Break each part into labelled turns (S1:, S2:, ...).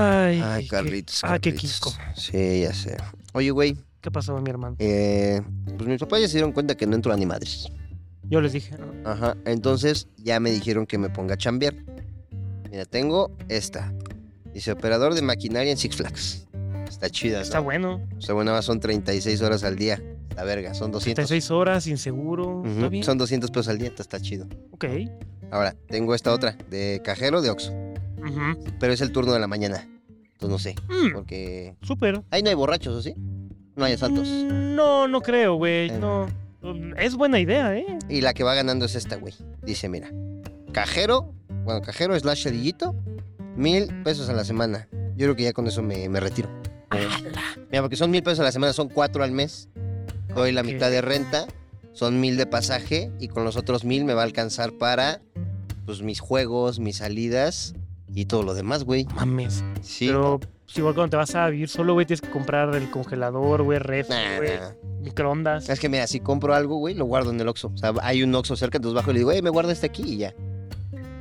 S1: Ay,
S2: qué-
S1: Carlitos,
S2: ah, qué
S1: Carlitos.
S2: Kiko.
S1: Sí, ya sé. Oye, güey,
S2: ¿Qué pasaba, mi hermano?
S1: eh, pues mis papás ya se dieron cuenta que no entro a ni madres.
S2: Yo les dije, ah,
S1: Ajá, entonces ya me dijeron que me ponga a chambear. Mira, tengo esta. Dice operador de maquinaria en Six Flags. Está chida,
S2: está
S1: ¿no?
S2: bueno.
S1: O sea, bueno, son 36 horas al día. La verga, son 200.
S2: 36 horas, inseguro. Está
S1: Ujú,
S2: bien.
S1: Son 200 pesos al día, está chido.
S2: Ok.
S1: Ahora, tengo esta otra, de cajero de Oxxo.
S2: Ujú.
S1: Pero es el turno de la mañana. Entonces no sé,
S2: Mm,
S1: porque...
S2: Súper.
S1: Ahí no hay borrachos, ¿o sí? No hay asaltos.
S2: Mm, No, no creo, güey.
S1: Eh.
S2: No. Mm, Es buena idea, ¿eh?
S1: Y la que va ganando es esta, güey. Dice, mira, cajero, bueno, cajero slash cerillito, mil pesos a la semana. Yo creo que ya con eso me, me retiro. Mira, porque son mil pesos a la semana, son cuatro al mes. Doy la
S2: Ok.
S1: mitad de renta, son mil de pasaje y con los otros mil me va a alcanzar para, pues, mis juegos, mis salidas y todo lo demás, güey.
S2: Mames.
S1: Sí.
S2: Pero pues, igual cuando te vas a vivir solo, güey, tienes que comprar el congelador, güey, refri,
S1: Nah, Eh.
S2: güey,
S1: nah.
S2: microondas.
S1: Es que mira, si compro algo, güey, lo guardo en el Oxxo. O sea, hay un Oxxo cerca, entonces bajo y le digo, güey, me guarda este aquí y ya.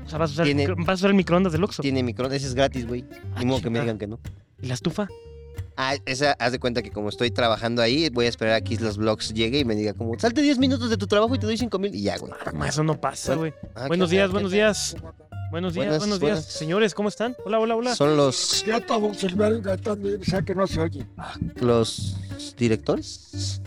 S2: O sea, vas a usar, el
S1: tiene-
S2: micro- vas a usar el microondas del Oxxo.
S1: Tiene micro, ese es gratis, güey.
S2: Ah,
S1: Ni modo que me
S2: chinga.
S1: digan que no.
S2: ¿Y la estufa?
S1: Ah, esa, haz de cuenta que como estoy trabajando ahí, voy a esperar a que los blogs llegue y me diga como, salte 10 minutos de tu trabajo y te doy 5 mil. Y ya, güey.
S2: Mamá, eso Ah, no pasa,
S1: Bueno,
S2: güey.
S1: Ah,
S2: buenos
S1: qué
S2: días,
S1: feo,
S2: buenos
S1: qué
S2: días. Buenos días,
S1: Buenas,
S2: buenos
S1: buenas.
S2: días. Señores, ¿cómo están? Hola, hola,
S1: feo.
S2: hola.
S1: Son los,
S3: Ya todos el verga están bien, ¿eh? o sea que no se oye.
S1: los directores.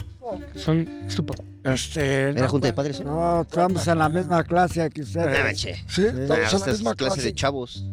S2: Son estúpidos.
S3: Este.
S1: ¿Era junta de padres? o No,
S3: No, estamos en la misma clase que
S1: No
S3: ustedes.
S1: manches.
S3: Sí,
S1: No,
S3: estamos en Eh, la
S1: esta es
S3: misma
S1: clase
S3: clase.
S1: de chavos.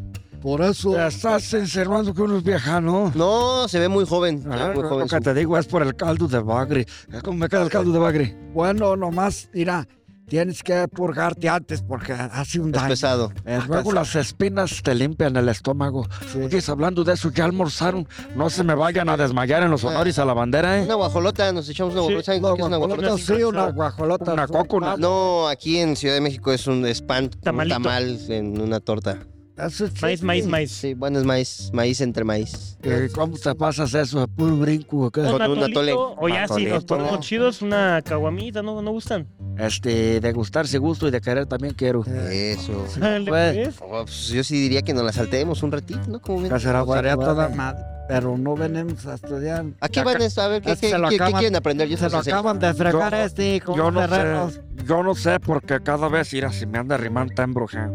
S3: Por eso. Te estás encerrando que uno es viejano.
S1: No, se ve muy joven. se ve
S3: Ah,
S1: muy
S3: lo
S1: joven.
S3: que te digo es por el caldo de bagre. ¿Cómo me queda el caldo de bagre? Bueno, nomás, mira, tienes que purgarte antes porque hace un
S1: Es
S3: daño.
S1: pesado. Ah,
S3: Eh, luego las espinas te limpian el estómago. Oye, hablando de eso, ya almorzaron. No se me vayan a desmayar en los honores a la bandera, ¿eh?
S1: Una guajolota, nos echamos una
S2: Sí,
S1: guajolota. ¿Saben
S3: No,
S1: qué es una guajolota?
S3: guajolota, sí, una guajolota.
S4: Una cócuna.
S1: No, aquí en Ciudad de México es un es pan, con un
S2: Tamalito.
S1: tamal en una torta.
S3: Eso es
S2: Maíz, maíz, maíz.
S1: Sí, bueno, es maíz, maíz entre maíz.
S3: Eh, ¿Cómo te pasas eso? Puro brinco. ¿o qué?
S1: Con un atole.
S2: O ya, si nos
S3: Atolito.
S2: ponemos chidos, una caguamita, ¿no? ¿No gustan?
S4: Este, de gustarse gusto y de querer también quiero.
S3: Eh,
S1: Eso.
S2: Dale,
S4: Güey.
S2: pues.
S1: Oh, pues, yo sí diría que nos la saltemos un ratito, ¿no? Como ven.
S3: Ya será
S4: Guarda,
S3: guardia toda
S4: guarda.
S3: madre, pero no venimos a estudiar.
S1: ¿A qué van esto? A ver, ¿qué,
S3: Es que
S1: qué-
S3: se lo
S1: qué- qué
S3: acaban-
S1: quieren aprender? Yo se
S3: Se
S1: los
S3: lo
S1: enseño.
S3: acaban de fregar
S4: pues, Yo-
S3: este con
S4: Yo no
S3: terrenos.
S4: sé, yo no sé porque cada vez, mira, si me anda rimando tan bruja.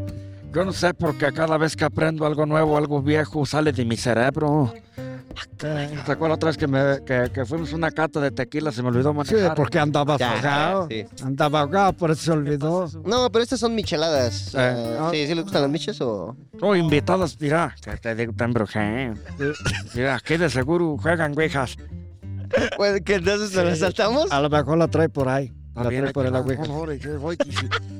S4: Yo no sé porque cada vez que aprendo algo nuevo, algo viejo, sale de mi cerebro. Ah, ¿Te acuerdas otra vez que, me, que, que fuimos a una cata de tequila? Se me olvidó
S3: Sí,
S4: manejar.
S3: porque andaba
S1: Ya,
S3: afogado.
S1: sí.
S3: Andaba ahogado, por eso se olvidó.
S1: No, pero estas son micheladas.
S4: Eh,
S1: Ah,
S3: ah.
S1: sí, ¿sí les gustan las miches o...?
S4: No, invitadas, mira, que te digo tan bruja. Mira, aquí de seguro juegan güejas.
S1: Bueno, ¿que entonces nos las saltamos?
S3: A lo mejor la trae por ahí. La
S4: También
S3: trae por el
S4: aquí,
S3: agüija.
S4: no, no, yo voy,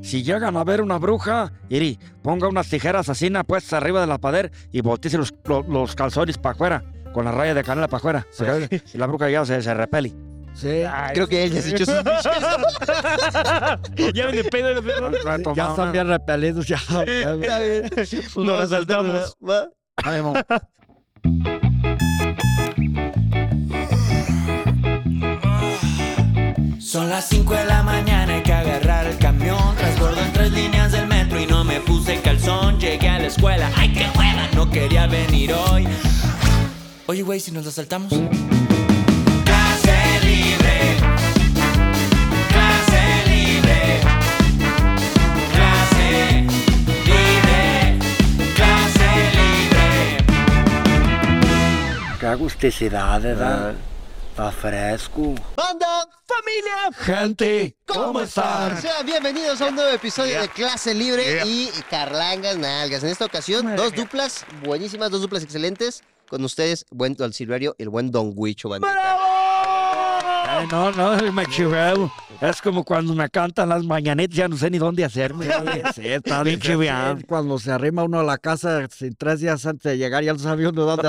S4: si, si llegan a ver una bruja, Iri, ponga unas tijeras asesinas puestas arriba de la pared y volteese los, lo- los calzones para afuera, con la raya de canela para afuera. porque si la bruja ya se, se repele.
S3: Sí.
S2: Ay,
S1: Creo que él ya se echó sus micheladas.
S2: ya me pedo. pedo.
S3: Ya están bien repelidos, ya.
S1: Está bien. Nos las saltamos. ¿va?
S4: Ánimo.
S5: Son las 5 de la mañana, hay que agarrar el camión. Transbordo en tres líneas del metro y no me puse calzón. Llegué a la escuela, ¡ay qué hueva! No quería venir hoy. Oye, güey, si nos la saltamos. Clase libre. Clase libre. Clase libre. Clase libre.
S4: Qué agusticidad, ¿verdad? Está fresco.
S1: ¡Banda! ¡Familia!
S3: Gente, ¿cómo
S1: están?
S3: están?
S1: Sean bienvenidos a un nuevo episodio de Clase Libre y Carlangas Nalgas. En esta ocasión, dos duplas buenísimas, dos duplas excelentes. Con ustedes, buen Don Silverio y el buen Don Huicho Bandita.
S4: Ay, no, no, me chiveo. Es como cuando me cantan las mañanitas, ya no sé ni dónde hacerme. Sí, está bien chiveado.
S3: Cuando se arrima uno a la casa, sin tres días antes de llegar, ya no sabía uno dónde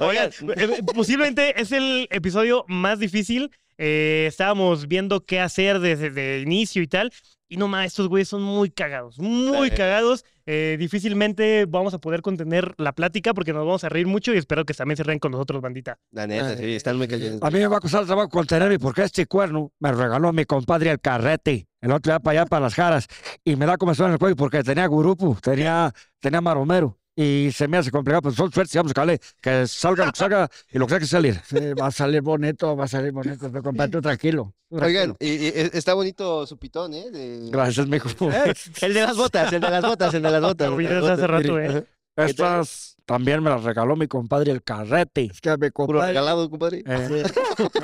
S2: Oigan, eh, eh, posiblemente es el episodio más difícil. Eh, estábamos viendo qué hacer desde de inicio y tal. Y no más, estos güeyes son muy cagados, muy
S1: Sí.
S2: cagados. Eh, difícilmente vamos a poder contener la plática porque nos vamos a reír mucho y espero que también se ríen con nosotros, bandita.
S1: La neta, sí, están muy calientes.
S4: A mí me va a costar trabajo contenerme porque este cuerno me regaló mi compadre el carrete. El otro día para allá, para las jaras. Y me da comezón en el cuello porque tenía gurupo, tenía, tenía maromero. y se me hace complicado, pues son suerte, vamos, cale, que salga lo que salga y lo que sea que salir.
S3: Sí, va a salir bonito, va a salir bonito, pero compadre, tú tranquilo. tú
S1: Oigan, y- y- e- está bonito su pitón, ¿eh? De-
S4: Gracias, mijo.
S3: Pues, eh,
S1: El de las botas, el de las botas, el de las botas. el de
S2: Oye,
S1: las
S2: desde hace
S1: botas.
S2: rato, ¿eh?
S4: Estas también me las regaló mi compadre el carrete.
S3: tranquilo. Es que mi
S1: Puro
S3: compadre,
S1: regalado, compadre.
S4: Eh,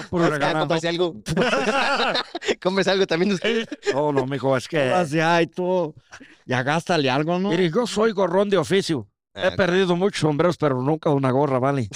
S4: puro
S1: Ah,
S4: regalado.
S1: cómprese algo. cómprese algo también usted.
S4: No, no, mijo, es que.
S3: así, ay, tú, ya gástale algo, ¿no?
S4: Mire, yo soy gorrón de oficio.
S1: Ah,
S4: He perdido muchos sombreros, pero nunca una gorra, ¿vale?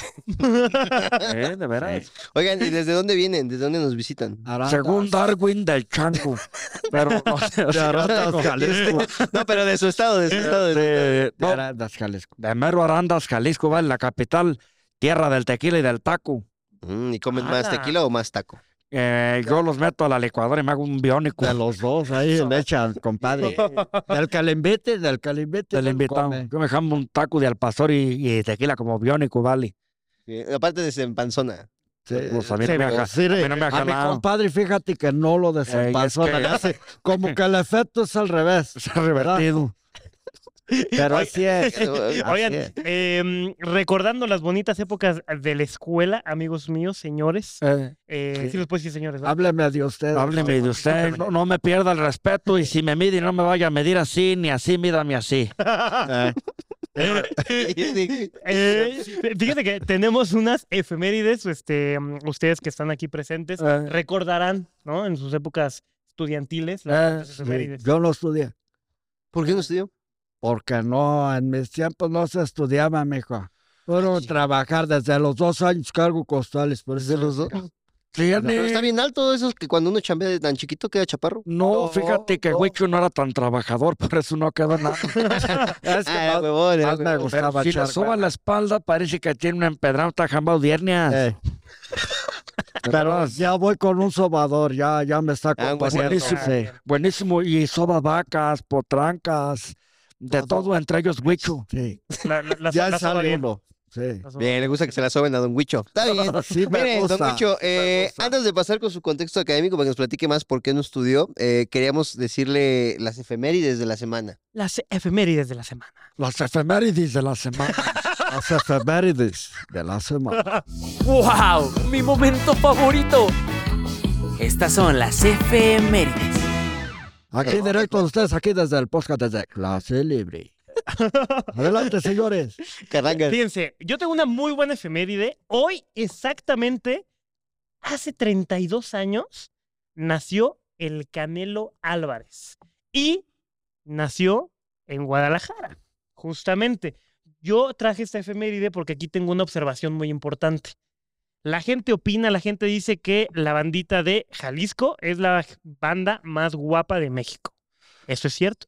S4: Eh, de veras.
S1: Oigan, ¿y desde dónde vienen? ¿Desde dónde nos visitan?
S3: Aranda.
S4: Según Darwin del Chanco. Pero no sé, o
S3: De
S4: sea,
S3: Arandas,
S4: no,
S3: Jalisco. Este
S1: No, pero de su estado, de su estado. de-
S4: de-
S3: De
S4: Este, no,
S3: Arandas, Jalisco.
S4: de mero Arandas, Jalisco, ¿vale? La capital, tierra del tequila y del taco.
S1: Mm, ¿Y comen más
S2: Ala.
S1: tequila o más taco?
S4: Eh, yo los meto a la licuadora y me hago un biónico.
S3: De los dos, ahí le echan, compadre. Del calembete, del
S4: Te
S3: calembete.
S4: lo
S3: no
S4: invitamos.
S3: come.
S4: Yo me jambo un taco de al pastor y, y tequila como biónico, ¿vale?
S1: Eh, Aparte de sempanzona.
S3: Sí.
S4: Pues a mí
S2: se
S4: no me
S2: ve-
S4: ha ja-
S3: Sí,
S4: a mí no me ha
S3: a mi
S4: jalado.
S3: compadre, fíjate que no lo desempanzó.
S4: que-
S3: le hace Como que el efecto es al revés. Ah,
S4: Se ha revertido.
S3: Pero así es.
S1: Eh,
S3: Así
S2: Oigan,
S3: es.
S2: em, recordando las bonitas épocas de la escuela, amigos míos, señores.
S4: Eh,
S2: Eh, sí.
S3: Sí.
S2: les puedo decir señores. ¿verdad?
S3: hábleme de usted.
S4: hábleme de usted. No, no me pierda el respeto y si me mide, no me vaya a medir así, ni así, mídame así.
S1: ah,
S3: Eh,
S2: Eh, fíjate que tenemos unas efemérides, este, mm, ustedes que están aquí presentes
S4: Eh.
S2: recordarán, ¿no? En sus épocas estudiantiles,
S4: Eh,
S2: las
S3: sí,
S2: efemérides.
S3: yo no estudié.
S1: ¿Por qué no estudió?
S3: Porque no, en mis tiempos no se estudiaba, mijo. Fueron trabajar desde los dos años cargo costales. Por eso los dos.
S1: Pero
S4: Tiene-
S1: está bien alto eso, es que cuando uno chambea de tan chiquito queda chaparro.
S4: No,
S3: No,
S4: fíjate que
S3: no.
S4: Huicho no era tan trabajador, por eso no quedó nada.
S3: Es que
S1: Ah,
S3: más-
S1: era huevón, era
S3: más me
S1: huevón.
S3: gustaba
S4: si le
S3: echar
S4: soba
S3: hueva.
S4: la espalda, parece que tiene una empedrada tajamba odiernia.
S3: Eh. Pero ya voy con un sobador, ya, ya me está
S1: Ah,
S3: acompañando.
S4: buenísimo.
S3: sí.
S4: Buenísimo, y soba vacas, potrancas, de todo, entre ellos Huicho.
S3: Sí,
S2: La- la- la-
S3: ya
S2: la soba
S3: sale
S2: bien,
S3: uno. Sí.
S2: la soba bien.
S1: Bien, le gusta que se la soben a Don Huicho. Está bien.
S3: Sí, me
S1: Miren,
S3: gusta.
S1: don Huicho, eh,
S3: gusta.
S1: antes de pasar con su contexto académico para que nos platique más por qué no estudió, eh, queríamos decirle las efemérides de la semana.
S2: Las efemérides de la semana.
S4: Las efemérides de la semana.
S3: Las efemérides de la semana.
S5: ¡Wow! ¡Mi momento favorito! Estas son las efemérides.
S3: Aquí directo a ustedes, aquí desde el podcast desde Clase Libre. Adelante, señores.
S1: Carranga.
S2: Fíjense, yo tengo una muy buena efeméride. Hoy, exactamente, hace 32 años, nació el Canelo Álvarez. Y nació en Guadalajara, justamente. Yo traje esta efeméride porque aquí tengo una observación muy importante. La gente opina, la gente dice que la bandita de Jalisco es la banda más guapa de México. ¿Eso es cierto?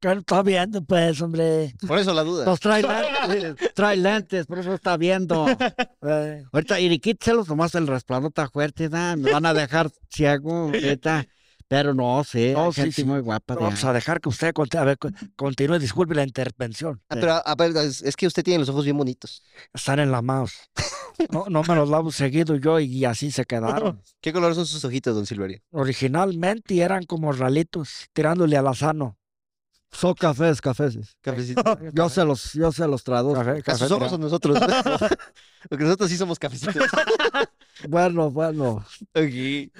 S4: ¿Qué está viendo, pues, hombre?
S1: Por eso la duda.
S3: Los trae lentes, trae lentes, por eso está viendo. Eh, ahorita, y quítselos nomás el resplandor está fuerte, ¿da? me van a dejar ciego, neta. Pero no, sí,
S4: No, pues,
S3: hay
S4: sí,
S3: gente
S4: sí.
S3: muy guapa. de
S4: Vamos a dejar que usted conte- a ver, con- continúe, disculpe la intervención.
S1: Ah, pero a ver, es es que usted tiene los ojos bien bonitos.
S4: Están en la mouse. No, no me los lavo seguido yo y, así se quedaron.
S1: ¿Qué color son sus ojitos, don Silverio?
S4: Originalmente eran como ralitos, tirándole al asano.
S3: Son cafés, cafés.
S1: Cafecito.
S3: Yo se los, yo se los traduzco.
S4: Café-
S1: A
S4: café
S1: sus ojos
S4: tirado.
S1: son nosotros. Porque nosotros sí somos cafecitos.
S3: Bueno, bueno.
S2: No,
S1: Ok.
S2: eh,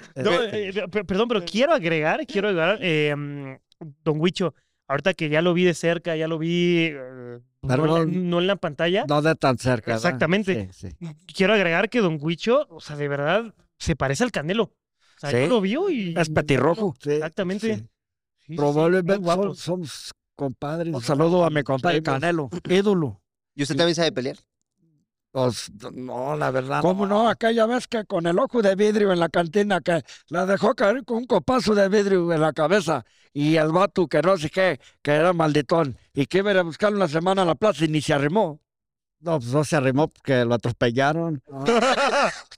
S2: eh, per- perdón, pero quiero agregar, quiero agregar, eh, mm, don Huicho, ahorita que ya lo vi de cerca, ya lo vi, eh, no, en la,
S3: Perdón.
S2: no en la pantalla,
S3: No de tan cerca. ¿da?
S2: Exactamente.
S3: Sí, sí.
S2: quiero agregar que don Huicho, o sea, de verdad, se parece al Canelo. O sea, yo
S4: Sí.
S2: lo vio y...
S4: Es petirrojo.
S3: Sí,
S2: Exactamente.
S3: sí.
S2: Sí, sí,
S3: Probablemente
S2: muy guapo.
S3: son- somos compadres.
S4: Un saludo a mi compadre
S3: primos.
S4: Canelo, ídolo.
S1: ¿Y usted también sabe pelear?
S3: Pues, no, la verdad.
S4: ¿Cómo no? Aquella vez que con el ojo de vidrio en la cantina que la dejó caer con un copazo de vidrio en la cabeza y el vato que no sé qué, que era malditón y que iba a ir a buscarlo una semana a la plaza y ni se arrimó.
S3: No, pues no se arrimó porque lo atropellaron.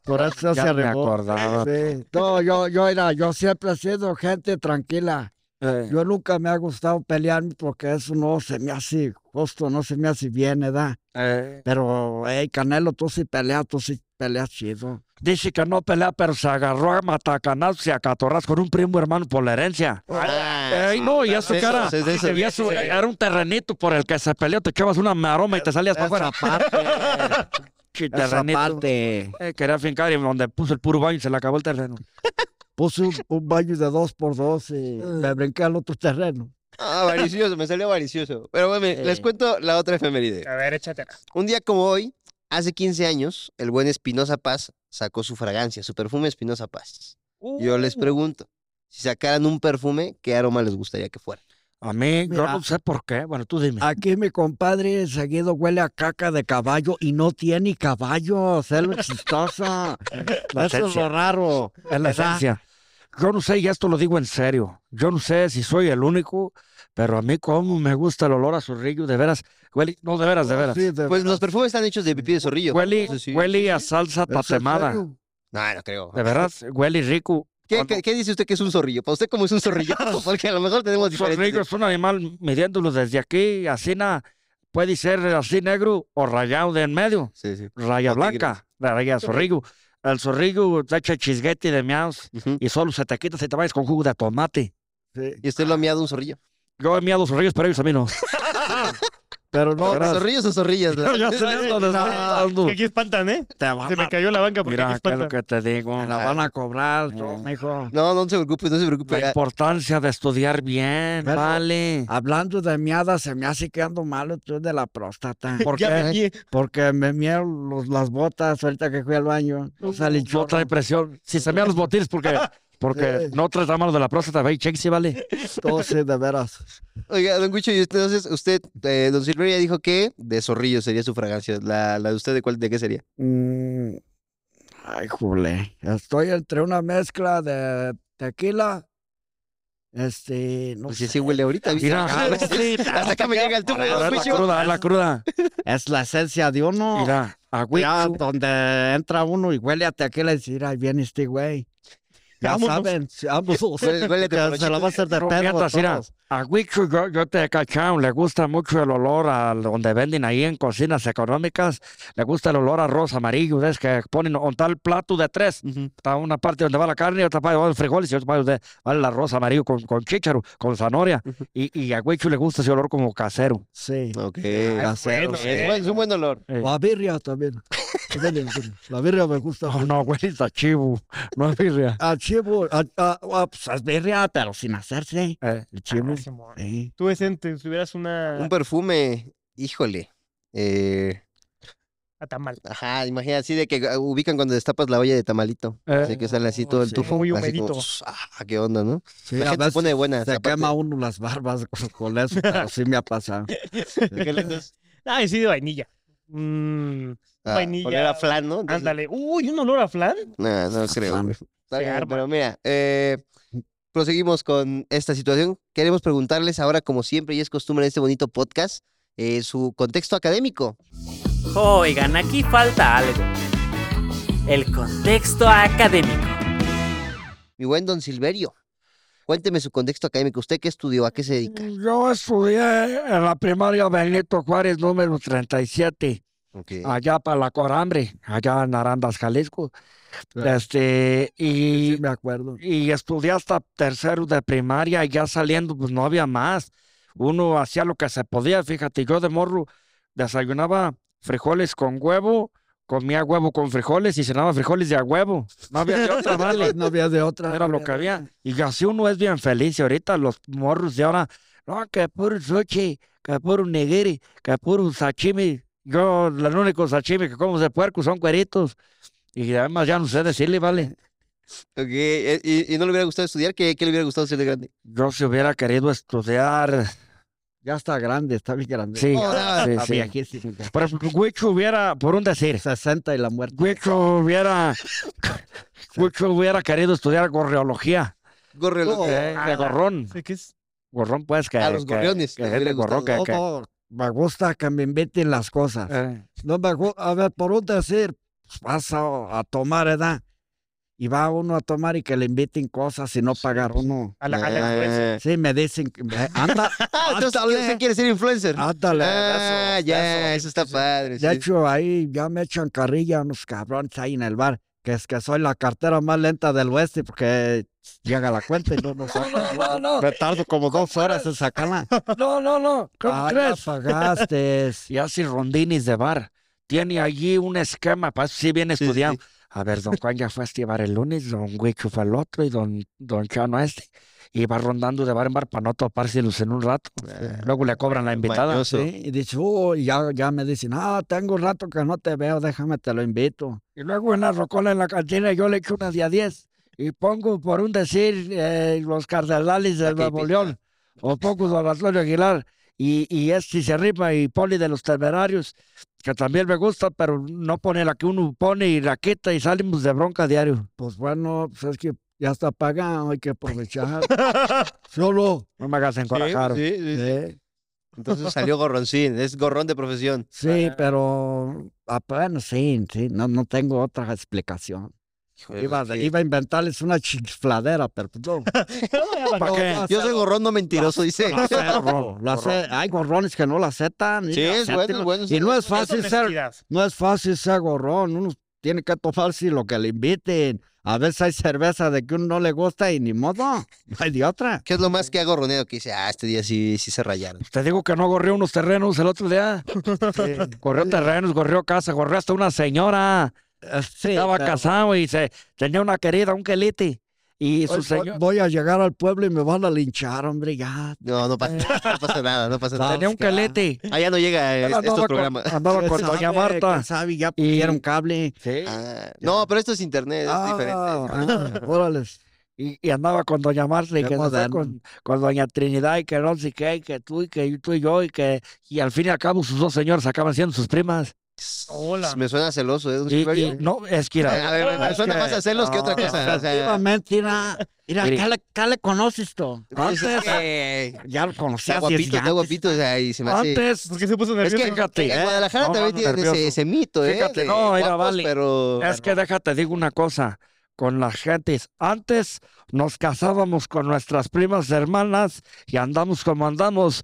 S3: Por eso no se
S4: Ya me
S3: arrimó.
S4: acordaba.
S3: Sí. No, yo, yo era, yo siempre he sido gente tranquila.
S4: Eh,
S3: Yo nunca me ha gustado pelearme porque eso no se me hace justo, no se me hace bien, ¿verdad?
S4: eh,
S3: Pero, hey, Canelo, tú sí peleas, tú sí pelea chido.
S4: Dice que no pelea, pero se agarró a matacanazos y a catorras con un primo hermano por la herencia.
S1: Ah,
S4: Ay, no, y a su
S1: de
S4: cara.
S1: esos, es de
S4: y
S1: esos.
S4: a su- Era un terrenito por el que se peleó, te echabas una maroma y te salías para afuera.
S3: Esa parte,
S4: Chi,
S3: esa
S4: terrenito.
S3: parte.
S4: Eh, quería fincar y donde puso el puro baño se le acabó el terreno.
S3: Puse un, un baño de dos por dos y me brinqué al otro terreno.
S1: Ah, avaricioso, me salió avaricioso. Pero bueno, les
S4: Eh.
S3: Sí.
S1: cuento la otra efeméride.
S2: A ver, échatela.
S1: Un día como hoy, hace 15 años, el buen Espinosa Paz sacó su fragancia, su perfume Espinosa Paz. Yo les
S2: Uh,
S1: pregunto, si sacaran un perfume, ¿qué aroma les gustaría que fuera?
S4: A mí, yo
S3: Mira. Ah,
S4: no sé por qué. Bueno, tú dime.
S3: Aquí mi compadre seguido huele a caca de caballo y no tiene ni caballo. Es lo chistoso. Eso es
S4: esencia.
S3: lo raro.
S4: Es la
S3: ¿Verdad?
S4: esencia. Yo no sé, y esto lo digo en serio. Yo no sé si soy el único, pero a mí como me gusta el olor a zorrillo, de veras. Huele, no, de veras, de veras.
S3: Ah, Sí, de-
S1: Pues los perfumes están hechos de pipí de zorrillo.
S4: Huele,
S1: Eso sí.
S4: huele a salsa
S3: ¿Es en
S4: tatemada.
S3: serio?
S1: No, no creo.
S4: De veras, huele rico.
S1: ¿Qué,
S4: Cuando-
S1: qué- qué dice usted que es un zorrillo? ¿Para usted cómo es un zorrillo? Porque a lo mejor tenemos
S4: Zorrillo
S1: diferentes.
S4: es un animal midiéndolo desde aquí, así na, puede ser así negro o rayado de en medio.
S1: Sí, sí.
S4: Raya
S1: O tigre.
S4: blanca, la raya zorrillo. El zorrillo te echa chisguete de miaos
S1: Ujú.
S4: y solo se te quita si te vayas con jugo de tomate.
S3: Sí,
S1: ¿Y usted lo ha miado un zorrillo?
S4: Yo he miado zorrillos, pero ellos a mí no.
S3: Pero no,
S4: Verás.
S1: ¿Zorrillos o zorrillas?
S4: Yo ya sé de dónde estoy hablando.
S2: que Aquí espantan, ¿eh?
S3: te van
S2: Se me
S3: a,
S2: cayó la banca porque
S4: Mira,
S2: aquí
S4: ¿qué es lo
S2: espantan.
S4: que te digo?
S3: te la van a cobrar,
S4: No.
S3: mijo.
S1: No, no se preocupe, no se preocupe.
S4: La
S1: ya.
S4: importancia de estudiar bien,
S3: Pero-
S4: vale.
S3: Hablando de miadas, se me hace que ando malo tú de la próstata.
S4: ¿Por
S2: Ya eh,
S4: qué?
S2: me guié.
S3: Porque me mieron los- las botas ahorita que fui al baño. No sale
S4: No trae presión. Si se mean los botines, porque, porque
S3: Sí.
S4: no traes la mano de la próstata, ve y cheque si vale.
S3: chorro, sí, de veras.
S1: Oiga, don Guicho, y usted, entonces usted, eh, don Silver ya dijo que de zorrillo sería su fragancia. ¿La, la de usted de cuál, de qué sería?
S3: Mm, Ay, jule. Estoy entre una mezcla de tequila. Este, no
S1: Pues si
S3: sé.
S1: así huele ahorita. ¿viste?
S4: Mira,
S1: Ah,
S4: claro, sí,
S1: Hasta acá me llega el tubo,
S4: Ahora
S1: don
S4: la
S1: Guicho.
S4: cruda, la cruda.
S3: Es la esencia de uno.
S4: Mira,
S3: Ya
S4: agüichu.
S3: donde entra uno y huele a tequila y dice, mira, ahí viene este güey. Ya
S2: Vámonos.
S3: saben, sí, vámonos.
S1: Huele- huele de
S3: Ya se
S1: polochito.
S3: la va a hacer de
S4: No,
S3: pedo a
S4: mientras, mira,
S3: todos.
S4: agüichu, yo, yo te he cachado, le gusta mucho el olor a donde venden ahí en cocinas económicas, le gusta el olor a arroz amarillo, es que ponen un tal plato de tres,
S1: Ujú.
S4: Está una parte donde va la carne, otra parte va los frijoles y otra parte donde va el arroz amarillo con, con chícharo, con zanahoria.
S1: Ujú.
S4: Y, y a Huicho le gusta ese olor como casero.
S3: Sí.
S1: Ok.
S3: casero,
S2: bueno,
S3: sí.
S1: Es buen- es un buen olor.
S4: eh.
S3: La birria también. Ándale, La birria me gusta.
S4: No, no, güey, está chivo. No es birria.
S3: A chivo, a, a- a- pues es birria, pero sin hacerse.
S4: Eh,
S3: El chivo.
S2: Ah, Simón.
S3: Sí.
S2: Tú, Vicente, si tuvieras una
S1: Un perfume, híjole. Eh,
S2: atamal.
S1: ajá, imagina así de que ah, ubican cuando destapas la olla de tamalito.
S4: eh,
S1: Así que sale así todo el
S3: sí.
S1: tufo.
S2: Muy
S1: así como,
S2: humedito.
S1: ah, qué onda, ¿no?
S3: Sí,
S1: La
S3: a
S1: gente se
S3: veces
S1: pone buena.
S3: se
S1: aparte.
S3: quema uno las barbas con, con eso, pero sí me ha pasado.
S1: ¿Qué le das?
S2: Ah, sí, de vainilla. Mm,
S1: Ah,
S2: Vainilla.
S1: Oler a flan, ¿no? Entonces,
S2: ándale. Uy, un olor a flan.
S1: No, no creo.
S3: Flan.
S1: güey. Está
S2: Se
S1: bien,
S2: arma.
S1: pero mira, eh, proseguimos con esta situación. Queremos preguntarles ahora, como siempre y es costumbre en este bonito podcast, eh, su contexto académico.
S6: Oigan, aquí falta algo. El contexto académico.
S1: Mi buen don Silverio, cuénteme su contexto académico. ¿Usted qué estudió? ¿A qué se dedica?
S4: Yo estudié en la primaria Benito Juárez número 37.
S1: Mm.
S4: allá para la Corambre, allá en Arandas, Jalisco.
S3: Ah.
S4: Este,
S3: Sí,
S4: y,
S3: me acuerdo.
S4: y estudié hasta tercero de primaria y ya saliendo, pues no había más. Uno hacía lo que se podía, fíjate, yo de morro desayunaba frijoles con huevo, comía huevo con frijoles y cenaba frijoles de a huevo. No había de otra, vale.
S3: No había de otra.
S4: Era lo que había. Y así uno es bien feliz. Y ahorita los morros de ahora, no, que puro sushi, que puro nigiri, que puro sashimi. Yo, el único sashimi que como de puerco son cueritos. Y además ya no sé decirle, ¿vale?
S1: Ok, eh, ¿Y, y no le hubiera gustado estudiar? ¿Qué, qué le hubiera gustado ser de grande?
S4: Yo si hubiera querido estudiar.
S3: Ya está grande, está bien grande.
S4: Sí,
S1: Oh, no,
S4: sí,
S3: Está
S4: sí.
S3: viejísimo.
S4: Por ejemplo, Huicho hubiera, por un decir,
S3: 60 y la muerte.
S4: Huicho hubiera, Huicho hubiera querido estudiar gorreología.
S1: Gorrelo-
S3: Oh,
S4: eh, de gorrón.
S2: ¿Qué es?
S4: Gorrón, pues, que.
S1: a los
S4: que-
S1: gorriones.
S4: que
S1: les
S4: gente
S1: hubiera
S4: gorrón,
S1: gustado. Oh,
S4: que-
S3: Todo me gusta que me inviten las cosas.
S4: eh,
S3: No me gu- A ver, por un decir, pues, vas a, a tomar edad. y va uno a tomar y que le inviten cosas y no pagar uno.
S2: A la, pues. a la
S1: Eh,
S2: influencer.
S3: Sí, me dicen, que- eh, anda,
S1: Ah, entonces
S3: ándale,
S1: usted quiere ser influencer.
S3: ándale.
S1: Ah,
S6: eso,
S1: ya, eso está padre.
S3: De
S1: sí.
S3: hecho, ahí ya me echan carrilla unos cabrones ahí en el bar, que es que soy la cartera más lenta del oeste porque llega la cuenta y no nos
S4: No, no,
S3: Me tardo como dos horas en sacarla.
S4: no, no, no. ¿Cómo
S3: Ah, ya
S4: crees?
S3: pagaste.
S4: Y hace rondinis de bar. Tiene allí un esquema, para si bien
S1: Sí,
S4: estudiado.
S1: sí.
S4: A ver, don Juan ya fue a este bar el lunes, don Huicho fue al otro y don, don Chano a este. Y va rondando de bar en bar para no topárselos en un rato. Eh,
S1: Ah.
S4: Luego le cobran la invitada.
S1: Mañoso.
S3: Sí, y dice, "Uy", ya, ya me dicen, ah, tengo un rato que no te veo, déjame, te lo invito.
S4: Y luego en la rocola en la cantina yo le echo unas de a 10 y pongo por un decir eh, los cardenales de
S1: La
S4: Nuevo
S1: típica.
S4: León o pongo don Antonio Aguilar y, y este se arrima y Poli de los Temerarios que también me gusta pero no pone la que uno pone y la quita y salimos de bronca diario.
S3: Pues bueno, pues es que ya está pagado, hay que aprovechar. Solo.
S4: No me hagas encorajar.
S1: Sí, sí, sí.
S3: Sí,
S1: Entonces salió gorroncín, es gorrón de profesión.
S3: sí, pero apenas sí, sí, no, no tengo otra explicación.
S1: Híjole,
S3: Iba, a-
S1: pues, sí.
S3: iba a inventarles una chifladera, pero pues no.
S4: ¿Para qué?
S1: Yo soy gorrón no mentiroso, dice.
S3: La ace- la ace- hay gorrones que no la aceptan. y
S1: Sí, pues,
S3: la
S1: es
S3: aceptan,
S1: bueno, es bueno.
S3: Y no es
S2: Es
S3: fácil ser,
S2: honestidad.
S3: no es fácil ser gorrón. Uno tiene que tomarse lo que le inviten. A veces hay cerveza de que uno no le gusta y ni modo. No hay de otra.
S1: ¿Qué es lo más que ha gorroneado que dice, ah, este día sí, sí se rayaron?
S4: Te digo que no corrió unos terrenos el otro día. Corrió terrenos, corrió casa, corrió hasta una señora.
S3: Eh, sí,
S4: Estaba
S3: pero
S4: casado y se tenía una querida, un quelite. Y
S3: voy-
S4: su señor.
S3: Voy a llegar al pueblo y me van a linchar, hombre, ya.
S1: No, no pasa, no pasa nada, no pasa nada.
S4: Eh. Tenía un calete.
S1: Allá no llega eh,
S4: Él andaba
S1: estos
S4: con-
S1: programas.
S4: Andaba con Doña
S3: sabe,
S4: Marta.
S3: quién sabe, ya
S4: Y-
S3: pusieron cable.
S4: Sí.
S1: Ah, no, pero esto es internet, es
S3: Ah,
S1: diferente.
S3: ah, órale.
S4: Y, y andaba con Doña Marta y
S3: Qué
S4: que se fue
S3: moderno.
S4: con, con Doña Trinidad y que no sé qué, y que tú y que tú y yo y que. Y al fin y al cabo sus dos señores acaban siendo sus primas.
S2: Hola.
S1: Me suena celoso, ¿eh? don
S4: Y,
S1: Silverio?
S4: y- no, es que era-
S1: A ver, me- me
S4: es
S1: suena
S4: que-
S1: más a celos que otra
S4: no,
S1: cosa. o sea,
S3: Efectivamente, mira, mira,
S4: Mire.
S3: ¿qué le, qué le conoces tú?
S1: es que
S3: Ya lo conocías
S1: Está
S3: desde
S1: guapito, está
S3: antes.
S1: guapito, o sea, y se me hace...
S4: Antes,
S2: ¿Por qué se puso
S1: Es
S2: nervioso?
S1: que
S4: fíjate,
S1: en
S4: ¿eh?
S1: Guadalajara
S4: No,
S1: también
S4: no,
S1: tiene
S4: nervioso.
S1: ese, ese mito, ¿eh?
S4: Fíjate,
S1: de
S4: no, era
S1: guapos,
S4: vale.
S1: Pero...
S4: Es que déjate, digo una cosa. Con las gentes. Antes nos casábamos con nuestras primas hermanas y andamos como andamos.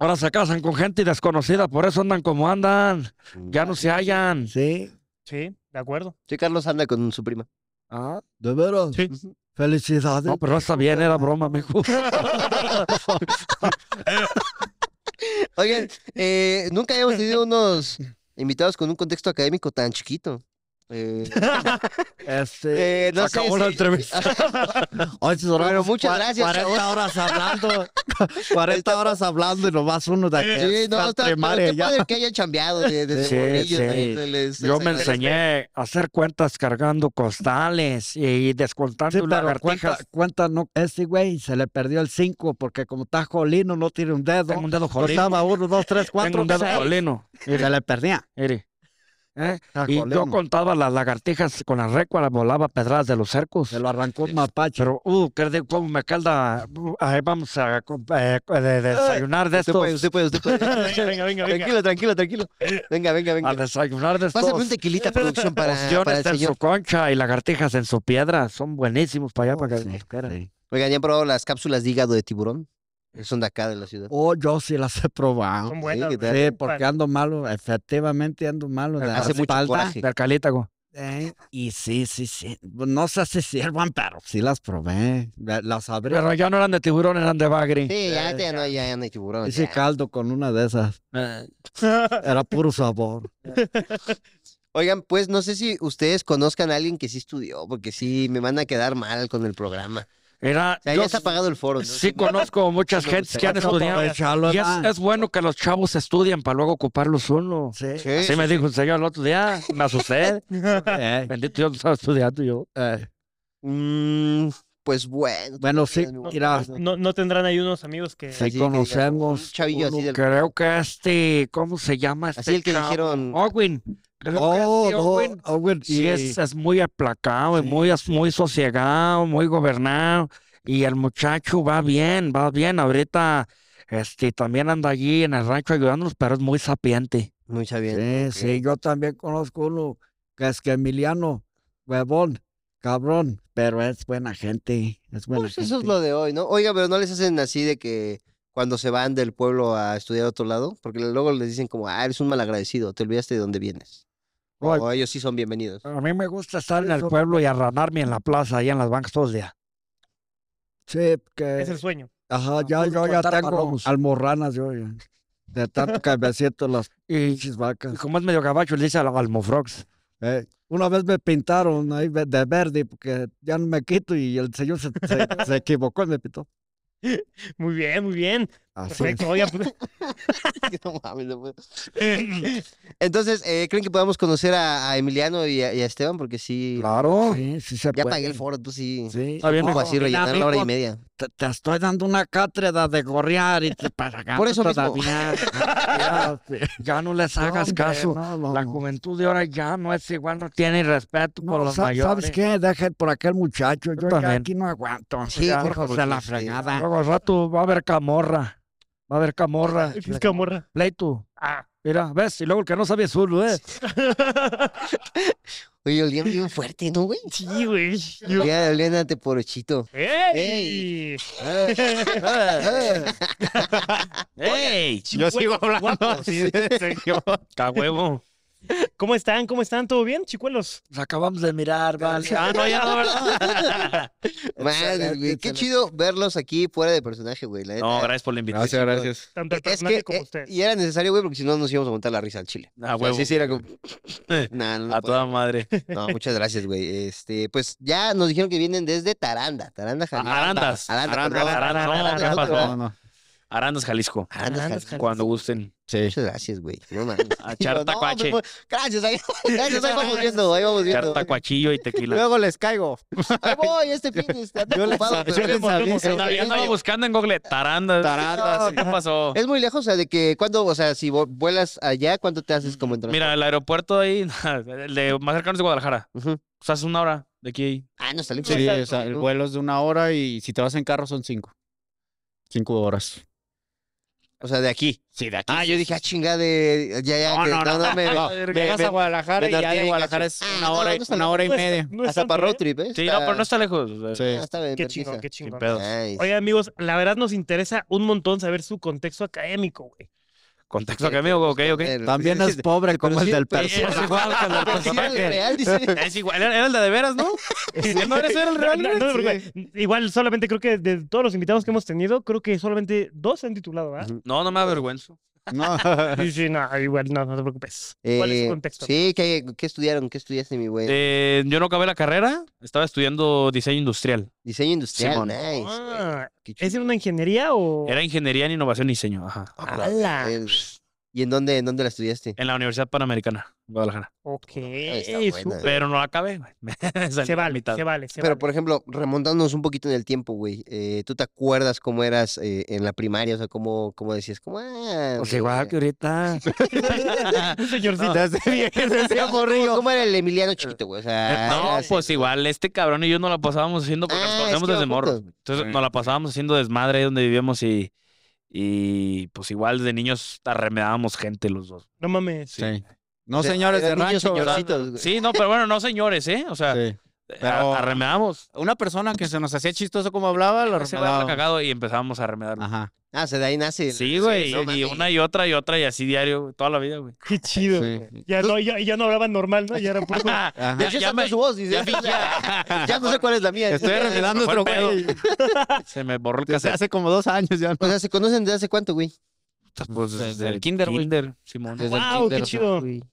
S4: Ahora se casan con gente desconocida, por eso andan como andan. Ya no se hallan.
S3: Sí,
S2: Sí, de acuerdo.
S1: Sí, Carlos anda con su prima.
S4: Ah,
S3: de veras.
S2: Sí.
S3: Felicidades.
S4: no, pero no está bien, era broma, mijo.
S1: Oigan, eh, nunca habíamos tenido unos invitados con un contexto académico tan chiquito. Eh,
S3: Este,
S1: eh, no sé,
S4: Acabó la
S1: sí.
S4: entrevista.
S3: hoy se duraron
S1: pero muchas
S3: cua-
S1: gracias,
S3: 40
S1: chavos.
S3: horas hablando. 40 horas hablando y nomás uno de aquí.
S1: Sí, no, está, pero
S3: primaria
S1: qué
S3: ya.
S1: padre que hayan chambeado de, de
S4: Sí,
S1: morrillos,
S4: sí.
S1: de- de- les-
S4: Yo me
S1: les-
S4: enseñé a hacer cuentas cargando costales y
S3: Sí,
S4: descontando
S3: pero cuenta,
S4: lagartijas.
S3: cuenta, no, este güey se le perdió el 5 porque como está jolino no tiene un dedo.
S4: Tengo un dedo jolino.
S3: Estaba 1, 2, 3, 4,
S4: Tengo un dedo jolino.
S3: Se
S4: Mire,
S3: le perdía.
S4: mire. ¿Eh?
S1: Ah,
S3: Está
S4: Y yo
S3: jolino.
S4: contaba las lagartijas con la recua, volaba pedradas de los cercos.
S3: Se lo arrancó un mapache.
S4: Pero, uh, que de- cómo me calda. uh, ahí vamos a co- eh, co- de- desayunar de
S1: Usted puede,
S4: estos.
S1: usted puede, usted puede.
S2: venga, venga, venga.
S1: Tranquilo, tranquilo, tranquilo. Venga, venga,
S4: A
S1: venga.
S4: desayunar de estos.
S1: Pásame un tequilita, producción, para, para
S4: Ostiones
S1: el
S4: en
S1: señor. Oh,
S4: su concha y lagartijas en su piedra. Son buenísimos para allá, para que- espera.
S3: Sí.
S1: Oigan, ¿ya han probado las cápsulas de hígado de tiburón? Son de acá, de la ciudad.
S3: Oh, yo sí las he probado.
S2: Son
S1: Sí,
S2: buenas.
S1: ¿qué
S2: güey.
S1: tal?
S3: Sí,
S2: Son
S3: porque
S2: buenas.
S3: ando malo, efectivamente ando malo de la
S1: Hace mucho
S3: espalda.
S1: coraje.
S4: Del Calítago.
S3: eh, y sí, sí, sí. pues, No sé si sirvan, pero sí las probé. la- Las abrí.
S4: Pero ya no eran de tiburón, eran de bagre.
S1: Sí, ya, ya no, ya, ya no hay tiburón.
S3: Hice
S1: ya. Eh.
S3: caldo con una de esas. Era puro sabor.
S1: Oigan, pues no sé si ustedes conozcan a alguien que sí estudió, porque sí me van a quedar mal con el programa.
S4: Era,
S1: O sea,
S4: yo
S1: ya está apagado el foro. ¿no?
S4: sí conozco muchas
S1: me
S4: gentes que
S1: gustaría.
S4: han estudiado.
S3: Aprovechalo,
S4: Y es,
S3: ¿verdad?
S4: es bueno que los chavos estudien para luego ocuparlos uno.
S3: Sí.
S1: Sí,
S4: Así
S1: sí,
S4: me dijo un señor el otro día. Me asusté.
S3: eh,
S4: Bendito Dios, estaba estudiando yo.
S3: eh.
S1: Mm, pues bueno.
S3: Bueno, sí, mira,
S1: Pues,
S2: No, no tendrán ahí unos amigos que.
S1: Sí.
S3: sí
S1: que un
S3: conocemos.
S1: chavillo así
S3: uno-
S1: del-
S4: Creo que este, ¿cómo se llama este
S1: Así el que
S4: chavo?
S1: dijeron.
S4: Owen. Creo que
S3: Oh,
S4: este
S3: no,
S4: Owen
S3: Owen,
S4: sí
S3: y-
S4: es, es muy aplacado y
S3: Sí,
S4: muy, as- muy sosiegado, muy gobernado. Y el muchacho va bien, va bien. Ahorita este, también anda allí en el rancho ayudándonos, pero es muy sapiente.
S1: Mucha bien.
S3: Sí, sí, yo también conozco uno que es que Emiliano Huevón. cabrón, pero es buena gente. Es buena
S1: Pues eso es
S3: gente.
S1: lo de hoy, ¿no? Oiga, pero no les hacen así de que cuando se van del pueblo a estudiar a otro lado, porque luego les dicen como, ah, eres un malagradecido, te olvidaste de dónde vienes.
S4: Ay,
S1: O ellos sí son bienvenidos.
S4: a mí me gusta estar en el pueblo y arranarme en la plaza, ahí en las bancas todo el día.
S3: Sí, que.
S2: Es el sueño.
S3: Ajá,
S4: Ah,
S3: ya,
S4: puros
S3: yo ya
S4: contar
S3: tengo
S4: palomos.
S3: almorranas, yo ya. De tanto que me siento las
S4: Y,
S3: pinches
S4: y
S3: vacas.
S4: como es medio gabacho, le dice a la Almofrox.
S3: Eh, una vez me pintaron ahí ve- de verde porque ya no me quito y el señor se, se- se equivocó y me pintó.
S2: Muy bien, muy bien.
S3: Así es.
S2: Perfecto. Oiga, pues,
S1: No mames, no puedo. Entonces, eh, ¿creen que podamos conocer a, a Emiliano y a, y a Esteban? Porque sí,
S4: Claro.
S3: Sí, pues, sí se
S1: ya
S3: puede.
S1: pagué el foro, tú sí.
S3: Sí.
S4: Está bien,
S1: Ojo,
S4: mijo.
S1: así
S3: Mira,
S1: rellenar la hora y
S3: mijo,
S1: media.
S3: Te, te estoy dando una cátedra de gorrear y te para acá
S1: Por eso mismo.
S3: todavía. Ya, sí.
S4: Ya no les
S3: No,
S4: hagas
S3: hombre,
S4: caso.
S3: no, no,
S4: La
S3: no.
S4: juventud de ahora ya no es igual, Oh. no tiene respeto por
S3: No,
S4: los
S3: sa-
S4: mayores.
S3: ¿Sabes qué? Deja por aquel muchacho. Yo, ya
S4: también.
S3: aquí no aguanto.
S1: Sí,
S3: Ya,
S1: por
S3: hijos
S1: favor,
S3: de la
S1: sí.
S7: Ah.
S3: fregada.
S4: Luego al rato va a haber camorra. Va a haber camorra.
S2: es camorra.
S4: Pleito.
S2: Ah.
S4: Mira, ves, y luego el que no sabe es zurdo, ¿eh?
S1: Oye, olían bien fuerte, ¿no, güey?
S2: Sí, güey. Yo-
S1: Ya olían ante porochito.
S2: ¡Ey!
S6: ¡Ey!
S8: Yo sigo hablando así de señor.
S6: ¡Cagüevo!
S2: ¿Cómo están? ¿Cómo están? ¿Todo bien, chicuelos?
S4: Nos acabamos de mirar, vale.
S6: Ah, no, ya no, ¿verdad?
S1: Madre, güey, qué chido verlos aquí fuera de personaje, güey. la
S8: No,
S1: neta.
S8: gracias por la
S1: Gracias,
S8: invitación.
S1: gracias.
S2: Tanto el
S1: Es
S2: personaje
S1: que,
S2: como
S1: eh,
S2: ustedes.
S1: y era necesario, güey, porque si no nos íbamos a montar la risa al chile.
S8: Ah,
S1: O sea,
S8: huevo.
S1: sí, sí, era como... Nah, no, no
S8: A
S1: puedo.
S8: toda madre.
S1: No, muchas gracias, güey. Este, pues ya nos dijeron que vienen desde Taranda, Taranda, Jalisco.
S8: Arandas.
S1: Aranda,
S8: Arandas.
S1: perdón.
S8: Arandas. No, ¿qué
S1: Arandas,
S8: pasó?
S1: perdón.
S3: No, no.
S8: Arandas, Jalisco.
S1: Arandas,
S2: Arandas,
S1: Jalisco.
S8: Cuando gusten.
S1: Sí. Muchas gracias, güey. No mames.
S8: A
S1: Digo,
S8: echar
S1: no,
S8: tacuache.
S1: pues, gracias, ahí, gracias, ahí vamos viendo, ahí vamos
S8: Echar
S1: viendo.
S8: tacuachillo y tequila.
S3: Luego les caigo.
S1: Ahí voy, este fin está
S3: Yo les
S1: ocupado,
S3: aviso,
S1: pero
S3: yo les
S1: vemos, vemos,
S3: aviso.
S1: vemos,
S8: Andaba- yo andaba
S1: vemos.
S8: buscando en Google Tarandas.
S3: Tarandas,
S8: ¿Qué pasó?
S1: Es muy lejos, o sea, de que cuando, o sea, si vo- vuelas allá, ¿cuánto te haces como en transporte?
S8: Mira, el aeropuerto ahí, el de más cercano es de Guadalajara.
S1: Ujú.
S8: O sea, es una hora de aquí.
S1: Ah, no está lejos.
S2: Sí,
S7: Sí,
S2: exacto.
S7: o sea, el vuelo es de una hora y si te vas en carro son cinco. Cinco horas.
S1: O sea, de aquí.
S7: Sí, de aquí.
S1: Ah, yo dije, ah, chinga de. Ya, ya, que- no, no, me.
S7: No, llegas a Guadalajara y
S1: ven
S7: ya de
S1: Arteaga,
S7: Guadalajara es
S1: ah,
S7: una
S1: no,
S7: hora,
S1: no
S7: y-
S1: está
S7: una hora y
S2: No es-
S7: media.
S2: no es
S1: Hasta
S2: tanto,
S1: para road
S2: ¿eh?
S1: trip, ¿eh?
S8: Sí, no, pero no está lejos. o sea,
S7: Sí.
S1: Ah, está bien,
S2: Qué
S1: pertiza.
S2: chingón, qué
S8: Sin
S2: chingón.
S8: pedos.
S1: Nice.
S2: Oye, amigos, la verdad nos interesa un montón saber su contexto académico, güey.
S8: Contexto académico, ok, ok.
S1: El-
S3: También es pobre como el
S1: sí,
S3: del
S1: pero-
S3: perso.
S8: Es igual que
S1: Sí,
S8: el del
S1: era el
S8: personaje.
S1: real, dice.
S8: Es igual, era era el de de veras, ¿no? ¿No eres
S2: Este,
S8: era el
S2: No,
S8: real?
S2: no, no te preocupes. Igual solamente creo que de todos los invitados que hemos tenido, creo que solamente dos se han titulado, ¿verdad?
S8: No, no me avergüenzo.
S7: No.
S2: Sí, sí, no, igual no, no te preocupes. ¿Cuál es
S1: Eh,
S2: su contexto?
S1: Sí, ¿qué, qué estudiaron? ¿Qué estudiaste, mi güey?
S8: Eh, yo no acabé la carrera, estaba estudiando diseño industrial.
S1: Diseño industrial.
S8: Simón.
S1: Nice. güey.
S2: Ah,
S1: Qué
S2: ¿Es
S1: chulo.
S2: en una ingeniería o...?
S8: Era ingeniería en innovación y diseño, ajá.
S2: ¡Hala!
S1: Ah,
S2: Eh,
S1: El- ¿Y en dónde, en dónde la estudiaste? Ah,
S8: En la Universidad Panamericana, Guadalajara.
S2: Ok,
S1: está
S2: eh, súper.
S1: buena, güey.
S8: Pero no la acabé, güey. Me salí a
S2: Se
S8: la
S2: vale,
S8: mitad.
S2: se vale, se
S1: Pero,
S2: vale.
S1: por ejemplo, remontándonos un poquito en el tiempo, güey, eh, ¿tú te acuerdas cómo eras eh, en la primaria? O sea, ¿cómo, cómo decías? Como, ah,
S4: Pues
S1: güey,
S4: igual que ahorita.
S1: pues,
S2: Señorcito.
S1: ¿Cómo, cómo era el Emiliano chiquito, güey? O sea,
S8: No,
S1: eras-
S8: pues igual, este cabrón y yo nos la pasábamos haciendo porque nos
S1: Ah, es que
S8: conocemos
S1: iban
S8: desde morros.
S1: juntos.
S8: Entonces
S4: Sí.
S8: nos la pasábamos haciendo desmadre ahí donde vivíamos y, y pues igual de niños arremedábamos gente los dos.
S2: No mames.
S7: Sí. No,
S1: O sea,
S7: señores de
S1: eran niños
S7: rancho. ¿verdad?
S1: señorcitos, güey.
S8: Sí, no, pero bueno, no señores, ¿eh? O sea, a-
S7: Sí. pero-
S8: arremedábamos.
S7: Una persona que se nos hacía chistoso como hablaba, lo
S8: Ese güey habla
S7: arreglaba.
S8: cagado y empezábamos a arremedarnos.
S7: Ajá.
S1: Ah, o sea, de ahí nace. el-
S8: Sí, güey,
S1: no
S8: y
S1: mames.
S8: una y otra y otra y así diario, güey, toda la vida, güey.
S2: Qué chido.
S7: Sí.
S2: güey. Ya, no, ya, ya no hablaban normal, ¿no? Ya era puro...
S7: Ajá.
S1: De hecho, esa
S8: ya
S1: no
S8: me-
S1: es su voz, dice.
S8: ya vi-
S1: Ya no sé cuál es la mía.
S7: Estoy arreglando
S8: Fue el
S7: otro güey.
S8: Se me borró el
S7: Desde
S8: cassette.
S7: hace como dos años ya.
S1: O sea, ¿se conocen desde hace cuánto, güey?
S8: Pues,
S7: Desde el kinder, güey.
S8: Kinder, Simón.
S7: Desde el
S2: ¡Wow!
S7: kinder,
S2: ¡Qué
S7: o sea,
S2: chido!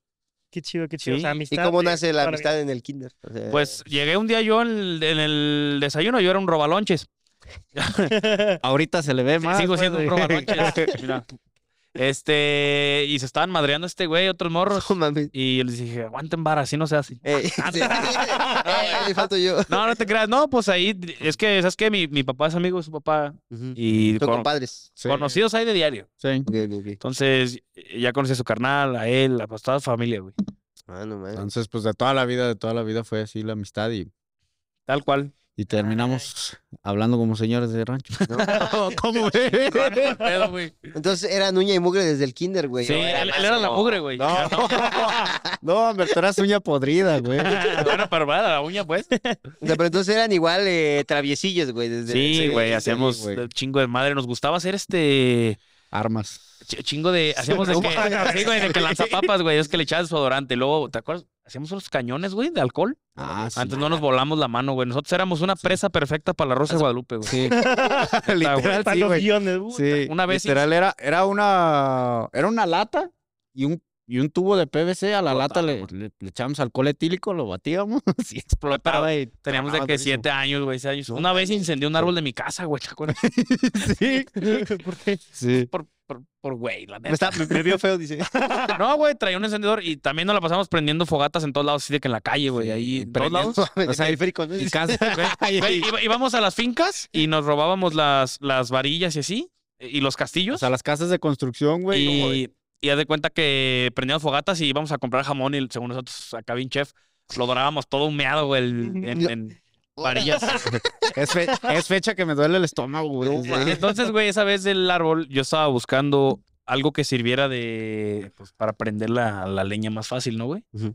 S2: Qué chido, qué chido. O sea,
S1: ¿Y
S2: amistad.
S1: cómo
S2: eh,
S1: nace la
S2: maravilla.
S1: amistad en el kinder? O sea,
S8: Pues llegué un día yo en el, en el desayuno, yo era un robalonches.
S7: Ahorita se le ve más.
S8: Sigo
S7: pues,
S8: siendo un
S7: güey.
S8: robalonches. Mira. Este, y se estaban madreando este güey, otros morros.
S1: no mames.
S8: Y yo les dije, aguanten vara, así no se hace.
S1: Eh, sí. Eh, ahí falto yo.
S8: No, no te creas. No, pues ahí, es que, ¿sabes qué? Mi, mi papá es amigo de su papá. Y
S1: Con
S8: con-
S1: compadres.
S7: Sí.
S8: conocidos hay de diario.
S7: Sí.
S1: Ok, ok, ok.
S8: Entonces, ya conocí a su carnal, a él, a pues, toda su familia, güey.
S1: Ah, no mames.
S7: Entonces, pues de toda la vida, de toda la vida fue así la amistad y
S8: Tal cual.
S7: Y terminamos hablando como señores de rancho. ¿Cómo ves?
S6: Pedo, güey.
S1: Entonces era nuña y mugre desde el kinder, güey.
S8: Sí,
S1: No,
S8: él,
S1: más
S8: él era la
S1: como-
S8: mugre, güey.
S7: No, no, hombre, tú eras uña podrida, güey.
S8: Bueno, parvada la uña, pues.
S1: O sea, pero entonces eran igual eh, traviesillos, güey. Desde
S8: Sí, güey,
S1: desde-
S8: hacíamos
S7: güey.
S8: el chingo de madre. Nos gustaba hacer este
S7: Armas.
S8: ch- chingo de. Hacíamos de que, sí, güey, de que lanzapapas, güey. Es que le echabas desodorante. Luego, ¿te acuerdas? Hacíamos unos cañones, güey, de alcohol.
S7: Ah, sí.
S8: Antes no nos volamos la mano, güey. Nosotros éramos una presa perfecta para la Rosa de Guadalupe, güey.
S7: Sí.
S8: güey.
S7: literal,
S2: Para
S7: sí,
S2: los
S7: güey.
S2: guiones. puta.
S7: Sí,
S8: Una vez sí-
S7: literal era, era una era una lata y un y un tubo de PVC a la lata le, le, le echábamos alcohol etílico, lo batíamos y explotaba y
S8: Teníamos de
S7: tronaba
S8: que
S7: durísimo.
S8: siete años, güey, seis años. Una vez incendió un árbol de mi casa, güey. ¿te acuerdas?
S2: ¿Por qué?
S7: Sí.
S8: Por, por, por güey, la
S1: Me,
S8: neta.
S1: está, me, me vio feo, dice.
S8: No, güey, traía un encendedor y también nos la pasamos prendiendo fogatas en todos lados, así de que en la calle, güey. Ahí, en todos lados.
S1: O
S7: sea,
S1: periférico, ¿no?
S7: Y casa-
S8: Güey, iba- íbamos a las fincas y nos robábamos las, las varillas y así, y los
S7: o
S8: castillos.
S7: sea, pues las casas de construcción, güey. como-
S8: y, y haz de cuenta que prendíamos fogatas y íbamos a comprar jamón y según nosotros, acá bien chef, lo dorábamos todo humeado, güey, el- en, en varillas.
S7: Es, fe- es fecha que me duele el estómago, güey.
S8: Entonces, güey, esa vez del árbol yo estaba buscando algo que sirviera de, pues, para prender la, la leña más fácil, ¿no, güey?
S1: Ujú.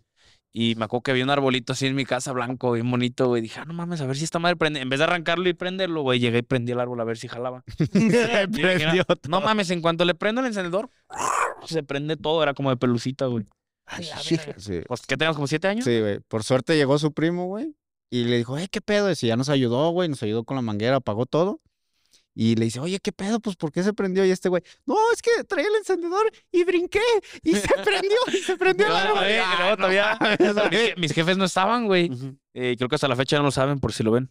S8: Y me acuerdo que había un arbolito así en mi casa, blanco, bien bonito, güey. Dije, ah, no mames, a ver si esta madre prende. En vez de arrancarlo y prenderlo, güey, llegué y prendí el árbol a ver si jalaba. Y dije, "Ah,
S7: Prendió
S8: No mames, en cuanto le prendo el encendedor, se prende todo, era como de pelucita, güey.
S1: Sí.
S7: Sí.
S8: Pues, ¿qué teníamos como siete años?
S7: Sí, güey. Por suerte llegó su primo, güey. Y le dijo, eh, ¿qué pedo? Y si ya nos ayudó, güey. Nos ayudó con la manguera, apagó todo. Y le dice, oye, ¿qué pedo? Pues, ¿por qué se prendió? Y este güey, no, es que traía el encendedor y brinqué. Y se prendió, y se prendió.
S8: No,
S7: el árbol".
S8: güey,
S7: Ah,
S8: luego
S7: no
S8: todavía-
S7: mames,
S8: Mis,
S7: güey.
S8: je- mis jefes no estaban, güey. Eh, creo que hasta la fecha no lo saben, por si lo ven.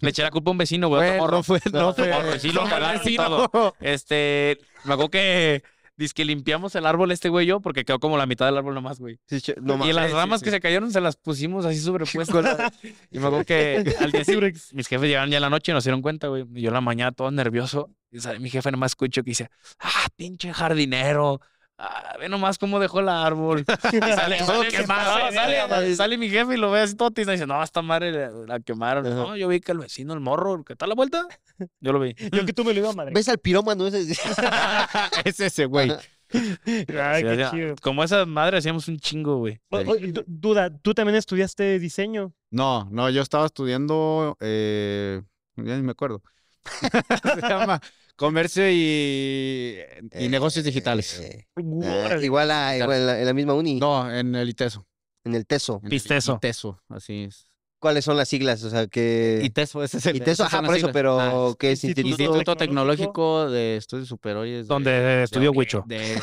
S8: le eché la culpa a un vecino, güey.
S7: Güey,
S8: otro morro.
S7: no fue, no fue.
S8: morro, sí, lo
S7: no fue el
S8: jalaron y
S7: vecino.
S8: todo. Este, me acuerdo que dice que limpiamos el árbol este güey y yo porque quedó como la mitad del árbol nomás, güey.
S1: Sí, che- no
S8: y
S1: mames.
S8: las ramas que se cayeron se las pusimos así sobrepuestas. y me acuerdo que al día siguiente, mis jefes llegaron ya en la noche y nos dieron cuenta, güey. Y yo en la mañana todo nervioso. Y sale mi jefe nomás escucho que dice, ah, pinche jardinero. Ah, ve nomás cómo dejó el árbol. Y sale, todo quemado. Sale, sale mi jefe y lo ve así todo tizno, y dice, no, esta madre la, la quemaron. No, yo vi que el vecino, el morro, que está a la vuelta, yo lo vi.
S2: Yo que tú me lo iba a madre.
S1: ¿Ves al pirómano ese?
S7: Es ese, güey.
S2: Ay,
S8: Sí,
S2: qué
S8: hacía-
S2: chido.
S8: Como esa madre hacíamos un chingo, güey.
S2: O- oye, du- duda, tú también estudiaste diseño.
S7: No, no, yo estaba estudiando, eh, ya ni me acuerdo. Se llama Comercio y, y
S1: Eh,
S7: Negocios Digitales.
S1: eh, ah,
S2: Órale.
S1: igual a, igual en, la, en la misma uni,
S7: No, en el ITESO.
S1: en el TESO.
S7: en el
S8: Pisteso.
S7: ITESO, así es.
S1: ¿Cuáles son las siglas? O sea, que...
S7: ITESO, ese es el.
S1: Y TESO,
S7: esas
S1: ajá,
S7: son las
S1: por eso,
S7: siglas. Ah,
S1: pero ¿qué es
S2: Instituto
S1: instituto?
S7: Instituto
S2: Tecnológico
S7: Tecnológico de Estudios Superiores. de-
S8: Donde estudió
S7: de-
S8: Huicho.
S7: De, de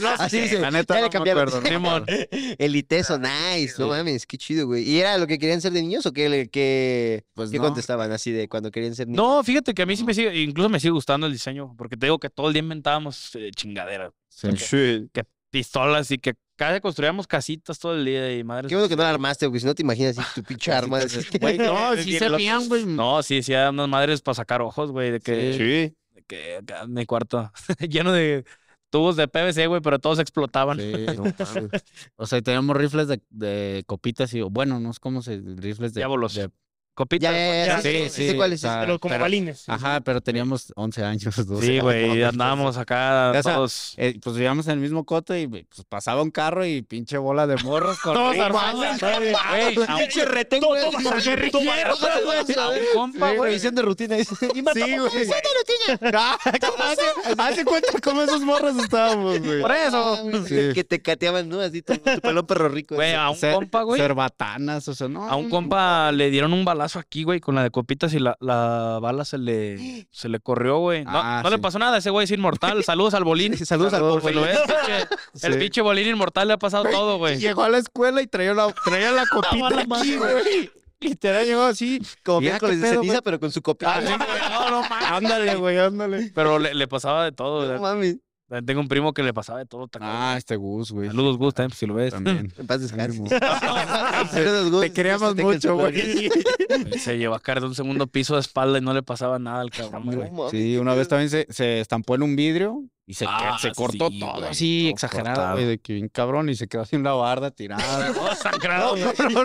S7: no
S1: Así
S7: sé,
S1: dice,
S7: La neta,
S1: ya le
S7: no me
S1: cambiaron.
S7: acuerdo, no me
S8: Simón.
S7: acuerdo.
S1: El ITESO, nice, no mames, qué chido, güey. ¿Y era lo que querían ser de niños o qué, le- qué,
S7: Pues
S1: qué
S7: no.
S1: contestaban así de cuando querían ser niños?
S8: No, fíjate que a mí sí me sigue, incluso me sigue gustando el diseño, porque te digo que todo el día inventábamos eh, chingaderas,
S7: Sí.
S8: pistolas y que cada construíamos casitas todo el día y madre.
S1: Qué bueno que no la armaste, güey, si no te imaginas así tu pinche arma. así.
S7: Güey, no, sí se veían, güey.
S8: No, sí, sí, eran unas madres para sacar ojos, güey, de que,
S7: Sí.
S8: de que acá en mi cuarto lleno de tubos de PVC, güey, pero todos explotaban.
S7: Sí, no mames. o sea, teníamos rifles de, de copitas y bueno, no es como se rifles de
S8: Diabolos.
S7: de-
S8: Copitas.
S1: Ya, ya, ya,
S2: Ya,
S1: sí,
S2: sí,
S1: sí,
S7: sí,
S1: sé cuál es.
S7: o sea,
S2: Pero como
S7: pero-
S2: balines.
S7: Ajá, pero teníamos 11 años. 12
S8: Sí,
S7: años.
S8: güey, andábamos acá
S7: O sea,
S8: todos.
S7: Eh, pues vivíamos en el mismo cote y güey, pues, pasaba un carro y pinche bola de morros con
S8: Todos
S7: Sí,
S8: armados,
S7: güey.
S8: güey, a un-
S1: Pinche retengo, güey.
S8: a un compa,
S1: Sí,
S8: güey.
S1: revisión de rutina. dice. Y matamos
S7: Sí,
S1: a
S7: güey.
S1: ese,
S7: Ah, ¿cómo hace, hace cuenta cómo esos morros estábamos, güey.
S8: Por
S1: ah,
S8: eso.
S1: güey,
S7: Sí.
S1: Que te cateaban, ¿no? Así tu, tu pelón perro rico.
S8: Güey, a un
S7: Ser-
S8: compa, güey.
S7: Cerbatanas, o sea, no.
S8: A un compa le dieron un balazo aquí, güey, con la de copitas y la, la bala se le, se le corrió, güey. No,
S7: Ah,
S8: no le
S7: sí.
S8: pasó nada, ese güey es inmortal. Saludos al Bolín.
S7: saludos al
S8: Se lo
S7: Bolín.
S8: ves, pinche-
S7: Sí.
S8: El pinche Bolín inmortal le ha pasado todo,
S7: Y
S8: güey.
S7: Llegó a la escuela y traía la, traía la copita aquí, güey. Literal llegó así.
S1: Como
S7: Ya,
S1: miércoles
S7: qué
S1: de
S7: pedo,
S1: ceniza, pero con su
S8: Ah,
S1: copia.
S8: sí, güey, no, no mames.
S7: Ándale, güey, ándale.
S8: Pero le, le pasaba de todo.
S1: No
S8: güey.
S1: mames.
S8: También Tengo un primo que le pasaba de todo. tan cabrón.
S7: Ah, este Gus, güey.
S8: Saludos, Gus, también, si lo ves.
S7: También.
S1: En paz descanse. Te
S7: Ánimo. Te queríamos mucho, güey.
S8: Se llevó a caer de un segundo piso de espalda y no le pasaba nada al cabrón, güey.
S7: Sí, una vez también se, se estampó en un vidrio Y se,
S8: Ah,
S7: se cortó
S8: sí,
S7: todo
S8: güey,
S7: así,
S8: todo
S7: exagerado,
S8: cortado.
S7: güey, de que bien cabrón, y se quedó así en la barda tirada.
S8: Oh, sangrado.
S7: no,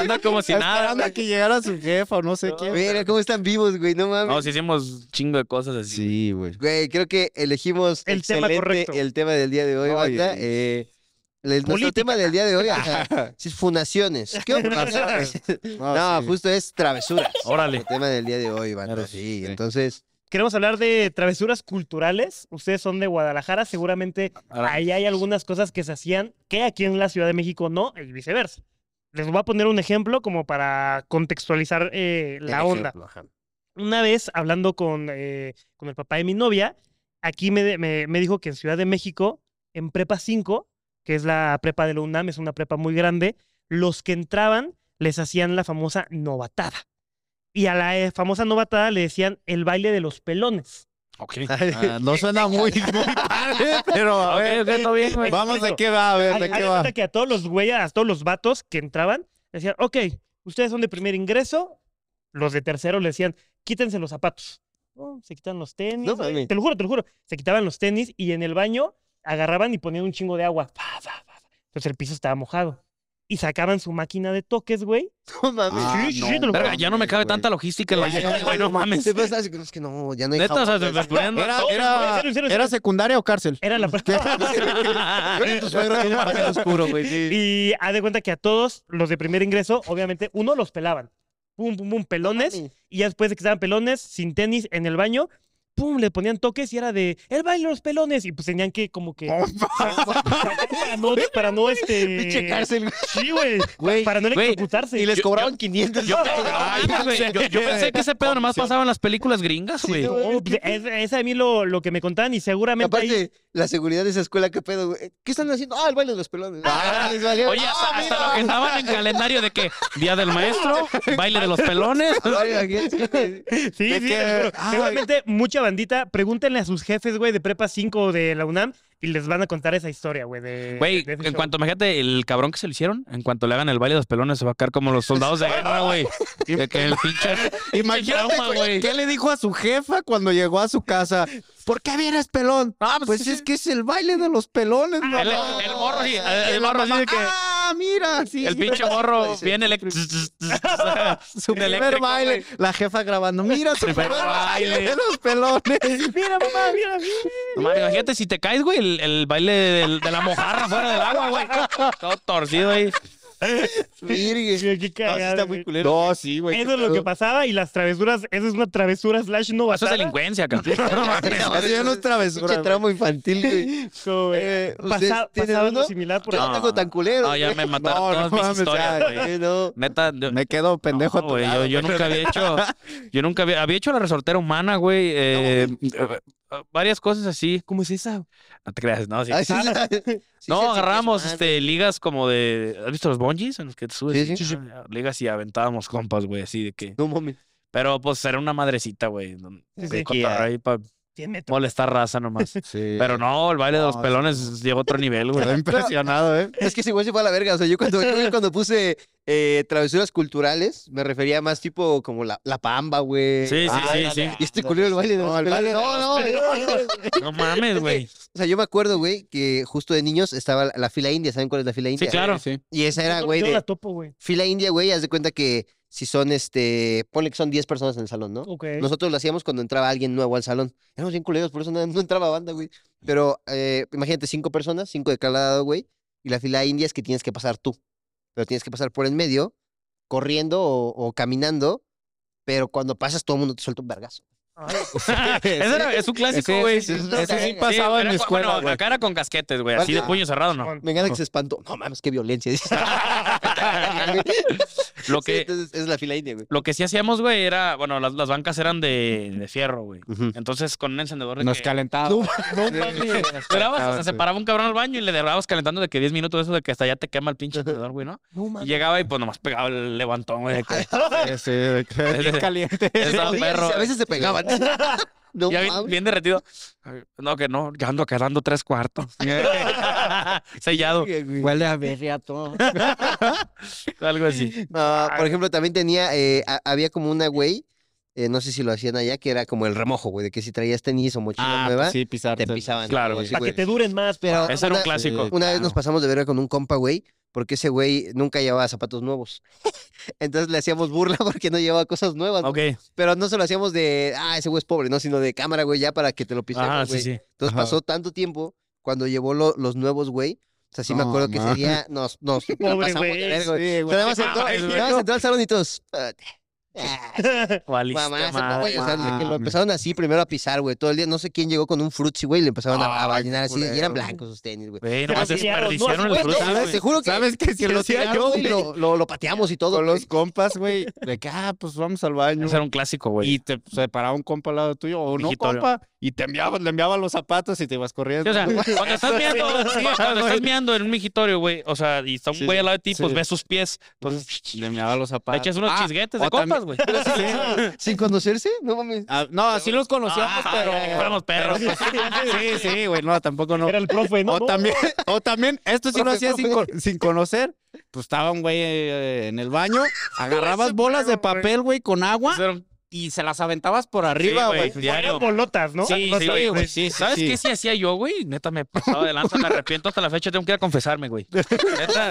S8: Anda como si nada.
S7: Esperando a que llegara su jefa o no sé quién.
S1: Mira cómo están vivos, güey, no mames.
S8: No, si hicimos chingo de cosas así.
S7: Sí, güey.
S1: Güey, creo que elegimos
S2: El tema
S1: excelente
S2: correcto.
S1: el tema del día de hoy,
S7: Oye,
S1: banda. Eh, el- nuestro
S2: Política.
S1: tema del día de hoy ajá, es funaciones. ¿Qué onda? no,
S7: sí.
S1: justo es travesuras.
S8: Órale.
S1: El tema del día de hoy, banda. sí, entonces.
S2: Queremos hablar de travesuras culturales. Ustedes son de Guadalajara, seguramente
S8: Ahora,
S2: ahí hay algunas cosas que se hacían que aquí en la Ciudad de México no y viceversa. Les voy a poner un ejemplo como para contextualizar eh, la
S1: el
S2: onda.
S1: ejemplo, ajá.
S2: una vez hablando con, eh, con el papá de mi novia, aquí me, de- me- me dijo que en Ciudad de México, en Prepa 5, que es la prepa de la UNAM, es una prepa muy grande, los que entraban les hacían la famosa novatada. Y a la eh, famosa novatada le decían el baile de los pelones.
S8: ok.
S7: Ah, no suena muy, muy padre, pero a
S8: Ok,
S7: ver. eh,
S8: ok, todo bien, güey.
S7: Vamos de qué va, a ver,
S2: Haz-
S7: de
S2: haz
S7: qué
S2: de
S7: va.
S2: cuenta que a todos los güeyes, a todos los vatos que entraban, decían, ok, ustedes son de primer ingreso. Los de tercero le decían, quítense los zapatos. Oh, se quitan los tenis.
S1: No
S2: güey.
S1: mames.
S2: te lo juro, te lo juro. Se quitaban los tenis y en el baño agarraban y ponían un chingo de agua. Fa, fa, fa, fa. Entonces el piso estaba mojado. Y sacaban su máquina de toques, güey.
S1: No mames.
S7: Ah,
S2: Sí, sí, te lo juro.
S8: Verga, ya no me cabe
S7: güey.
S8: tanta logística en la vida, güey, no mames.
S1: Sí, pues, así que, es que no, ya no hay
S8: Neta, o sea,
S1: jabón.
S8: te estás poniendo.
S7: Era,
S2: No, en
S7: era,
S2: serio, en serio, en
S7: Ah, ¿era
S2: serio.
S7: secundaria o cárcel?
S2: Era la
S7: oscuro, güey, sí.
S2: Y haz de cuenta que a todos los de primer ingreso, obviamente, uno los pelaban. Pum, pum, pum, pelones.
S1: mames.
S2: y ya después de que estaban pelones, sin tenis, en el baño, pum, le ponían toques y era de, el baile de los pelones. Y pues tenían que como que...
S1: Oh,
S2: para no, para no,
S1: Pinche
S2: este...
S1: cárcel, güey.
S2: Sí, güey.
S8: Güey,
S2: Para no
S8: güey,
S2: electrocutarse.
S1: Y les cobraban 500.
S8: Yo, Ay, güey, yo- yo pensé que ese pedo nomás pasaba en las películas gringas, güey.
S2: No, pues, es, es a mí lo, lo que me contaban y seguramente ahí-
S1: Aparte, la seguridad de esa escuela, ¿qué pedo, güey? ¿Qué están haciendo? Ah, el baile de los pelones. Ah, les valió.
S8: Oye, hasta,
S1: Ah,
S8: hasta
S1: mira.
S8: lo que estaban en calendario de que Día del Maestro, baile de los pelones.
S1: Ay, imagínate.
S2: Sí, sí, te lo juro. seguramente mucha bandita, pregúntenle a sus jefes, güey, de Prepa 5 o de la UNAM y les van a contar esa historia, güey. de-
S8: Güey,
S2: de ese
S8: en
S2: show.
S8: cuanto, imagínate, el cabrón que se lo hicieron, en cuanto le hagan el baile de los pelones, se va a caer como los soldados de guerra, güey. De que el pinche...
S7: Imagínate,
S8: trauma,
S7: güey,
S8: güey.
S7: ¿qué le dijo a su jefa cuando llegó a su casa? ¿Por qué vienes pelón?
S8: Ah,
S7: Pues es que es el baile de los pelones,
S8: El,
S7: mamá.
S8: el morro, sí,
S7: Y
S8: el
S7: la
S8: morro, sí,
S7: mamá,
S8: de que...
S7: Ah, mira, sí.
S8: El pinche morro viene eléctrico.
S7: Su primer
S8: eléctrico,
S7: baile.
S8: güey.
S7: La jefa grabando. Mira, su
S8: Primer
S7: primer baile
S8: baile.
S7: de los pelones.
S2: Mira, mamá, mira, mira.
S8: No mames, imagínate si te caes, güey, el, el baile del- de la mojarra fuera del agua, güey. Todo torcido ahí.
S1: Virgue.
S2: Qué
S1: No, sí
S2: cagada,
S1: está
S2: güey.
S1: muy culero.
S7: No, sí, güey.
S2: Eso es lo que pasaba y las travesuras, eso es una travesura slash no
S8: Eso es delincuencia, cabrón.
S7: Así no es
S1: Pinche
S7: travesura. güey.
S1: tramo infantil, güey. Eh, ¿ustedes tienen
S2: pasaba algo
S1: uno?
S2: similar por
S1: Yo
S2: ahí.
S1: no, tengo tan culero.
S8: No, ya me mataron
S7: No, no
S8: todas mis
S7: mames,
S8: historias,
S7: ya,
S8: güey.
S1: Eh, no.
S8: Neta, yo,
S7: Me quedo pendejo.
S8: no, güey, yo, yo nunca había hecho, yo nunca había, había hecho la resortera humana, güey, eh, eh, eh, varias cosas así. ¿Cómo es esa? No te creas, no, sí.
S7: Ah,
S1: Ay, sí, sí, sí, sí,
S8: no, agarramos
S1: sí, sí,
S8: este, ligas como de, ¿has visto los bungees en los que te subes?
S1: Sí, sí.
S8: y- ah, Ligas y aventábamos compas, güey, así de que,
S1: No mames.
S8: pero pues era una madrecita, güey, no-
S2: Sí,
S8: de
S2: sí.
S8: cotorreo ahí para
S2: Cien metros.
S8: molestar raza nomás.
S7: Sí.
S8: Pero no, el baile de los
S7: No,
S8: pelones llegó a otro nivel, güey.
S7: Quedé impresionado, ¿eh?
S1: Es que ese güey se fue a la verga. O sea, yo cuando, yo cuando puse eh, travesuras culturales, me refería más tipo como la, la pamba, güey.
S8: Sí, sí,
S1: Ah,
S8: sí, sí.
S1: Y este culero el baile de los
S7: No, el baile
S1: pelones.
S7: de los
S1: No, no, no, no.
S8: No mames, güey.
S1: O sea, yo me acuerdo, güey, que justo de niños estaba la, la fila india. ¿Saben cuál es la fila
S8: Sí,
S1: india?
S8: claro.
S7: Sí.
S1: Y esa
S2: Yo
S1: era,
S2: no-
S1: güey,
S2: yo no la
S1: de
S2: topo, güey.
S1: fila india, güey. Haz de cuenta que si son, este, ponle que son 10 personas en el salón, ¿no?
S2: Ok.
S1: Nosotros lo hacíamos cuando entraba alguien nuevo al salón. Éramos bien culeros, por eso no, no entraba banda, güey. Pero eh, imagínate, cinco personas, cinco de cada lado, güey. Y la fila india es que tienes que pasar tú. Pero tienes que pasar por en medio, corriendo o, o caminando. Pero cuando pasas, todo el mundo te suelta un vergazo.
S2: Ay,
S8: Ese era- es un clásico,
S7: Ese-
S8: güey.
S7: ese-
S1: ese sí
S7: pasaba en
S8: era
S7: mi
S8: cu-
S7: escuela,
S8: Bueno,
S7: güey.
S8: acá era con casquetes, güey. Así de
S1: Ah.
S8: puño cerrado, no.
S1: Me encanta que se espantó. No mames, qué violencia. dice.
S8: Lo
S1: Sí,
S8: que,
S1: entonces es la fila india, güey.
S8: lo que sí hacíamos, güey, era. Bueno, las, las bancas eran de, de fierro, güey.
S1: Ujú.
S8: Entonces, con un encendedor de
S7: Nos
S8: que
S7: calentaba.
S8: esperabas, o sea, se
S7: sí.
S8: paraba un cabrón al baño y le derrabas calentando de que 10 minutos eso de que hasta ya te quema el pinche encendedor, güey, ¿no?
S1: No
S8: Y
S1: mames.
S8: llegaba y pues nomás pegaba el levantón, güey. de que
S7: Sí, sí, de que- bien caliente.
S8: Estaba
S1: Sí,
S8: perro.
S1: A veces se pegaban. No
S8: Ya bien,
S1: mames.
S8: bien derretido. Ay, No, que no, ya ando quedando tres cuartos. Sellado,
S7: Huele a berria todo.
S8: algo así.
S1: Ah, por ejemplo, también tenía, eh, ha- había como una güey eh, no sé si lo hacían allá, que era como el remojo, güey, de que si traías tenis o mochila
S7: Ah,
S1: nueva,
S7: pues sí, pisarte.
S1: te pisaban.
S8: Claro,
S1: güey,
S8: sí,
S2: Para
S1: güey.
S2: que te duren más,
S1: Pero
S2: pero.
S8: Ese era un
S1: una-
S8: clásico.
S1: Una vez nos
S8: Claro.
S1: pasamos de verga con un compa, güey, porque ese güey nunca llevaba zapatos nuevos. Entonces le hacíamos burla porque no llevaba cosas nuevas. ¿no?
S8: Ok.
S1: Pero no se lo hacíamos de, ah, ese güey es pobre, no, sino de cámara, güey, ya para que te lo pisara.
S8: Ajá, sí,
S1: güey.
S8: sí.
S1: Entonces
S7: Ajá.
S1: pasó tanto tiempo cuando llevó lo- los nuevos, güey. O sea, sí me
S7: No,
S1: acuerdo que ese
S7: mames.
S1: día nos, nos la
S2: Pobre
S1: pasamos de
S2: güey,
S1: verga, güey.
S7: Sí,
S1: O sea,
S7: güey.
S1: nada más entró,
S8: Ay,
S1: nada más entró al salón y todos. ah, ah,
S8: Valiste
S1: Mamá,
S8: madre.
S1: güey. O sea, de que lo
S7: mames.
S1: empezaron así primero a pisar, güey. Todo el día, no sé quién llegó con un frutzi, güey, y le empezaron a, a bañar así. Y eran blancos sus tenis, güey.
S8: Güey,
S2: Pero
S8: nomás
S2: sí, ya, no, sí,
S8: desperdiciaron el
S2: güey,
S8: fruto,
S1: ¿Sabes?
S8: güey.
S1: Seguro que
S7: ¿Sabes que si
S1: que
S7: lo
S1: lo
S7: hacía
S1: tiraron,
S7: yo,
S1: güey,
S7: güey?
S1: Lo, lo, lo pateamos y todo.
S7: Con
S1: güey.
S7: los compas, güey. De que, ah, pues vamos al baño.
S8: Ese era un clásico, güey.
S7: Y te separaba un compa al lado tuyo, o no
S8: Digitorio.
S7: compa, y te enviabas, le enviabas los zapatos y te ibas corriendo.
S8: Sí, o sea, cuando estás meando, sí, cuando estás meando en un migitorio, güey, o sea, y está un
S7: Sí,
S8: güey al lado de ti,
S7: sí.
S8: pues ves sus pies, entonces
S7: le enviaba los
S8: le
S7: zapatos.
S8: echas unos
S7: Ah,
S8: chisguetes de
S7: o
S8: compas, güey.
S1: ¿Sin conocerse? No mames.
S7: ah, no, así los conocíamos,
S8: Ah,
S7: pero.
S8: ya, ya, fuéramos perros.
S7: pero, pues, sí, sí, güey, no, tampoco no.
S2: Era el profe, ¿no?
S7: O
S2: No,
S7: también, o también, esto sí lo
S1: Profe,
S7: hacía sin,
S1: profe.
S7: con- sin conocer. Pues estaba un güey eh, en el baño, agarrabas bolas de papel, güey, con agua
S8: Ese era un-
S7: y se las aventabas por arriba,
S8: güey,
S7: güey.
S8: diario.
S2: Eran bolotas, ¿no?
S8: Sí,
S2: No
S8: sí,
S2: sé,
S8: güey.
S7: güey, sí, sí,
S8: ¿Sabes
S7: sí.
S8: qué sí hacía yo, güey? Neta, me pasaba de lanza, me arrepiento hasta la fecha, tengo que ir a confesarme, güey. Neta,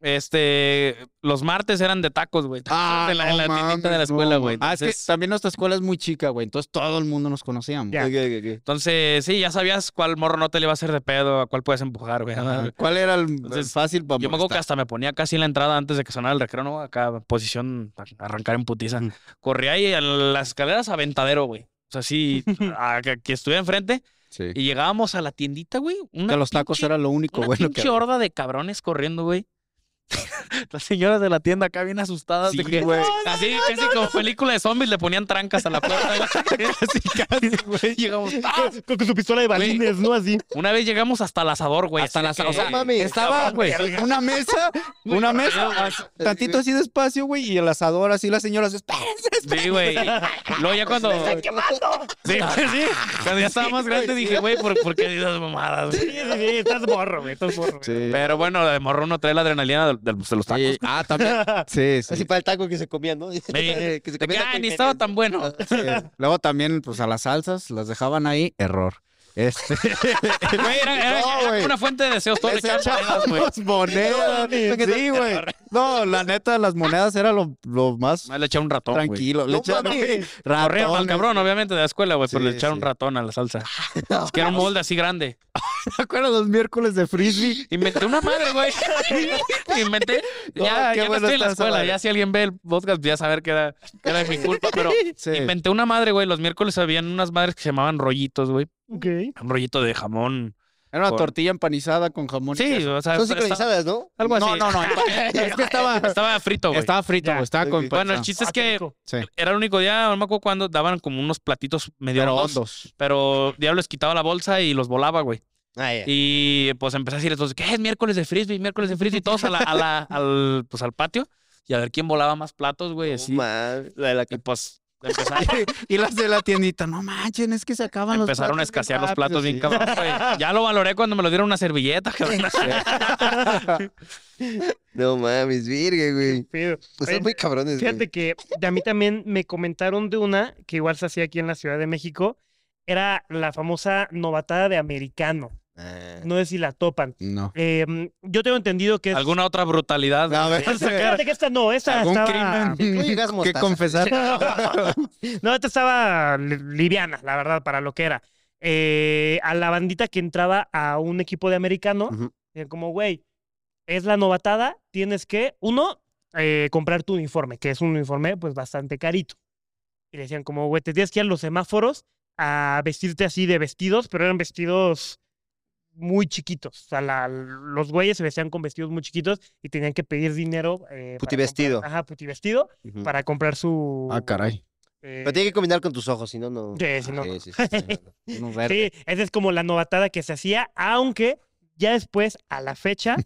S8: este, los martes eran de tacos, güey.
S7: Ah,
S8: en la, en la
S7: no
S8: tiendita de la
S7: mames, no
S8: escuela, güey.
S7: mames. Ah, es que
S8: Entonces-
S7: también nuestra escuela es muy chica, güey. Entonces todo el mundo nos conocíamos.
S2: Ya.
S8: Entonces, sí, ya sabías cuál morro no te le iba a hacer de pedo, a cuál puedes empujar, güey.
S7: ¿Cuál era el
S8: Entonces,
S7: fácil para
S8: Yo me acuerdo que hasta me ponía casi en la entrada antes de que sonara el recreo, ¿no? Acá, posición, a- arrancar en putiza. Corría ahí a las escaleras aventadero, güey. O sea, sí, a, que, que estuviera enfrente. Y llegábamos a la tiendita, güey. Una
S7: Que los tacos
S8: pinche-
S7: era lo único
S8: una
S7: bueno que
S8: pinche horda de cabrones corriendo, güey. Las señoras de la tienda acá bien asustadas.
S7: Sí,
S8: de que-
S7: güey.
S8: Así, casi como película de zombies, le ponían trancas a la puerta. güey. Llegamos, ¡ah!
S2: Con con su pistola de balines, ¿no? Así.
S8: Una vez llegamos hasta el asador, güey.
S7: Hasta
S8: así
S7: la
S8: de
S7: o sea,
S8: que-
S1: mami,
S7: estaba güey, una mesa, una mesa, así, tantito así despacio, güey, y el asador así las señoras, espérense,
S8: Sí, güey. Luego ya cuando. Sí, güey, sí. Cuando ya estaba más grande dije, güey, ¿por, por qué esas mamadas?
S2: Sí,
S8: güey?
S2: sí, sí, estás morro, güey, estás morro. güey.
S8: Pero bueno, de morro uno trae la adrenalina de, de- de los tacos.
S7: Sí, ah, también. Sí, sí.
S1: Así para el taco que se comía, ¿no? que se
S8: De que,
S1: taco
S8: "Ah,
S1: y
S8: ni
S1: medio".
S8: estaba tan bueno.
S7: Luego también, pues a las salsas las dejaban ahí, error. Este,
S8: Güey, era, era-
S7: No,
S8: era
S7: güey.
S8: una fuente de deseos. Todo le
S7: les
S8: echaban monedas, güey.
S7: echábamos monedas. Sí, güey. No, la neta, las monedas era lo, lo más
S8: Más Le echaron un ratón, güey.
S7: tranquilo. Le echaron
S8: Corrieron al
S7: ratones.
S8: cabrón, obviamente, de la escuela, güey, pero
S7: Sí,
S8: le echaron un
S7: sí.
S8: ratón a la salsa. Es que era un molde así grande.
S7: ¿Te acuerdas los miércoles de frisbee?
S8: Inventé una madre, güey. Inventé.
S7: No,
S8: Ya,
S7: qué
S8: ya no
S7: bueno
S8: estoy en la
S7: está esa
S8: escuela.
S7: madre.
S8: Ya si alguien ve el podcast, ya saber que era, que era de mi culpa. Pero
S7: Sí.
S8: inventé una madre, güey. Los miércoles habían unas madres que se llamaban rollitos, güey.
S2: Ok.
S8: Un rollito de jamón.
S7: Era una
S8: Con-
S7: tortilla empanizada con jamón. y
S8: Sí,
S7: queso.
S8: o sea,
S1: Son
S8: esta-
S1: sincronizadas, ¿no?
S8: algo así.
S7: No, no, no. es que estaba,
S8: Estaba frito, güey.
S7: estaba frito, güey, estaba
S8: Bueno,
S7: con
S8: el
S7: empanizado.
S8: chiste Pues es
S2: Ah, qué
S8: que
S2: rico.
S8: era el único día, no me acuerdo cuándo, daban como unos platitos medio
S7: Pero
S8: hondos,
S7: hondos.
S8: Pero Diablo les quitaba la bolsa y los volaba, güey.
S1: Ah, ya.
S8: Y pues empecé a decir entonces, ¿qué es miércoles de frisbee? Miércoles de frisbee, todos a la, a la- al, pues, al patio y a ver quién volaba más platos, güey, así.
S1: Mal, la de la
S8: y pues empezaron,
S7: Y las de la tiendita, no manchen, es que se acaban los
S8: empezaron a
S7: platos bien
S8: escasear los
S7: rápido,
S8: platos bien
S7: sí.
S8: cabrón, güey. Ya lo valoré cuando me lo dieron una servilleta, cabrón.
S1: No mames, virgen, güey.
S2: Pero,
S1: Están
S2: Oye,
S1: muy cabrones, güey.
S2: Fíjate que a mí también me comentaron de una que igual se hacía aquí en la Ciudad de México. Era la famosa novatada de americano.
S1: Ah.
S2: No sé si la topan.
S7: No.
S2: Eh, yo tengo entendido que es.
S8: Alguna otra brutalidad.
S7: A ver,
S2: Fíjate que esta no, esta
S7: algún
S2: estaba.
S7: crimen
S1: Oye, gas
S7: que
S1: mostaza.
S7: confesar.
S2: no, esta estaba li- liviana, la verdad, para lo que era. Eh, a la bandita que entraba a un equipo de americano,
S1: Ujú.
S2: decían como, güey, es la novatada, tienes que, uno, eh, comprar tu uniforme, que es un uniforme pues bastante carito. Y le decían como, güey, te tienes que ir a los semáforos a vestirte así de vestidos, pero eran vestidos muy chiquitos. O sea, la- los güeyes se vestían con vestidos muy chiquitos y tenían que pedir dinero. eh, para comprar-
S1: Putivestido.
S2: Ajá, putivestido
S1: Ujú.
S2: para comprar su.
S7: Ah, caray.
S2: eh,
S1: Pero tiene que combinar con tus ojos, si no, no. Ah,
S2: Sí, si no, no.
S1: Sí, sí, sí, sí, no, no.
S7: Uno
S2: Sí,
S7: verde.
S2: esa es como la novatada que se hacía, aunque ya después, a la fecha,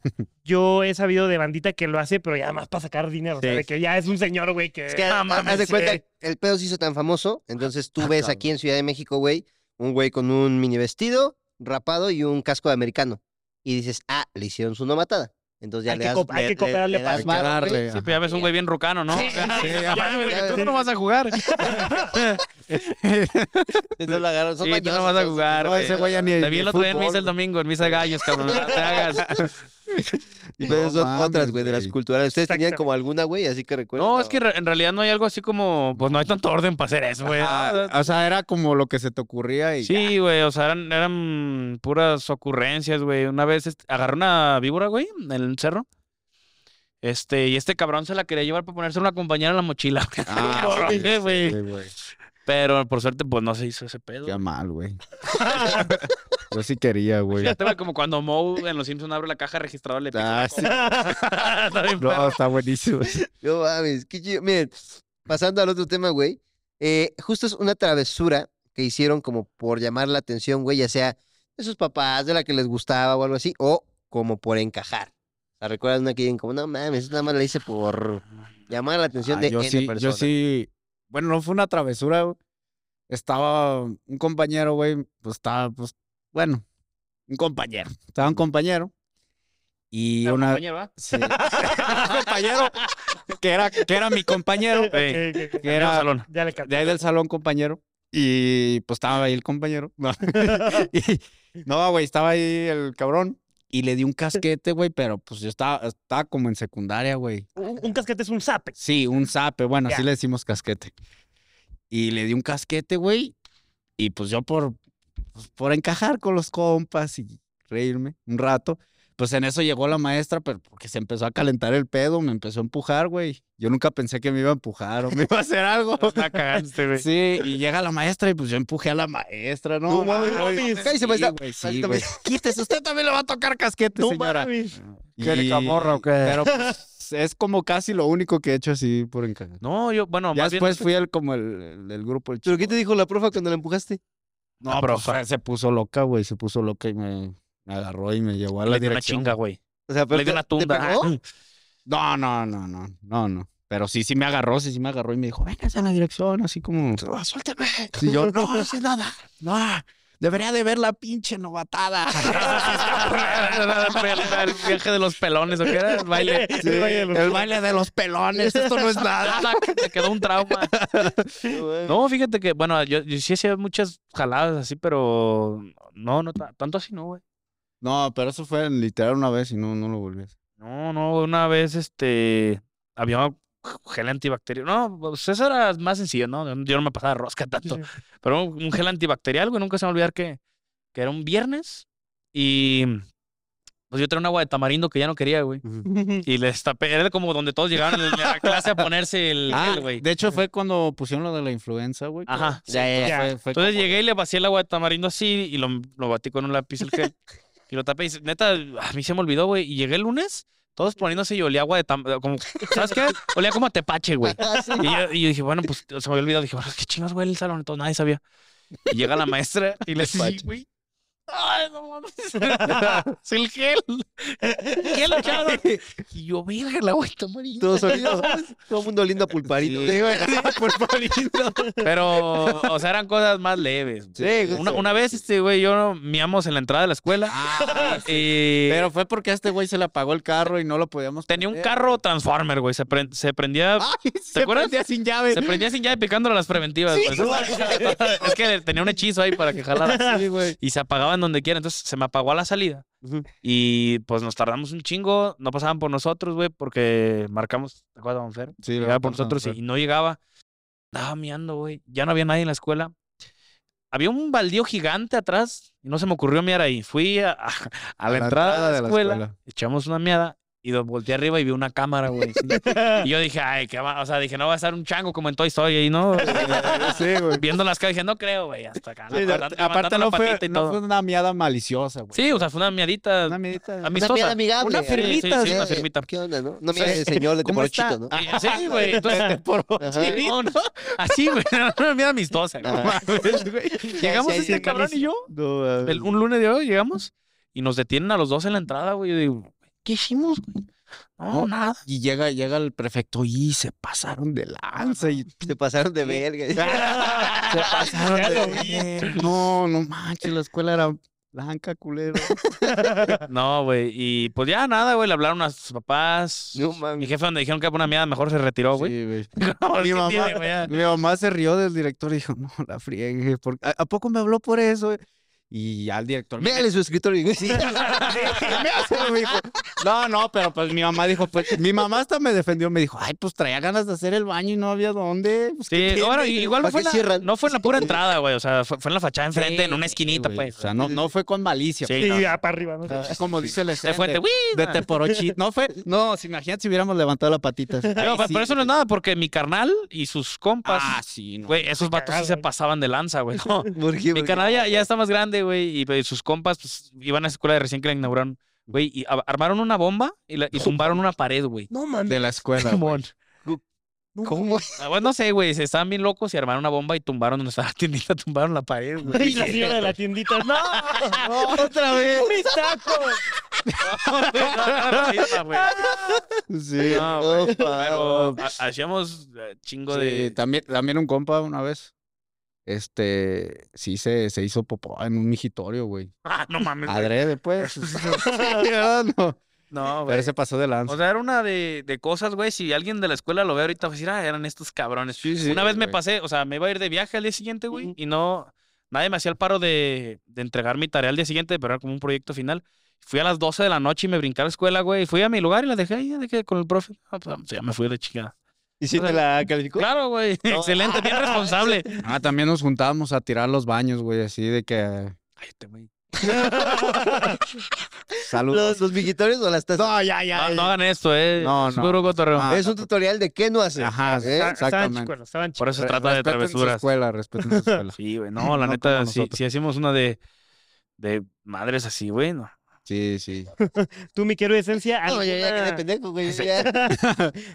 S2: yo he sabido de bandita que lo hace, pero ya más para sacar dinero. o sea,
S7: Sí.
S2: de que ya es un señor, güey, que.
S1: Es que ha- haz de cuenta, el pedo se hizo tan famoso, entonces tú ves aquí en Ciudad de México, güey, un güey con un mini vestido, rapado y un casco de americano. Y dices, ah, le hicieron su nomatada. Entonces ya
S2: Hay
S1: le
S2: que
S1: das,
S2: cop- hay
S1: le-
S2: que
S1: le-
S2: cooperarle
S1: le das
S2: para- Hay que
S1: varo, güey.
S7: darle.
S8: Sí, pues ya ves un güey bien rucano, ¿no?
S2: Ya, güey,
S1: ya,
S8: Tú
S1: güey.
S8: no vas a jugar.
S1: Entonces lo agarran, son
S8: Sí, tú no
S1: mañosos,
S8: vas a
S1: todos.
S8: jugar.
S7: No, ese güey ya ni
S8: Te
S7: de-
S8: vi el
S7: de
S8: otro día en
S7: fútbol,
S8: misa el domingo, en misa de gallos, cabrón. No te hagas.
S1: Y pero
S7: No
S1: son
S7: mames,
S1: otras, güey, de las
S7: güey.
S1: culturales. ¿Ustedes tenían como alguna, güey? Así que recuerdo.
S8: No, es que re- en realidad no hay algo así como, pues no hay tanto orden para hacer eso, güey.
S7: Ah, o sea, era como lo que se te ocurría y.
S8: Sí, güey, o sea, eran, eran puras ocurrencias, güey. Una vez este, agarré una víbora, güey, en el cerro. Este, y este cabrón se la quería llevar para ponerse una compañera en la mochila. güey.
S7: Ah,
S8: Por-
S7: sí, sí,
S8: güey.
S7: sí, güey.
S8: Pero por suerte, pues no se hizo ese pedo.
S7: Qué mal, güey. Yo sí quería, güey.
S8: Fíjate, güey, como cuando Moe en Los Simpsons abre la caja registradora le pica.
S7: Ah, sí.
S8: Está bien
S7: No,
S8: perro.
S7: está buenísimo.
S1: No mames, qué chido. Miren, pasando al otro tema, güey. eh, justo es una travesura que hicieron como por llamar la atención, güey, ya sea de sus papás, de la que les gustaba o algo así, o como por encajar. O sea, recuerdan una que dicen como, no mames, eso nada más la hice por llamar la atención
S7: Ah,
S1: de
S7: yo
S1: N
S7: sí, yo
S1: personas.
S7: sí. Bueno, no fue una travesura. güey. Estaba un compañero, güey. Pues estaba, pues, bueno, un compañero. Estaba un compañero. Y
S8: La
S7: una.
S8: compañera, ¿va?
S7: sí. un compañero que era, que era mi compañero.
S8: Sí,
S2: Ok, ok, ok.
S7: Que
S8: en el
S7: era
S8: salón.
S2: Ya le capté.
S7: de ahí del salón, compañero. Y pues estaba ahí el compañero. No, Y- no, güey, estaba ahí el cabrón. Y le di un casquete, güey, pero pues yo estaba, estaba como en secundaria, güey.
S2: Un, un casquete es un zape.
S7: Sí, un zape. Bueno,
S2: Ya.
S7: así le decimos casquete. Y le di un casquete, güey. Y pues yo por, pues, por encajar con los compas y reírme un rato. Pues en eso llegó la maestra, pero porque se empezó a calentar el pedo, me empezó a empujar, güey. Yo nunca pensé que me iba a empujar o me iba a hacer algo.
S8: Está cagando este, güey.
S7: Sí, y llega la maestra y pues yo empujé a la maestra, ¿no?
S1: No mames,
S7: mames.
S1: cállese,
S7: Sí,
S1: maestra.
S7: güey, sí,
S1: Ahorita me-
S7: güey. Quítese, usted también le va a tocar casquete,
S2: No
S7: señora.
S2: mames.
S4: ¿Quiere camorra o qué?
S7: Pero pues, es como casi lo único que he hecho así por encajar.
S8: No, yo, bueno,
S7: Ya
S8: más bien-
S7: después fui el, como el, el del grupo. El
S1: ¿Pero
S7: chico.
S1: qué te dijo la profa cuando la empujaste?
S7: No,
S8: Ah,
S7: pero
S8: profa.
S7: se puso loca, güey. Se puso loca y me, me agarró y me llevó a la
S8: le di una
S7: dirección.
S8: chinga, güey.
S1: O sea, pero
S8: Le di
S1: te-
S8: una
S1: ¿te
S8: tunda.
S1: pegó?
S7: No, no, no, no, no, no. Pero sí, sí me agarró, sí, sí me agarró y me dijo, véngase a la dirección, así como, "Ah, suéltame. Y yo, no, no sé nada, no, debería de ver la pinche novatada.
S8: el viaje de los pelones, ¿o qué era? El baile.
S2: Sí,
S7: Sí,
S2: vaya,
S7: el baile de los pelones, esto no es nada.
S8: Me quedó un trauma.
S1: No mames.
S8: No, fíjate que, bueno, yo, yo sí hacía muchas jaladas así, pero no, no, ta- tanto así no, güey.
S7: No, pero eso fue literal una vez y no, no lo volví a hacer.
S8: No, no, una vez este había gel antibacterial. No, pues eso era más sencillo, ¿no? Yo no me pasaba rosca tanto. Pero un, un gel antibacterial, güey, nunca se me va a olvidar que, que era un viernes y pues yo traía un agua de tamarindo que ya no quería, güey. Y les tapé, era como donde todos llegaban a la clase a ponerse el gel, güey.
S7: Ah, de hecho fue cuando pusieron lo de la influenza, güey. que-
S8: Ajá.
S7: Sí, entonces
S2: ya.
S7: fue- fue
S8: Entonces
S7: como-
S8: llegué y le vacié el agua de tamarindo así y lo, lo batí con un lápiz el gel. y lo tapé y se- neta, a mí se me olvidó, güey. Y llegué el lunes, todos poniéndose y olía agua de tamarindo. Como, ¿Sabes qué? Olía como a tepache, güey.
S7: Ah,
S8: Y yo, y yo dije, bueno, pues se me había olvidado. Dije, bueno, qué chingados, güey, el salón. Entonces nadie sabía. Y llega la maestra y le dice,
S7: Tepache.
S8: güey. Ay, no mames. Es el gel. ¿Qué lo echaron? Y yo, verga, el agua de tamarindo.
S1: Todo sonido, todo mundo lindo a
S8: pues,
S1: pulparito.
S7: Sí.
S1: Digo,
S8: Pero, o sea, eran cosas más leves.
S1: Sí,
S8: una,
S1: sí.
S8: una vez, este güey, yo miamos en la entrada de la escuela. y
S7: Ah, Pero fue porque a este güey se le apagó el carro y no lo podíamos.
S8: tenía un
S7: prender.
S8: carro Transformer, güey. Se, pren- se prendía.
S7: Ay, se
S8: acuerdas?
S7: prendía sin llave.
S8: Se prendía sin llave picándole las preventivas. güey. es que tenía un hechizo ahí para que jalara.
S7: Sí, güey.
S8: Y se apagaban donde quiera. Entonces se me apagó a la salida.
S1: Ujú.
S8: Y pues nos tardamos un chingo. No pasaban por nosotros, güey, porque marcamos. ¿Te acuerdas, Don Fer?
S7: Sí,
S8: llegaba por Ah, pues, nosotros y, y no llegaba. Estaba miando, güey. Ya no había nadie en la escuela. Había un baldío gigante atrás y no se me ocurrió miar ahí. Fui a, a- a la, entrada, de la escuela, echamos una miada y do- volteé arriba y vi una cámara, güey. y yo dije, ay, qué va. O sea, dije, no va a estar un chango como en Toy Story ahí, ¿no?
S7: Sí, güey.
S8: Viendo las caras, dije, no creo, güey, hasta acá.
S7: Sí,
S8: levantando-
S7: aparte
S8: levantando
S7: no
S8: la
S7: fue,
S8: patita y
S7: no
S8: todo.
S7: fue una miada maliciosa, güey.
S8: Sí, o sea, fue una miadita
S7: Una
S1: Una
S7: miadita.
S1: piedra
S8: amistosa.
S1: amigable.
S8: Una firmita, sí, una firmita.
S1: ¿Qué onda, no? No
S8: Sí.
S1: mira el señor de
S7: ¿Cómo está?
S1: Teporochito, ¿no?
S8: Eh, Sí, güey. Entonces,
S1: Ajá.
S8: sí, no, no, Así, güey, era una miada amistosa. güey.
S1: Ajá.
S8: Llegamos
S1: Sí, sí,
S8: este
S1: sí,
S8: cabrón y yo.
S7: No, mames.
S8: el- un lunes de hoy llegamos y nos detienen a los dos en la entrada, güey. Yo digo, ¿qué hicimos, güey? No,
S7: No,
S8: nada.
S7: Y llega, llega el prefecto y se pasaron de lanza. Y,
S1: Se pasaron de verga.
S7: se pasaron de- No, no manches, la escuela era Blanca, culero.
S8: No, güey. Y pues ya nada, güey. Le hablaron a sus papás.
S7: No mames.
S8: Mi jefe, donde dijeron que era una mierda, mejor se retiró, güey.
S7: Sí, güey.
S8: No, ¿qué
S7: Mi mamá-
S8: tiene, güey? Ya.
S7: Mi mamá se rió del director y dijo, no, la friegue. ¿por- ¿A, a poco me habló por eso? Y ya el director...
S1: Véale su escritorio. güey.
S7: "Véaselo", me dijo. No, no, pero pues mi mamá dijo, pues... Mi mamá hasta me defendió, me dijo, ay, pues traía ganas de hacer el baño y no había dónde. pues, ¿qué
S8: Sí,
S7: tiene?".
S8: bueno, igual no
S1: ¿Para
S8: fue,
S1: qué
S8: la,
S1: cierran?
S8: no fue en la pura entrada, güey. O sea, fue, fue en la fachada enfrente, en una
S7: Sí,
S8: esquinita,
S7: güey,
S8: pues.
S7: O sea, no, no fue con malicia.
S8: Sí,
S2: Sí,
S8: no.
S2: ah, para arriba, ¿no?
S7: Es como dice el
S8: Se fue,
S7: de,
S8: te- ¡Wii!
S7: de Teporochit. No fue... No, si imagínate si hubiéramos levantado la patita. así.
S8: No,
S7: Ay,
S8: pero
S7: sí,
S8: pero eso no es
S7: güey.
S8: nada, porque mi carnal y sus compas,
S7: Ah, sí, no.
S8: güey, esos vatos sí se
S2: cagaron.
S8: pasaban de lanza, güey. no.
S1: ¿Por qué?
S8: Mi
S1: Porque-
S8: canal ya, ya está más grande, güey, y pues, sus compas pues, iban a la escuela de recién que la inauguraron, güey, y a- armaron una bomba y, la- y tumbaron una pared, güey.
S2: No mames.
S7: De la escuela. güey.
S8: Simón.
S1: ¿Cómo?
S8: Ah, Bueno, no sé, güey, se estaban bien locos y armaron una bomba y tumbaron donde estaba la tiendita, tumbaron la pared, güey.
S2: Y la señora de la tiendita. ¡No!
S1: Otra vez.
S2: ¡Mis tacos!
S7: Sí.
S8: No, güey, pero ha- hacíamos eh, chingo
S7: Sí,
S8: de...
S7: también, también un compa una vez. Este, sí se, se hizo popó en un migitorio, güey.
S8: Ah, no mames, güey.
S7: Adrede, pues. Sí, ¿verdad? No,
S8: No, güey.
S7: Pero se pasó de lanza.
S8: O sea, era una de, de cosas, güey. Si alguien de la escuela lo ve ahorita, va a decir, ah, eran estos cabrones. una vez me
S7: güey.
S8: pasé, o sea, me iba a ir de viaje al día siguiente, güey, y no, nadie me hacía el paro de, de entregar mi tarea al día siguiente, pero era como un proyecto final. Fui a las 12 de la noche y me brinqué a la escuela, güey, y fui a mi lugar y la dejé ahí, la dejé con el profe. Ah, pues, ya me fui de chingada.
S1: ¿Y si te la calificó?
S8: Claro, güey, excelente, bien responsable.
S7: Ah, también nos juntábamos a tirar los baños, güey, así de que. este
S8: Cállate, güey.
S7: Saludos.
S1: ¿Los, los migitorios o las tazas?
S7: No, ya, ya.
S8: No,
S7: ya.
S8: no hagan esto, eh.
S7: No,
S8: Es
S7: no.
S8: puro cotorreo.
S7: Ah,
S1: es un tutorial de qué no hacer.
S7: Ajá,
S1: ¿Eh?
S2: Estaban
S7: exactamente.
S2: chicuelos, estaban
S8: Por
S2: chicuelos.
S8: eso se trata de
S7: Respeten su
S8: travesuras.
S7: escuela, respeten su escuela.
S8: Sí, güey, no, la
S7: No
S8: neta,
S7: como
S8: si,
S7: nosotros.
S8: si hacíamos una de, de madres así, güey, no.
S7: Sí, sí.
S2: Tú, mi querido esencia,
S1: No, ya, ya quedé
S2: alguna,
S1: pendejo, güey. ya.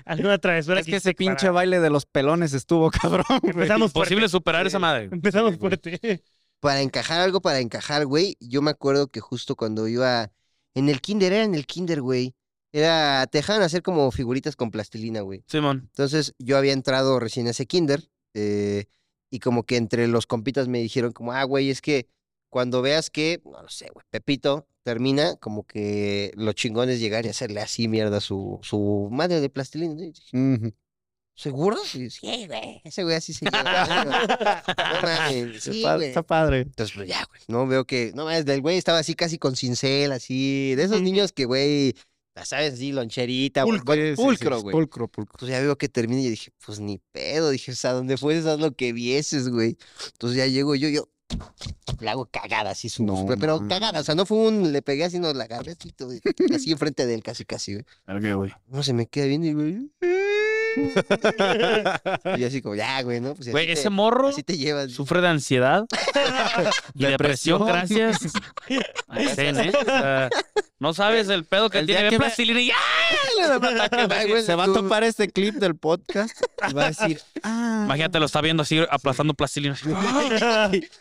S2: alguna travesura
S7: Es que ese
S2: hiciste
S7: pinche
S2: para-
S7: baile de los pelones estuvo, cabrón.
S2: Empezamos fuerte.
S8: Posible superar esa madre.
S2: Empezamos fuerte.
S1: Para encajar algo, para encajar, güey. Yo me acuerdo que justo cuando iba en el kinder, era en el kinder, güey. Era, te dejaban hacer como figuritas con plastilina, güey.
S8: Simón.
S1: Entonces yo había entrado recién a ese kinder eh, y como que entre los compitas me dijeron como, ah, güey, es que cuando veas que, no lo sé, güey, Pepito termina, como que los chingones llegar y hacerle así mierda a su, su madre de plastilina. ¿no? Y dije,
S7: Ujú.
S1: ¿Seguro? Y, sí, güey, ese güey así se lleva. No mames, sí,
S7: Pa-
S1: güey".
S7: Está padre.
S1: Entonces, pues ya, güey, no veo que, no mames, del güey estaba así casi con cincel, así, de esos niños que, güey, ya sabes, así, loncherita, güey,
S7: Sí, sí, sí,
S1: pulcro,
S7: es
S1: güey.
S7: Pulcro, pulcro.
S1: Pues ya veo que termina y dije, pues ni pedo. Dije, o sea, donde fueres, haz lo que vieses, güey. Entonces ya llego yo, yo le hago cagada así su.
S7: No
S1: pe- pero
S7: mames.
S1: cagada, o sea, no fue un. Le pegué así, no la agarré así, todo, así enfrente de él, casi, casi, güey.
S8: güey.
S1: No se me queda viendo y güey. Y así como, ya, güey, ¿no? Pues así,
S8: Güey,
S1: te,
S8: ese morro
S1: así te llevas.
S8: sufre de ansiedad y depresión,
S7: Depresión.
S8: gracias. a Zen, ¿eh? O sea, no sabes el pedo que
S7: El día
S8: tiene.
S7: que
S8: Ve
S7: ve-
S8: plastilina y ¡ah!
S1: Ay, güey,
S7: Se va a
S1: tú-
S7: topar este clip del podcast y va a decir, ah,
S8: Imagínate, lo está viendo así, aplastando plastilina.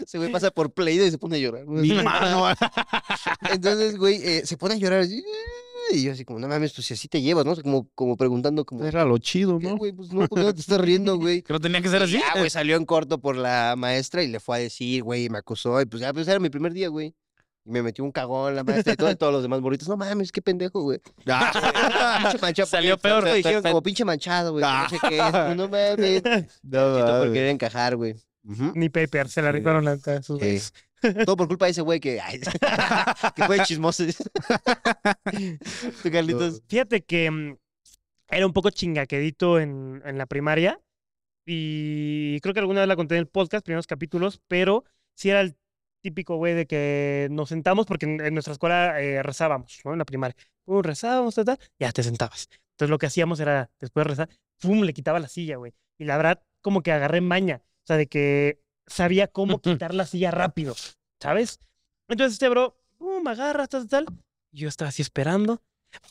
S1: Ese güey pasa por Play y se pone a llorar. güey, así. Entonces, güey, eh, se pone a llorar así, Y yo así como, no mames, pues si así te llevas, ¿no? O sea, Como, como preguntando, como,
S7: era lo chido,
S1: ¿Qué,
S7: ¿no?
S1: güey? Pues no, ¿por qué no te estás riendo, güey?
S8: Que no tenía que ser
S1: Y
S8: así.
S1: Ya, güey, salió en corto por la maestra y le fue a decir, güey, y me acusó. Y pues ya, pues era mi primer día, güey. Y me metió un cagón la maestra y todo- todos los demás burritos. No mames, qué pendejo, güey.
S7: Ah.
S1: Pinche manchado.
S8: Salió
S1: porque
S8: peor.
S1: me dijeron como pinche manchado, güey. que No sé qué. es, No mames.
S7: No,
S1: Y todo por
S7: Ah. mames.
S1: querer encajar, güey. Ujú.
S2: Ni Paper, se la rifaron a a sus
S1: Sí.
S2: güeyes.
S1: Eh, Todo por culpa de ese güey que, ay, que fue chismoso. Tú, Carlitos.
S2: Fíjate que mm, era un poco chingaquedito en, en la primaria. Y creo que alguna vez la conté en el podcast, primeros capítulos, pero sí era el típico, güey, de que nos sentamos porque en, en nuestra escuela eh, rezábamos, ¿no? En la primaria. Pum, rezábamos, ta, ta, ya te sentabas. Entonces lo que hacíamos era, después de rezar, pum, le quitaba la silla, güey. Y la verdad, como que agarré maña. O sea, de que sabía cómo quitar la silla rápido, ¿sabes? Entonces este bro, pum, agarra, tal, tal, tal. Yo estaba así esperando.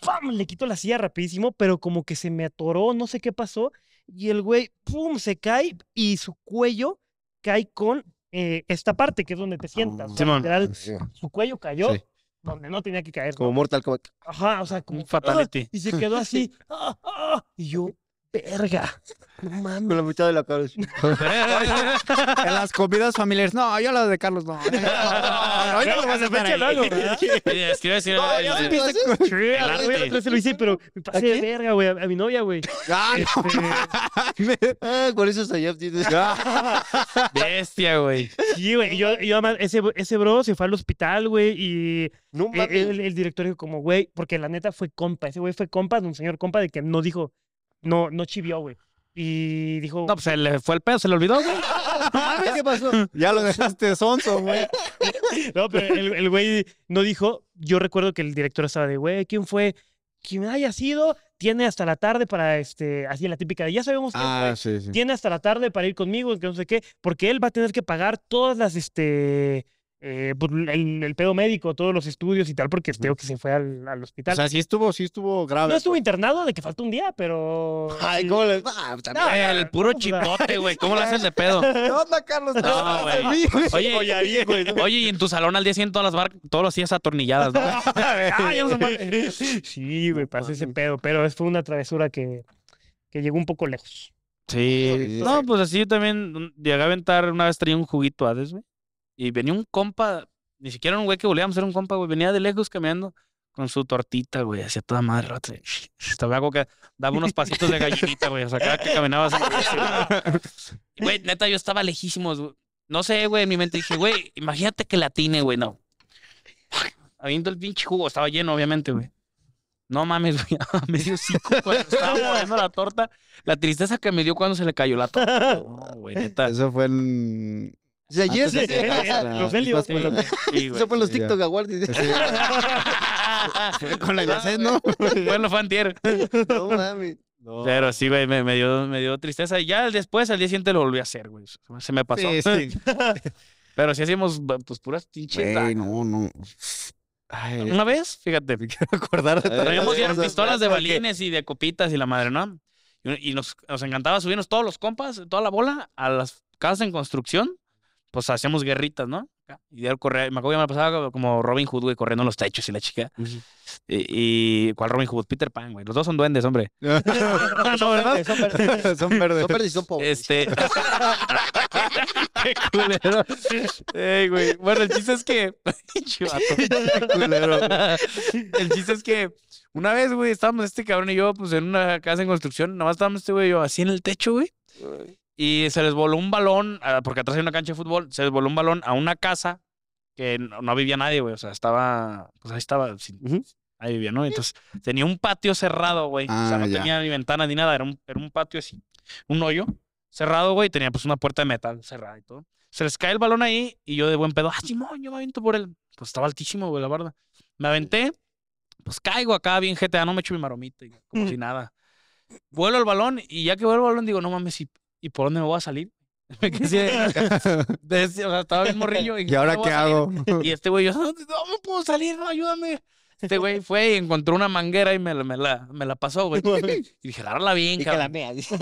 S2: ¡Pam! Le quito la silla rapidísimo, pero como que se me atoró, no sé qué pasó. Y el güey, ¡pum! se cae y su cuello cae con eh, esta parte, que es donde te sientas. O sea,
S8: Simón.
S2: literal, su cuello cayó
S7: Sí.
S2: donde no tenía que caer. ¿no?
S1: Como Mortal Kombat.
S2: Ajá, o sea, como.
S8: Un fatality.
S2: ¡ah! Y se quedó así. ¡ah! ¡ah! Y yo, verga. No mames.
S1: Con la mitad de la cara. así.
S7: En las comidas familiares. No, yo la de Carlos no. No, no, yo no voy a estar ahí.
S8: Es que iba a decir.
S1: No,
S8: el-
S1: ya
S8: el-
S1: lo haces.
S2: Sí, a la- güey, la otra vez se lo hice, pero me pasé de verga, güey, a, a mi novia, güey. Este,
S7: Ah, no.
S1: Ah, con eso allá tienes.
S7: Ah.
S8: Bestia, güey.
S2: Sí, güey. y Yo, y yo además, ese, ese bro se fue al hospital, güey, y
S1: No
S2: eh,
S1: mames.
S2: el, el director dijo como, güey, porque la neta fue compa. Ese güey fue compa de un señor compa de que no dijo, no, no chivió, güey. Y dijo,
S8: No, pues se le fue el pedo, se le olvidó, güey.
S1: ¿Qué pasó?
S7: Ya lo dejaste sonso, güey.
S2: No, pero el, el güey no dijo. Yo recuerdo que el director estaba de, güey, ¿quién fue? Quien haya sido, tiene hasta la tarde para, este, así la típica de, ya sabemos quién fue.
S7: Ah, sí, sí.
S2: Tiene hasta la tarde para ir conmigo, que no sé qué, porque él va a tener que pagar todas las, este, eh, por el, el pedo médico, todos los estudios y tal, porque creo que se fue al, al
S7: O
S2: hospital.
S7: sea, sí estuvo, sí estuvo grave.
S2: no estuvo internado de que faltó un día, pero...
S1: Ay,
S8: eh.
S2: sí.
S1: ¿cómo le.? Ah, pues, también.
S8: El puro chipote, güey. ¿Cómo lo hacen de pedo?
S7: ¿Qué onda, Carlos?
S8: No, güey. Oye, oye, y en tu salón al día siguiente todas las bar- todos los días atornilladas, ¿no?
S2: Ah, ya no se puede. Sí, güey, pasó ese pedo, pero es- fue una travesura que, que llegó un poco lejos.
S8: Sí. No, pues así yo también un- llegué a aventar, una vez traía un juguito Hades, güey. Y venía un compa, ni siquiera un güey que volvíamos a ser un compa, güey. Venía de lejos caminando con su tortita, güey. Hacía toda madre rato. Estaba algo que daba unos pasitos de gallinita, güey. O sea, cada que caminaba así. Y, Güey, neta, yo estaba lejísimos, güey. No sé, güey, en mi mente dije, güey, imagínate que latine, güey, no. Habiendo el pinche jugo, estaba lleno, obviamente, güey. No mames, güey, a medio cinco cuando estaba mordiendo la torta. La tristeza que me dio cuando se le cayó la torta. No, güey, neta.
S7: Eso fue en.
S1: O sea, ayer
S7: Antes de
S1: se-
S7: que llegara.
S2: Los Helios,
S8: eh,
S7: Sí,
S2: güey.
S8: Sí, güey.
S1: se ponen los
S7: sí, ya.
S1: TikTok awards. dice.
S7: Con la Yacet, ¿no?
S8: Bueno, fue antier.
S1: No mames.
S8: Pero sí, güey, me, me dio, me dio tristeza. Y ya después, al día siguiente, lo volví a hacer, güey. Se me pasó.
S7: Sí, sí.
S8: Pero sí hacíamos, pues, puras pinches.
S7: Güey, no, no. Ay,
S8: Una vez, fíjate,
S7: acordar de
S8: traíamos
S7: tantas
S8: ya
S7: cosas.
S8: pistolas de balines y de copitas y la madre, ¿no? Y, y nos, nos encantaba subirnos todos los compas, toda la bola, a las casas en construcción. Pues hacíamos guerritas, ¿no? Y de correr, me acuerdo que me la pasaba como Robin Hood, güey, corriendo en los techos y la chica. Y, y- ¿cuál Robin Hood? Peter Pan, güey. Los dos son duendes, hombre.
S7: Ah,
S8: no, ¿verdad?
S1: Son verdes.
S7: Son verdes.
S1: Son verdes y son pobres.
S8: Este. Qué culero. Ey, güey. Bueno, el chiste es que. Pinche vato. El chiste es que una vez, güey, estábamos este cabrón y yo, pues en una casa en construcción, nomás estábamos este güey y yo así en el techo, güey. Y se les voló un balón, ah, porque atrás hay una cancha de fútbol, se les voló un balón a una casa que no, no vivía nadie, güey. O sea, estaba. Pues ahí estaba. sin- Ahí vivía, ¿no? Entonces tenía un patio cerrado, güey. o sea,
S7: Ah,
S8: no
S7: ya.
S8: tenía ni ventana ni nada, era un, era un patio así, un hoyo cerrado, güey, y tenía pues una puerta de metal cerrada y todo. Se les cae el balón ahí y yo de buen pedo, ah, Simón, yo me aviento por él. Pues estaba altísimo, güey, la barda. Me aventé, pues caigo acá bien GTA, no me echo mi maromita, y como si nada. Vuelo el balón y ya que vuelo el balón digo, no mames, ¿y, y por dónde me voy a salir? Me quedé así de- de- o sea, estaba bien morrillo.
S7: ¿Y ahora
S8: "¿Dónde
S7: qué
S8: voy a salir?".
S7: hago?
S8: Y este güey, yo, no, no me puedo salir, no, ayúdame. Este güey fue y encontró una manguera y me, la- me la, me la pasó, güey. Y dije, agárrala bien,
S1: Y que la
S8: cabrón.
S1: mea. dice.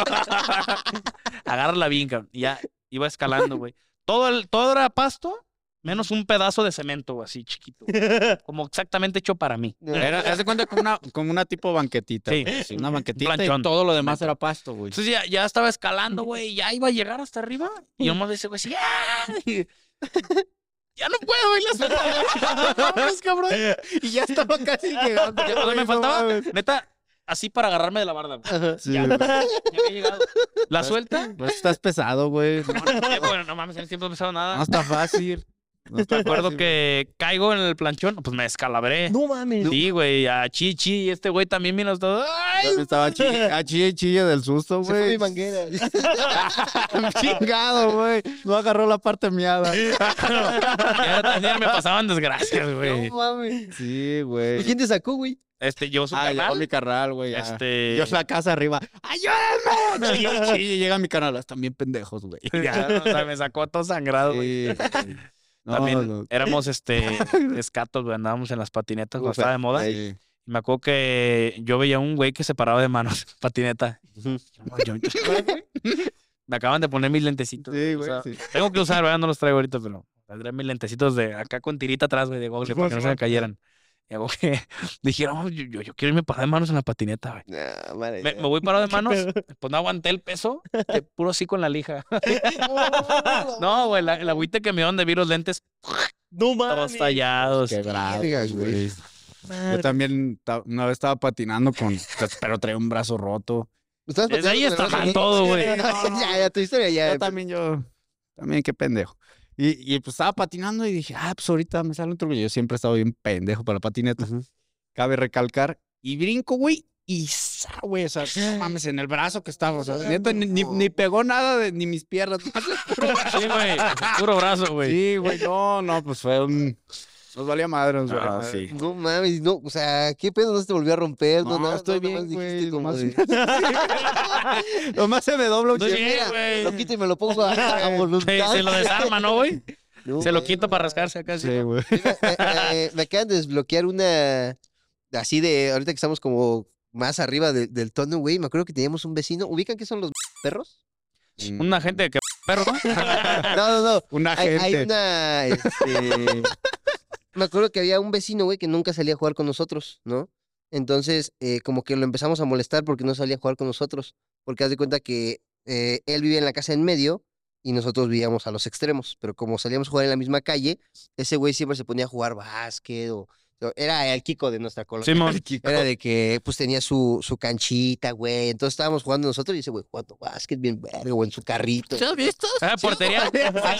S8: Agárrala bien, cabrón. Y ya iba escalando, güey. Todo, el, todo era pasto, menos un pedazo de cemento, güey, así chiquito. güey. Como exactamente hecho para mí.
S7: Era, haz de cuenta como una, como una tipo banquetita.
S8: Sí,
S7: güey. Una banquetita
S8: planchón.
S7: y todo lo demás era pasto, güey.
S8: Entonces ya, ya estaba escalando, güey, y ya iba a llegar hasta arriba. Y nomás dice, güey, así, ¡ah! Y- Ya no puedo, y la suelta, güey. No mames, cabrón.
S7: Y ya estaba casi llegando.
S8: Ya, o sea, me faltaba, neta, así para agarrarme de la barda. güey.
S7: Sí,
S8: Ya,
S7: güey.
S8: ya había llegado. La suelta.
S7: Pues estás pesado, güey. No,
S8: Eh, Bueno, no mames, en ese tiempo no pesaba nada.
S7: no está fácil. No está
S8: Me acuerdo
S7: fácil,
S8: que caigo en el planchón, pues me descalabré.
S2: No mames.
S8: Sí, güey, a Chichi, y este güey también vino hasta. ¡Ay!
S7: güey. Estaba chille, a chille, y chille del susto,
S1: Se fue mi
S7: güey.
S1: manguera.
S8: Pues,
S7: Chingado, güey. No agarró la parte miada.
S8: Ya también me pasaban desgracias, güey.
S1: No mames.
S7: Sí,
S1: ¿Y
S7: güey.
S1: quién te sacó, güey?
S8: Este, yo su
S7: Ah, llegó
S8: canal.
S7: mi carnal, güey. ya.
S8: Este.
S7: Yo en la casa arriba. ¡Ayúdenme! Chille, chille, llega mi carnal. Están bien pendejos, güey. Eh,
S8: ya, no, o sea, me sacó todo sangrado, güey.
S7: Sí, güey. No,
S8: También
S7: no,
S8: éramos este escatos, güey. Andábamos en las patinetas cuando
S7: Ufa,
S8: estaba de moda.
S7: sí.
S8: Y me acuerdo que yo veía un güey que se paraba de manos, patineta. Yo- yo- me acaban de poner mis lentecitos.
S7: Sí,
S8: o
S7: güey.
S8: sea,
S7: sí.
S8: Tengo que usar, ¿verdad? No los traigo ahorita, pero tendré mis lentecitos de acá con tirita atrás, güey, de google para que no se me cayeran. Y hago que dijeron, "Oh, yo, yo- yo quiero irme parado de manos en la patineta, güey.
S1: No, madre.
S8: Me, me voy parado de manos, pues no aguanté el peso, de puro sí con la lija. no, güey, la, la agüita que me dieron de vi los lentes,
S2: No
S8: todos
S2: mames.
S8: tallados.
S7: Quebrados,
S1: Vergas, güey.
S7: güey. ah, pues, Yo
S2: Madre.
S7: también ta- una vez estaba patinando con, pero traía un brazo roto.
S1: ¿Estás
S8: Desde ahí
S1: pensando
S8: está
S1: que no sé?
S8: todo, güey.
S1: ¿eh? ya, ya, tu historia ya.
S7: Yo también, yo, Eh, también qué pendejo. Y, y pues estaba patinando y dije, ah, pues ahorita me sale otro, güey. Yo siempre he estado bien pendejo para la patineta. Cabe recalcar. Y brinco, güey, y sa, güey, o sea, no mames, en el brazo que estaba, o sea, neta, ni, ni- ni pegó nada de ni mis piernas.
S8: Sí, güey, puro brazo, güey.
S7: Sí, güey, no, no, pues fue un... Nos valía madre, nos valía madre.
S1: pues, No mames, no, o sea, ¿qué pedo no se te volvió a romper?
S7: No,
S1: nada,
S7: estoy
S1: nada más
S7: bien,
S1: dijiste
S7: güey, lo
S1: como
S7: más-
S1: de,
S7: Nomás se me dobla un
S8: Estoy
S1: "Oye,
S8: bien,
S1: mira,
S8: güey".
S1: Lo quito y me lo pongo a, a
S8: Se,
S1: voluntad.
S8: se lo desarma, ¿no, güey?
S1: No,
S8: Se lo
S1: güey.
S8: quito para rascarse acá. así.
S7: Sí, güey.
S1: Mira, eh, eh, me acaban de desbloquear una. Así de. Ahorita que estamos como más arriba de- del tono, güey. Me acuerdo que teníamos un vecino. ¿Ubican qué son los perros?
S8: Un agente de que perro, ¿no?
S1: No, no, no.
S7: Una
S1: Hay, hay
S7: gente.
S1: una. este, me acuerdo que había un vecino, güey, que nunca salía a jugar con nosotros, ¿no? Entonces, eh, como que lo empezamos a molestar porque no salía a jugar con nosotros. Porque haz de cuenta que eh, él vivía en la casa en medio y nosotros vivíamos a los extremos. Pero como salíamos a jugar en la misma calle, ese güey siempre se ponía a jugar básquet o. o- Era el Kiko de nuestra colonia.
S8: Simón.
S1: Era de que, pues, tenía su, su canchita, güey. Entonces estábamos jugando nosotros y ese güey jugando básquet bien verga o en su carrito.
S8: Una Ah, portería. Ah,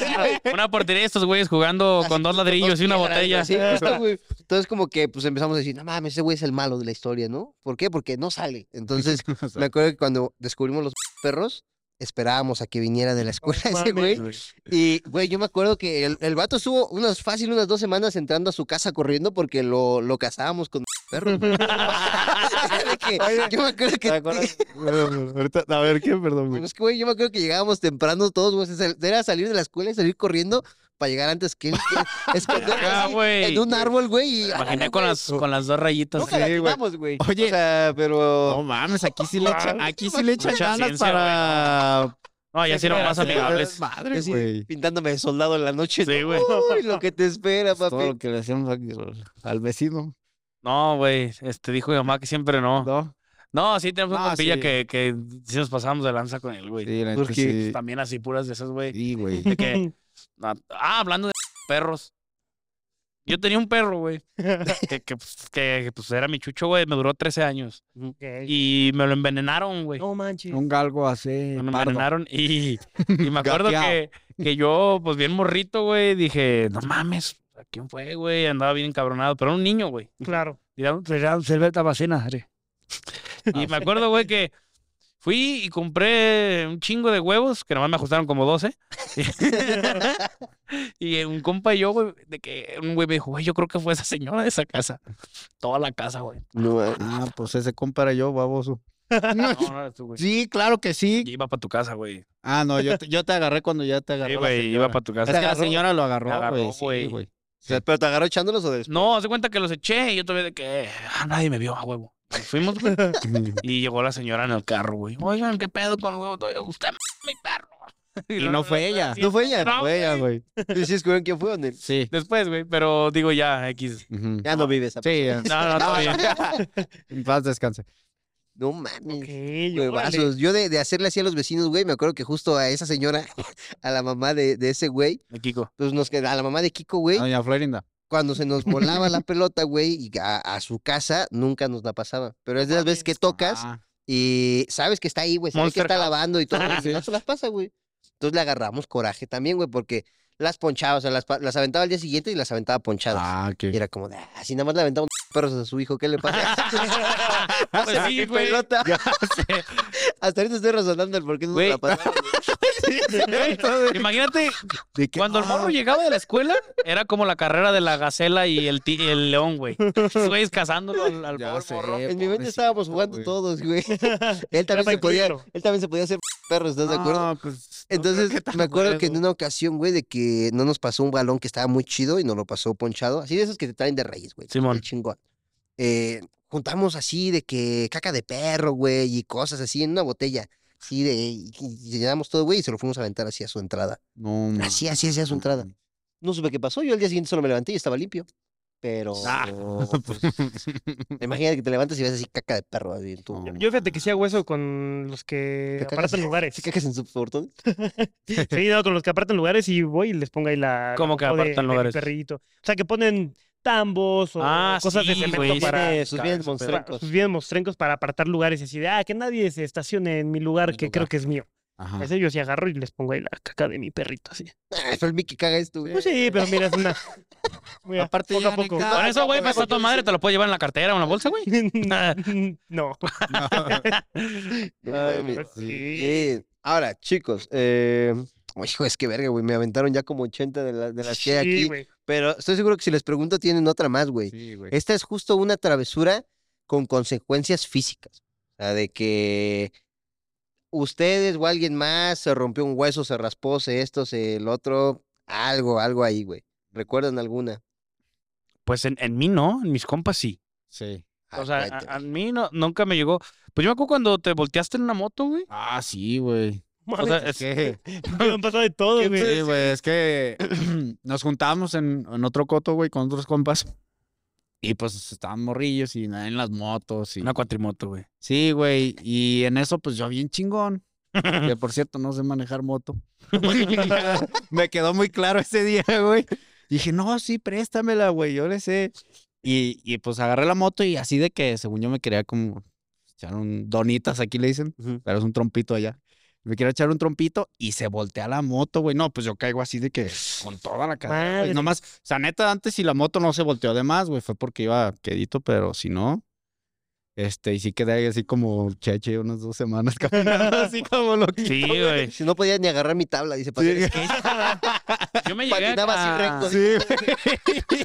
S8: Una portería de estos güeyes jugando
S1: Así,
S8: con dos
S1: dos
S8: ladrillos y una
S1: piedras,
S8: botella.
S1: güey, sí, justo, güey. Entonces, como que pues empezamos a decir, no mames, ese güey es el malo de la historia, ¿no? ¿Por qué? Porque no sale. Entonces, me acuerdo que cuando descubrimos los perros, esperábamos a que viniera de la escuela
S2: No
S1: ese
S2: mames.
S1: güey. Y, güey, yo me acuerdo que el, el vato estuvo unas fácil, unas dos semanas entrando a su casa corriendo porque lo, lo cazábamos con perros. güey. De que yo me acuerdo que.
S7: ¿Te acuerdas? Bueno, Ahorita, a ver, ¿qué? Perdón, güey.
S1: Bueno, es que, güey, yo me acuerdo que llegábamos temprano todos, güey. se sal- Era salir de la escuela y salir corriendo para llegar antes que él. que- Es que
S8: Ah, güey.
S1: en un árbol, güey. y- ah,
S8: Imaginé con las, con las dos rayitas.
S1: Nunca
S7: Sí,
S1: la
S7: güey.
S1: quitamos, güey.
S7: Oye. Ah,
S1: O sea, pero.
S7: No mames, aquí sí le echan, aquí sí le echan
S8: Mucha
S7: ganas
S8: ciencia,
S7: para.
S8: No, ya sí eran más amigables.
S7: Madre,
S1: Sí,
S7: güey.
S1: pintándome de soldado en la noche.
S8: Sí, güey.
S1: Uy, lo que te espera,
S7: Pues Todo
S1: papi.
S7: lo que le hacíamos al, al vecino,
S8: No, güey. Este dijo mi mamá que siempre no.
S7: ¿no?
S8: No, sí tenemos una
S7: No,
S8: compilla
S7: sí.
S8: que, que sí nos pasábamos de lanza con él, güey.
S7: Sí, la neta
S8: Porque
S7: sí.
S8: también así puras de esas, güey.
S7: Sí, güey.
S8: De que Ah, ah, hablando de perros. Yo tenía un perro, güey. que, que, pues, que, pues, era mi chucho, güey. Me duró 13 años.
S2: Ok.
S8: Y me lo envenenaron, güey.
S2: No manches.
S7: Un galgo así.
S8: me lo
S7: pardo.
S8: envenenaron. Y, y me acuerdo que, que yo, pues bien morrito, güey, dije, no mames, ¿a quién fue, güey? Andaba bien encabronado. Pero era un niño, güey.
S2: Claro.
S8: Tiraron, tiraron cerveza vacina, jare.
S7: Ah,
S8: Y me acuerdo, güey, que fui y compré un chingo de huevos, que nomás me ajustaron como 12. y un compa y yo, güey, de que un güey me dijo, güey, yo creo que fue esa señora de esa casa. Toda la casa, güey.
S1: No,
S7: Ah, pues ese compa era yo, baboso.
S8: No, no eras tú, güey.
S7: Sí, claro que
S8: Yo
S7: sí.
S8: iba para tu casa, güey.
S7: Ah, no, yo te, yo te agarré cuando ya te agarré.
S8: Sí, güey, iba para tu
S7: Es
S8: casa.
S7: que la señora lo
S8: Te
S7: agarró,
S8: agarró,
S7: güey. sí,
S8: güey.
S7: güey.
S1: ¿Pero te agarró echándolos o después?
S8: No, hace cuenta que los eché y yo todavía de que ah, nadie me vio a huevo. Nos fuimos, güey. y llegó la señora en el carro, güey. Oigan, ¿qué pedo con el huevo? Todavía usted m- mi perro.
S7: Y no fue ella.
S1: No fue ella.
S8: No,
S7: Fue ella, güey.
S1: ¿Sí descubrieron quién fue o no?
S7: Sí.
S8: Después, güey, pero digo ya, X.
S7: Ujú.
S1: Ya no vives. apa.
S7: Sí, ya.
S8: No, no, está bien.
S7: en paz descanse.
S1: No mames.
S2: Ok, y órale.
S1: Huevazos. Yo de, de hacerle así a los vecinos, güey, me acuerdo que justo a esa señora, a la mamá de, de ese güey,
S8: De Kiko.
S1: pues nos queda, a la mamá de Kiko, güey,
S7: Doña Florinda.
S1: cuando se nos volaba la pelota, güey, y a, a su casa nunca nos la pasaba. Pero es de las veces que tocas
S7: Ah,
S1: Y sabes que está ahí, güey. Sabes que
S8: Monster
S1: está lavando y todo. güey,
S8: Sí.
S1: No se las pasa, güey. Entonces le agarramos coraje también, güey, porque las ponchaba, o sea, las, pa- las aventaba al día siguiente y las aventaba ponchadas.
S7: ah,
S1: Y
S7: qué.
S1: era como de, ah, si nada más le aventaba unos perros a su hijo, ¿qué le pasa?
S8: Pues sí, güey.
S1: Pelota. Hasta ahorita estoy razonando el por qué no se
S8: Güey.
S1: la pasaba.
S8: Güey, Imagínate,
S7: ¿De qué? Ah.
S8: cuando el morro llegaba de la escuela, era como la carrera de la gacela y el, ti- el león, güey. Esos güeyes cazándolo al, al
S7: Ya
S8: pobre
S7: sé,
S8: morro.
S1: En mi mente estábamos jugando
S7: güey.
S1: todos, "Ah, güey. Él también
S2: para
S1: se podía,
S2: incluirlo.
S1: él también se podía hacer perros, ¿estás de acuerdo?
S7: No, pues, no creo
S1: Entonces,
S7: que tan
S1: me acuerdo que en
S7: bueno.
S1: una ocasión, güey, de que no nos pasó un balón que estaba muy chido y nos lo pasó ponchado. Así de esos que te traen de reyes, güey. el
S8: Simón.
S1: chingón. Eh, juntamos así de que caca de perro, güey, y cosas así en una botella. Así de. Y, y llenamos todo, güey, y se lo fuimos a aventar así a su entrada.
S7: No,
S1: Así, así, así a su entrada. No supe qué pasó. Yo al día siguiente solo me levanté y estaba limpio. pero.
S3: Ah.
S1: pues, imagínate que te levantas y ves así caca de perro. Así, en tu-
S7: No.
S2: Yo fíjate que sí hago eso con los que
S1: Te cagas.
S2: apartan lugares.
S1: ¿Sí cacas en su portón?
S2: Sí, no, con los que apartan lugares y voy y les pongo ahí la. la
S8: ¿Cómo que
S2: foto de-
S8: apartan
S2: del
S8: lugares?
S2: perrito. O sea, que ponen tambos o
S8: Ah,
S2: cosas de
S8: sí,
S2: cemento
S8: güey,
S2: para.
S1: Tiene sus bienes monstruos.
S2: Sus bien mostrencos para apartar lugares y así de, ah, que nadie se estacione en mi lugar
S7: Mi
S2: que creo
S7: lugar.
S2: que es mío.
S7: Ajá.
S2: Entonces yo sí agarro y les pongo ahí la caca de mi perrito así.
S1: Pero ah, el Mickey caga esto, güey.
S2: Pues sí, pero mira, es una. Mira,
S7: Aparte
S2: poco a
S7: ya,
S2: poco.
S7: neta.
S8: Con eso, güey, pasa tu madre, te lo puedes llevar en la cartera o en la bolsa, güey.
S2: no.
S1: No mames.
S2: Sí.
S1: Sí. Ahora, chicos, eh, hijo, es que verga, güey, me aventaron ya como 80 de, la- de las que hay
S2: Sí,
S1: aquí,
S2: güey.
S1: pero estoy seguro que si les pregunto tienen otra más, güey.
S7: Sí, güey.
S1: Esta es justo una travesura con consecuencias físicas, o sea, de que ustedes o alguien más se rompió un hueso, se raspó, se esto, se el otro, algo, algo ahí, güey. ¿Recuerdan alguna?
S8: Pues en, en mí no, en mis compas sí.
S7: Sí.
S1: Ah,
S8: O sea,
S1: cuente,
S8: a, a
S1: güey.
S8: mí no, nunca me llegó. Pues yo me acuerdo cuando te volteaste en una moto, güey.
S7: Ah, sí, güey.
S8: O sea, es-
S7: ¿Qué?
S2: Me han pasado de todo, güey.
S7: Sí, Eh, güey, es que nos juntábamos en, en otro coto, güey, con otros compas. Y pues estaban morrillos y en las motos. Y...
S8: una cuatrimoto, güey.
S7: Sí, güey. Y en eso, pues yo bien chingón. Que por cierto, no sé manejar moto. Me quedó muy claro ese día, güey. Dije, no, sí, préstamela, güey, yo le sé. Y, y pues agarré la moto y así de que, según yo me quería como echar un donitas, aquí le dicen,
S1: Ujú.
S7: pero es un trompito allá. Me quiero echar un trompito y se voltea la moto, güey. No, pues yo caigo así de que con toda la cadera. güey.
S2: Madre.
S7: Pues Nomás, o sea, neta, antes si la moto no se volteó de más, güey, fue porque iba quedito, pero si no, este, y sí quedé ahí así como cheche unas dos semanas caminando así como lo que.
S8: Sí, güey.
S1: Si no podía ni agarrar mi tabla, dice, para hacer skate,
S8: Yo me llegué
S1: patinaba así
S8: a...
S1: recto. así.
S7: Sí,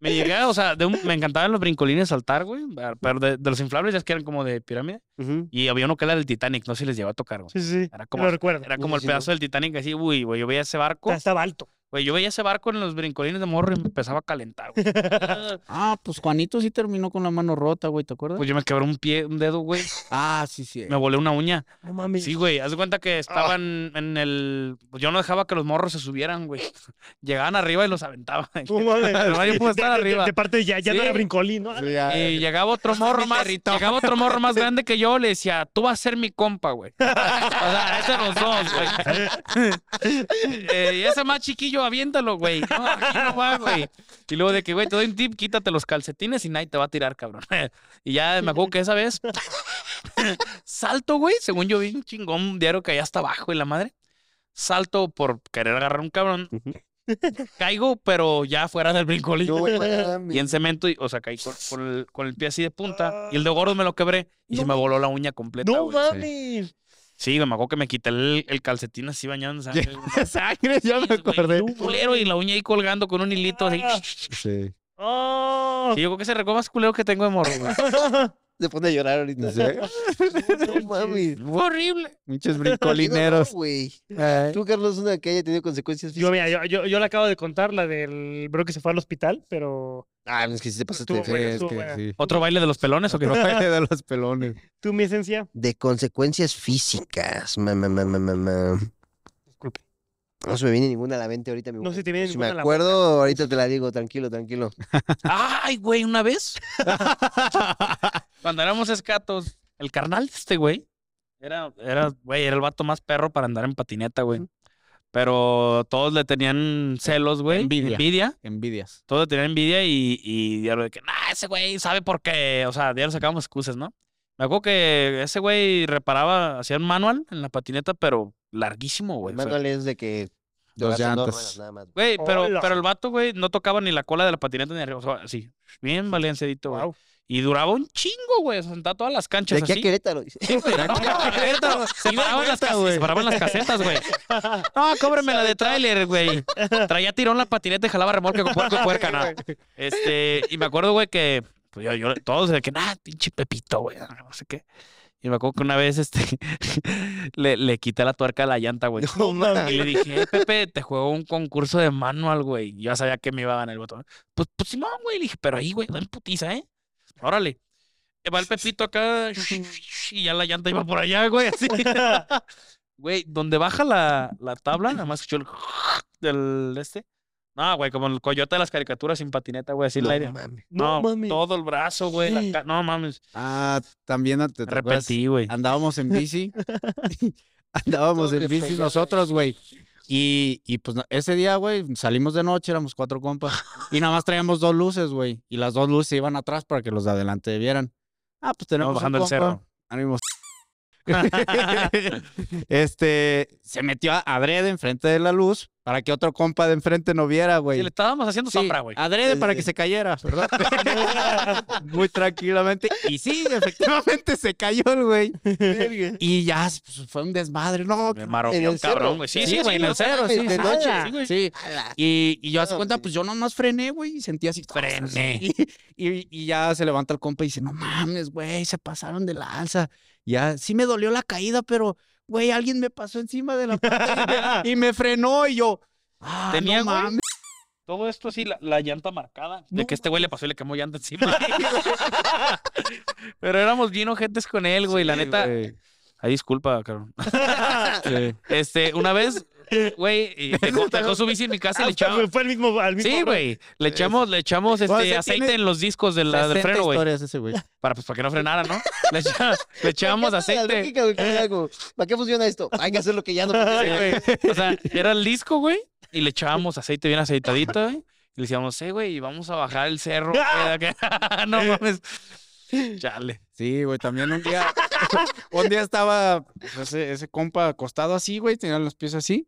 S8: Me llegué, a- o sea, de un- me encantaban los brincolines saltar, güey. Pero de, de los inflables ya es que eran como de pirámide.
S1: Ujú.
S8: Y había uno que era del Titanic, no sé si les llegó a tocar, güey.
S2: Sí, sí.
S8: Era como,
S2: Lo recuerdo.
S8: era como el
S1: Sí, sí, sí.
S8: pedazo del Titanic así, uy, güey, yo veía ese barco.
S2: Estaba alto.
S8: Güey, yo veía ese barco en los brincolines de morro y me empezaba a calentar, güey.
S7: Ah, pues Juanito sí terminó con la mano rota, güey, ¿te acuerdas?
S8: Pues yo me quebré un pie, un dedo, güey.
S7: ah, sí, sí.
S8: Me volé una uña.
S2: No mames.
S8: Sí, güey. Haz de cuenta que estaban en el. pues Yo no dejaba que los morros se subieran, güey. Llegaban arriba y los aventaban.
S2: No mames.
S8: No, yo puedo
S2: De-
S8: estar
S2: de-
S8: arriba.
S2: De, de parte ya, ya no
S8: Sí.
S2: era brincolín, ¿no?
S7: Sí, ya.
S8: Y llegaba otro morro más. Llegaba otro morro más grande que yo. Le decía, tú vas a ser mi compa, güey. O sea, ese los dos, güey. Eh, y ese más chiquillo, aviéntalo, güey. No, aquí no va, güey. Y luego de que, güey, te doy un tip, quítate los calcetines y nadie te va a tirar, cabrón. Y ya me acuerdo que esa vez salto, güey. Según yo vi un chingón diario que allá hasta abajo y la madre. Salto por querer agarrar un cabrón. Caigo, pero ya fuera del brincolín.
S1: No, mames.
S8: Y en cemento, y- o sea, caí con, con el, con el pie así de punta. Y el de gordo me lo quebré y se
S2: No
S8: me voló la uña completa.
S2: No
S8: güey.
S2: mames.
S8: Sí, güey, me acuerdo que me quité el, el calcetín así bañado en sangre. güey.
S7: Sangre, ya me
S8: Güey,
S7: acordé.
S8: un culero y la uña ahí colgando con un hilito así.
S2: Ah.
S7: Sí.
S2: Oh.
S8: Sí, yo creo que es el recuerdo más culero que tengo de morro, güey.
S1: Se pone a llorar ahorita. No mames.
S8: Fue horrible.
S7: Muchos
S1: Colineros.
S7: brincolineros.
S1: güey.
S7: Ay.
S1: Tú, Carlos, una que haya tenido consecuencias
S2: Yo,
S1: físicas.
S2: mira, yo, yo, yo le acabo de contar la del bro que se fue al hospital, pero
S1: Ah, es que sí te pasaste.
S2: Estuvo
S1: de
S7: Sí,
S1: fe-
S2: buena,
S7: es
S2: estuvo
S7: que
S2: buena.
S7: sí.
S8: ¿Otro baile de los pelones o qué?
S7: Baile de los pelones.
S2: tú, mi esencia,
S1: De consecuencias físicas. Ma, ma, ma, ma, ma, ma.
S2: disculpe.
S1: No se me viene ninguna a la mente ahorita. Mi
S2: No se te viene
S1: si
S2: ninguna a
S1: me
S2: la
S1: acuerdo, ahorita te la digo. Tranquilo, tranquilo.
S8: Ay, güey, una vez. Cuando éramos escatos, el carnal de este güey era, era, güey, era el vato más perro para andar en patineta, güey. Pero todos le tenían celos, güey.
S7: Envidia.
S8: Envidia.
S7: Envidias.
S8: Todos le tenían envidia y, y diablo de que, nah, ese güey sabe por qué. O sea, diario sacábamos excusas, ¿no? Me acuerdo que ese güey reparaba, hacía un manual en la patineta, pero larguísimo, güey.
S1: El
S8: O sea,
S1: manual es de que.
S7: Pues, eh, Dos
S1: gastas
S7: llantas.
S1: ruedas nada más.
S8: Güey, pero,
S2: Hola.
S8: pero el vato, güey, no tocaba ni la cola de la patineta ni arriba. O sea, sí, bien balanceadito, güey.
S2: Wow.
S8: Y duraba un chingo, güey. Sentaba todas las
S1: De
S8: canchas
S1: aquí a
S8: así.
S1: Querétaro. dice.
S8: No, Querétaro, Se paraban las cas- se paraban las casetas, güey. No, cóbrame la de tráiler, güey. Traía tirón la patineta y jalaba remolque con puerco y puerca, nada. Este, y me acuerdo, güey, que pues yo, yo- todos de que, nada, pinche Pepito, güey, no sé qué. Y me acuerdo que una vez, este, le, le quité la tuerca a la llanta, güey.
S1: No mames.
S8: Y le dije, "Eh, Pepe, te juego un concurso de manual, güey. Yo ya sabía que me iba a ganar el botón. Pues, pues Simón, güey. Le dije, pero ahí, güey, en putiza, ¿eh? Órale. Eh, Va el Pepito acá y ya la llanta iba por allá, güey, así. Güey, donde baja la, la tabla, nada más escuchó el del este. No, güey, como el coyote de las caricaturas sin patineta, güey, así en el aire.
S1: mames.
S8: No,
S2: No, mames.
S8: todo el brazo, güey. la ca- No mames.
S7: Ah, también ah, te, te acuerdas?
S8: Repetí, güey.
S7: Andábamos en bici. Andábamos en bici nosotros, güey. Y, y pues no- ese día, güey, salimos de noche, éramos cuatro compas. Y nada más traíamos dos luces, güey. Y las dos luces iban atrás para que los de adelante vieran. Ah, pues tenemos. un
S8: bajando el
S7: compa,
S8: cerro.
S7: ánimo. este se metió a- adrede enfrente de la luz para que otro compa de enfrente no viera, güey.
S8: Sí, le estábamos haciendo
S7: Sí,
S8: sombra,
S3: Ah,
S8: güey.
S7: Adrede
S1: Sí,
S7: para
S1: sí.
S7: que se cayera, ¿verdad? Muy tranquilamente. Y sí, efectivamente se cayó el güey. Y ya pues, fue un desmadre, ¿no?
S8: Me
S7: que-
S1: en
S8: maroqueó
S1: el
S8: un
S1: cerro.
S8: cabrón, güey. Sí,
S7: Sí,
S8: sí,
S7: güey,
S8: güey,
S7: en el
S8: cerro,
S1: mames,
S8: sí.
S1: de
S8: sí,
S1: noche.
S8: sí, güey.
S7: Sí.
S1: Ala.
S7: Y, y yo hace
S1: No,
S7: cuenta,
S1: sí.
S7: pues yo nomás frené, güey, y sentí así.
S8: Ah, Frené.
S7: Y, y- y ya se levanta el compa y dice, no mames, güey, se pasaron de lanza. Ya, sí me dolió la caída, pero, güey, alguien me pasó encima de la pantalla y me frenó y yo, ah,
S8: Tenía,
S7: no
S8: güey,
S7: mames.
S8: Todo esto así, la, la llanta marcada. De que este güey le pasó y le quemó llanta encima. Pero éramos bien ojetes con él, güey. la neta. Ay, disculpa, cabrón. Este, una vez, güey, y dejó, dejó su bici en mi casa y
S2: Ah,
S8: le echamos.
S2: fue- Fue el mismo. al mismo
S8: Sí,
S2: rato.
S8: güey. Le echamos, le echamos
S7: Bueno,
S8: este
S7: ese
S8: aceite
S7: tiene
S8: en los discos de la, del
S7: 60
S8: freno, güey.
S7: historias ese güey.
S8: Para, pues, para que no frenara, ¿no? Le, echa- le echábamos
S1: ¿Qué es la
S8: aceite.
S1: lógica de que hay algo? ¿Para qué funciona esto? Hay que hacer lo que ya no
S8: Sí, güey. O sea, era el disco, güey, y le echábamos aceite bien aceitadito, güey. Y le decíamos, eh, güey, vamos a bajar el cerro. güey, de acá". no mames. Chale.
S7: Sí, güey, también un día, un día estaba pues, ese, ese compa acostado así, güey, tenía los pies así,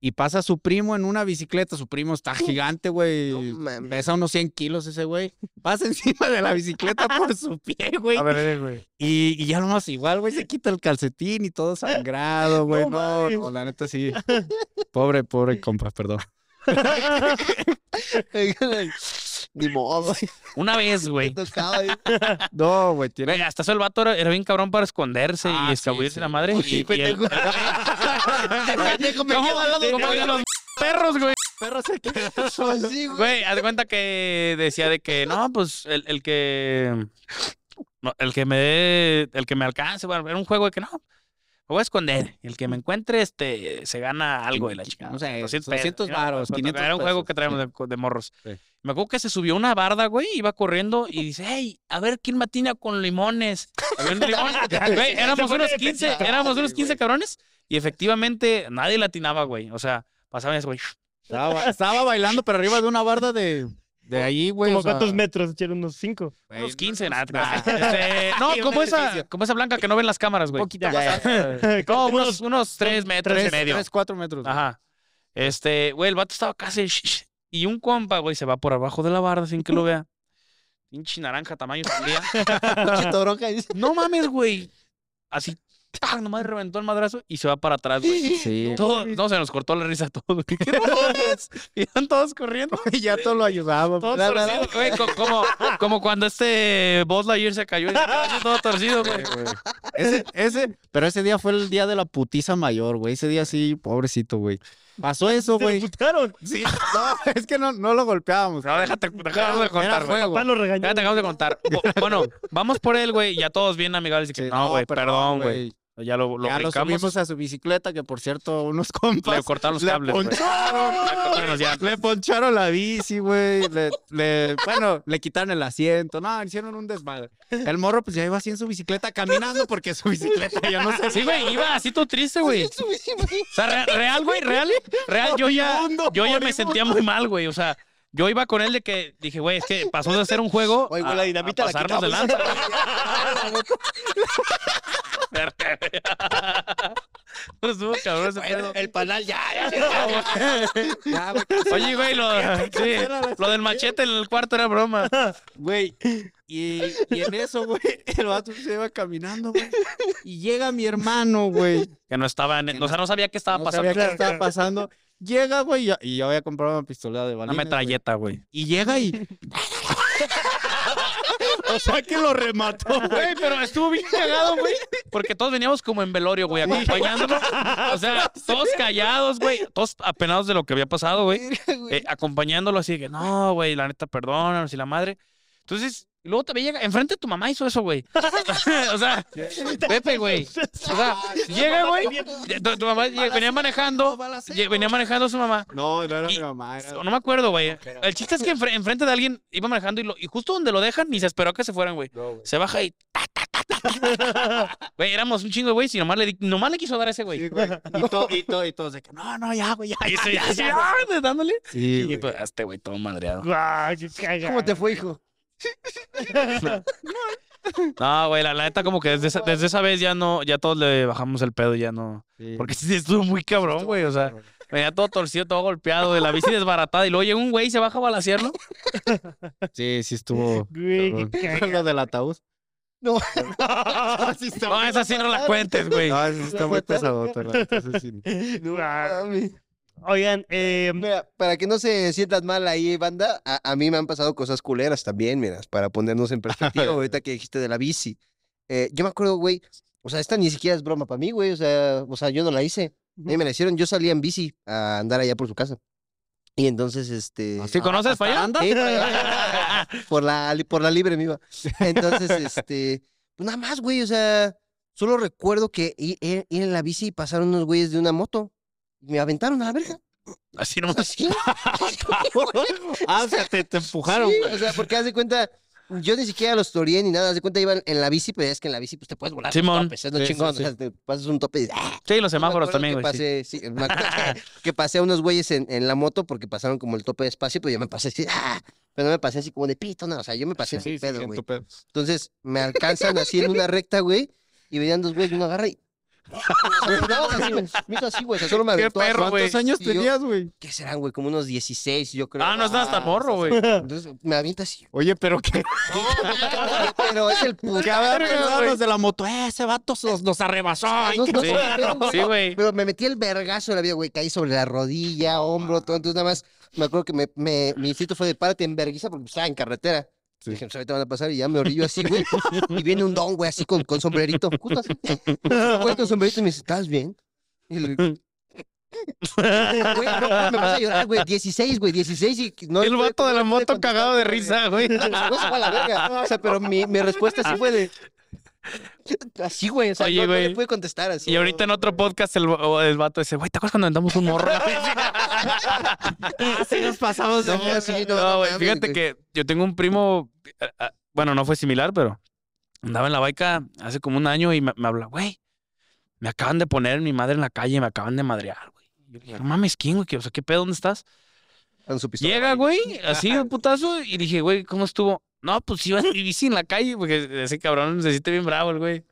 S7: y pasa su primo en una bicicleta, su primo está gigante, güey,
S1: No mames.
S7: pesa unos 100 kilos ese güey, pasa encima de la bicicleta por su pie, güey,
S4: ver, güey.
S7: y, y ya nomás igual, güey, se quita el calcetín y todo sangrado, güey,
S2: No
S7: no, no,
S2: mames.
S7: la neta sí, pobre, pobre compa, perdón.
S1: Ni modo,
S8: Una vez,
S1: me
S8: güey.
S1: tocaba.
S7: No, güey, tiene...
S8: Güey, hasta eso el vato era, era bien cabrón para esconderse
S7: Ah,
S8: y
S7: sí,
S8: escabullirse
S7: sí.
S8: la madre.
S7: Sí,
S8: Y- y el-
S1: Pendejo, me
S8: ¿Cómo-
S1: quedo al lado de-
S8: cómo eran los perros, güey?
S1: Así, güey.
S8: Güey, haz de cuenta que decía de que no, pues el, el que. no, El que me dé. El que me alcance, bueno, era un juego de que no. Me voy a esconder. y El que me encuentre, este, se gana algo de la chica.
S7: No sé,
S8: 200 pesos,
S7: 200
S8: ¿no?
S7: varos,
S8: Cuando
S7: 500
S8: Era un juego
S7: pesos,
S8: que traíamos de, de morros.
S7: Sí.
S8: Me acuerdo que se subió a una barda, güey, iba corriendo y dice, hey, a ver quién matina con limones. Había un limón. Güey, éramos
S2: pone
S8: unos 15,
S2: repetitivo.
S8: éramos unos 15 cabrones y efectivamente nadie latinaba, güey. O sea, pasaban eso, güey.
S7: Estaba, estaba bailando, pero arriba de una barda de, de ahí, güey.
S2: Como
S7: o sea,
S2: cuántos metros, echaron unos cinco.
S7: güey,
S8: Unos
S7: no-
S8: 15, nada. Este, no, como esa, como esa blanca que no ven las cámaras, güey. No, unos, unos 3 metros y
S7: Tres,
S8: medio.
S7: tres, cuatro metros. güey.
S8: Ajá. Este, güey, el vato estaba casi. sh- sh- Y un compa, güey, se va por abajo de la barda sin que lo vea. Pinche naranja, tamaño sandía.
S1: Pinche toronja, dice.
S8: No mames, güey. Así, ¡tac! nomás reventó el madrazo y se va para atrás, güey.
S7: Sí.
S8: Todo- no, se nos cortó la risa a todos, güey. ¿Qué mames? Y Iban todos corriendo.
S7: Y ya todo lo ayudaba.
S8: Todo
S7: bla, bla, bla.
S8: torcido, güey, co- como, como cuando este Buzz Lightyear se cayó y se quedó así todo torcido, güey.
S7: Ese, ese, pero ese día fue el día de la putiza mayor, güey. Ese día sí, pobrecito, güey. Pasó eso,
S2: Se
S7: güey.
S2: putaron.
S7: Sí, no, es que no, no lo golpeábamos.
S8: No, déjate, déjate de contar,
S7: Era
S8: güey.
S7: juego.
S2: Papá lo regañó.
S8: Déjate, acabamos de contar. Bu- Bueno, vamos por él, güey. Ya todos bien amigables. y que,
S7: Sí,
S8: no, güey, perdón, güey. Ya lo, lo
S7: ya lo
S8: brincamos.
S7: subimos a su bicicleta, que por cierto, unos compas.
S8: Le cortaron los
S7: le
S8: cables, güey. Le cortaron las llantas.
S7: Le poncharon la bici, güey. Le, le- bueno, le quitaron el asiento. No, hicieron un desmadre. El morro, pues ya iba así en su bicicleta caminando porque su bicicleta ya no se.
S8: Sí, güey, iba así todo triste, güey. O
S1: Sí, güey, sí, güey.
S8: sea, re- real, güey, real. Real, yo ya,
S7: Moribundo,
S8: yo ya me sentía muy mal, güey. O sea, yo iba con él de que dije, güey, es que pasó de ser un juego.
S1: Oye, güey,
S8: a-
S1: la
S8: a
S1: dinamita la
S8: pasarnos de
S1: quitamos.
S8: lanza. Verte, güey. No estuvo cabrón ese
S1: Bueno,
S8: pedo.
S1: el panal ya.
S7: Ya, güey,
S8: Oye, güey, lo, sí, lo del machete en el cuarto era broma.
S7: Güey, y, y en eso, güey, el vato se iba caminando, güey. Y llega mi hermano, güey.
S8: Que no estaba en. O sea, no sabía qué estaba
S7: No
S8: pasando.
S7: sabía qué estaba pasando. Llega, güey, y- y yo había comprado una pistola de
S8: Una
S7: balines. güey.
S8: metralleta, güey.
S7: Y llega y. o sea que lo remató, güey.
S8: Güey, pero estuvo bien cagado, güey. Porque todos veníamos como en velorio, güey, acompañándolo. O sea, todos callados, güey. Todos apenados de lo que había pasado, güey. eh, acompañándolo así de que, no, güey, la neta, perdónanos y la madre. Entonces, Y luego te llega, enfrente de tu mamá hizo eso, güey. o sea, Pepe, güey. O sea, llega, güey. Tu, tu mamá llega- venía manejando. lle- Venía manejando su mamá.
S7: No, no era
S8: Y-
S7: mi mamá. Era...
S8: No me acuerdo, güey. El chiste es que enfre- enfrente de alguien iba manejando y, lo- y justo donde lo dejan ni se esperó a que se fueran, güey. Se baja y. ta, ta, ta, ta, ta, ta, ta. Güey, éramos un chingo de güeyes y nomás le, di- nomás le quiso dar a ese güey.
S7: Sí, güey. Y todo, y todo, y todos de que, no, no, ya, güey, ya.
S8: Y se- así, ah, dándole.
S7: Sí,
S8: Y pues, a este güey todo madreado.
S2: Guau, qué cagado.
S1: ¿Cómo te fue, hijo?
S8: No, güey, la, la neta, como que desde esa, desde esa vez ya no, ya todos le bajamos el pedo, ya no. Porque sí estuvo muy cabrón, güey. O sea, venía todo torcido, todo golpeado, de la bici desbaratada. Y luego llega un güey y se baja a balasearlo.
S7: Sí, sí estuvo.
S2: Güey, qué
S7: cabrón. Lo del ataúd.
S2: cagado.
S7: sí está
S8: No, esa sí no la cuentes, güey.
S7: No, eso está muy pesadota. la neta, eso sí.
S2: Guau.
S1: Mami.
S2: Oigan, eh,
S1: Mira, para que no se sientan mal ahí, banda, a, a mí me han pasado cosas culeras también, miras, para ponernos en perspectiva ahorita que dijiste de la bici. Eh, yo me acuerdo, güey, o sea, esta ni siquiera es broma para mí, güey, o sea, o sea, yo no la hice. A mí me la hicieron, yo salía en bici a andar allá por su casa. Y entonces, este...
S8: ¿Sí conoces para allá?
S1: Sí, por la, li- por la libre me iba. Entonces, este, pues nada más, güey, o sea, solo recuerdo que i- ir, ir en la bici y pasaron unos güeyes de una moto y me aventaron a la verga.
S8: Así nomás.
S1: Así.
S7: Ah, o sea, te, te empujaron.
S1: Sí,
S7: güey.
S1: o sea, porque haz de cuenta, yo ni siquiera los toreé ni nada, haz de cuenta iban en la bici, pero es que en la bici pues te puedes volar. los
S8: Simón.
S1: topes, es lo
S7: Sí, sí,
S1: chingón,
S7: sí.
S1: o sea, te pasas un tope y ¡ah!
S8: Sí, los
S1: Yo me
S8: semáforos
S1: acuerdo
S8: también,
S1: que
S8: güey. sí.
S1: pasé, sí, me acuerdo que, que pasé a unos güeyes en, en la moto porque pasaron como el tope de espacio, pero yo me pasé así, ¡ah! pero no me pasé así como de pito, no, o sea, yo me pasé sin pedo,
S7: en
S1: güey.
S7: tu pedo.
S1: Entonces me alcanzan así en una recta, güey, y venían dos güeyes, uno agarra y. O sea, no, así, güey, me hizo así, güey, o sea, solo me
S8: Qué
S1: aventó así.
S8: perro, güey.
S7: ¿Cuántos años
S1: Y yo-
S7: tenías, güey?
S1: ¿Qué serán, güey? Como unos 16, yo creo.
S8: Ah, no es nada hasta morro, güey.
S1: Entonces me avienta así.
S7: Oye, pero que
S1: Pero es el puto.
S7: habrán
S8: verga,
S7: pensado
S8: güey.
S7: los de la moto. "Eh, Ese vato nos, nos arrebasó.
S1: No, no,
S8: sí.
S1: pero, güey,
S8: Sí, güey.
S1: Pero me metí el vergazo de la vida, güey. Caí sobre la rodilla, hombro, todo. Entonces, nada más, me acuerdo que me, me- mi instinto fue de párate en verguiza porque estaba en carretera. Dije, pues ahorita van a pasar y ya me orillo así, güey. Y viene un don, güey, así con, con sombrerito. Justo así. Güey, con sombrerito y me dice, ¿estás bien? Y le digo, güey, no, me vas a llorar, güey. 16, güey, 16. Y no,
S8: El
S1: no le-
S8: vato de la
S1: no le
S8: moto
S1: contestar,
S8: cagado de
S1: güey.
S8: risa, güey.
S1: No se pues, fue a la verga. O sea, pero mi, mi respuesta sí fue de. Así, güey. O sea,
S8: Oye,
S1: no, no le
S8: güey.
S1: pude contestar así.
S8: Y ahorita en otro podcast el, o el vato dice, güey, ¿te acuerdas cuando andamos un morro?
S7: Así nos pasamos. de
S1: No, sí, no,
S8: No,
S1: no
S8: güey,
S1: mames,
S8: fíjate
S1: güey.
S8: que yo tengo un primo, eh, ah, bueno, no fue similar, pero andaba en la baica hace como un año y me, me habla, güey, me acaban de poner mi madre en la calle, me acaban de madrear, güey. Yo le dije, no mames, ¿quién, güey? ¿Qué- O sea, ¿qué pedo? ¿Dónde estás?
S1: Con su pistola.
S8: Llega, güey, así un putazo, y dije, güey, ¿cómo estuvo? No, pues iba en mi bici en la calle, porque ese cabrón se siente bien bravo, el güey.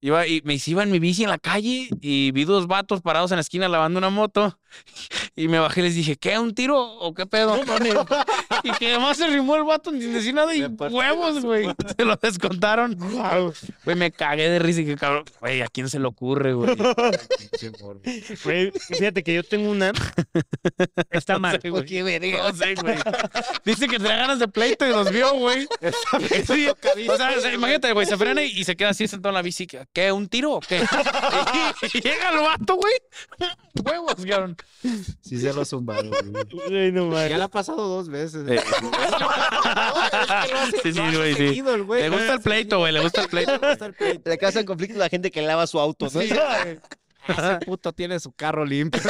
S8: Iba, y me hice, iba en mi bici en la calle y vi dos vatos parados en la esquina lavando una moto. Y me bajé y les dije, ¿qué? ¿Un tiro o qué pedo? y que además se rimó el vato sin decir nada y huevos, güey. Se lo descontaron. Güey, me cagué de risa y que cabrón, güey, ¿a quién se le ocurre, güey?
S2: güey, fíjate que yo tengo una. Está mal.
S8: güey. Qué verga. No sé, güey. Dice que tenía ganas de pleito y los vio, güey. Sí, o sea, o sea, imagínate, güey, se frena y, y se queda así sentado en la bici. que, ¿Qué? ¿Un tiro o qué? Y, llega el vato, güey. Huevos, cabrón.
S7: Sí, se lo zumbaron. güey.
S2: Güey, no
S7: Ya
S2: mames.
S7: le ha pasado dos veces.
S8: Eh. Sí, sí, güey, sí.
S7: Seguido el güey.
S8: Le gusta el pleito, güey, le gusta el pleito.
S1: Le causan conflicto a la gente que lava su auto, ¿no?
S7: Ese puto tiene su carro limpio.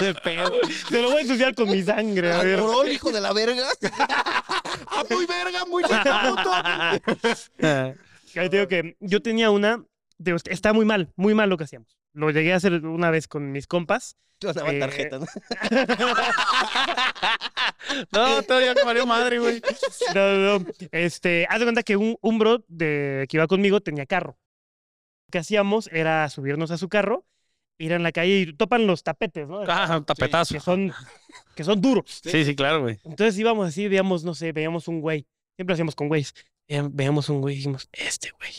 S7: de pedo.
S2: Te lo voy a ensuciar con mi sangre.
S1: Ah,
S2: a ver.
S1: Cabrón, hijo de la verga.
S7: Ah, muy verga, muy chica, puto. Ah.
S2: Ahí te digo que yo tenía una. digo, está muy mal, muy mal lo que hacíamos. Lo llegué a hacer una vez con mis compas.
S1: Te van a dar
S2: Eh,
S1: tarjeta, ¿no?
S8: No, todavía que valió madre, güey.
S2: No, no, no. Este, haz de cuenta que un, un bro de, que iba conmigo tenía carro. Lo que hacíamos era subirnos a su carro, ir en la calle y topan los tapetes, ¿no?
S8: Ah, un tapetazo.
S2: Que son, que son duros.
S8: Sí, sí, claro, güey.
S2: Entonces íbamos así, veíamos, no sé, veíamos un güey. Siempre lo hacíamos con güeyes. Eh, Veíamos un güey y dijimos, este güey.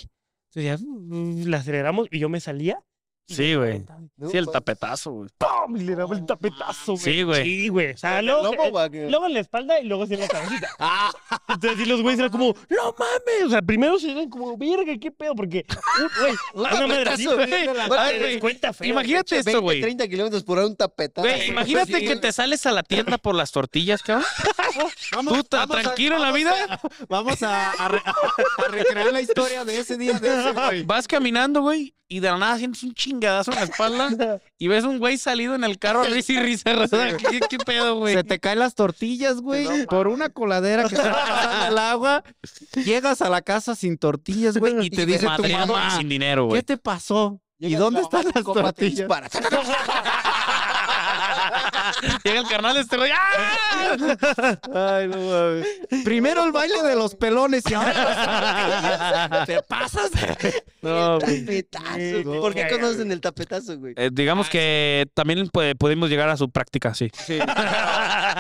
S2: Entonces ya mm, le aceleramos y yo me salía
S8: Sí, güey.
S1: ¿no?
S8: Sí,
S7: pues,
S8: el tapetazo, güey.
S2: ¡Pum! Y le daba el tapetazo, güey.
S8: Sí, güey.
S2: Sí, güey. O sea, luego,
S8: eh,
S1: Lobo, va, que-
S8: ah,
S2: luego en la espalda y luego sí en la cabecita.
S7: Ah.
S2: Entonces, sí, los güeyes eran como, ¡no mames! O sea, primero se dieron como, ¡verga, qué pedo! Porque, güey, una madre así,
S1: Tapetazo,
S2: güey.
S1: güey.
S2: Ay, güey, Cuenta feo.
S8: Imagínate esto,
S1: 20,
S8: güey.
S1: 30 kilómetros por hora un tapetazo.
S8: Güey, imagínate que te sales a la tienda por las tortillas, cabrón.
S7: Vamos,
S8: Tú estás
S7: vamos a-
S8: tranquilo en la
S7: vamos
S8: vida.
S7: a- vamos a, a re- a recrear la historia de ese día de ese, güey.
S8: Vas caminando, güey, y de la nada sientes un chingadazo en la espalda y ves un güey salido en el carro a risa y risa. o sea, ¿Qué, qué pedo, güey?
S7: Se te caen las tortillas, güey, por una coladera que está pasando el agua. Llegas a la casa sin tortillas, güey, y te dice tu
S8: Madre,
S7: mamá,
S8: sin dinero,
S7: ¿qué
S8: güey.
S7: te pasó? ¿Y dónde están las tortillas?
S8: Llega el carnal este güey. ¡Ah!
S7: Ay, no mames. Primero el baile de los pelones y ahora te pasas.
S8: No, güey.
S1: Tapetazo. güey. ¿Por qué conocen el tapetazo, güey?
S8: Eh, digamos que también pu- pudimos llegar a su práctica, sí.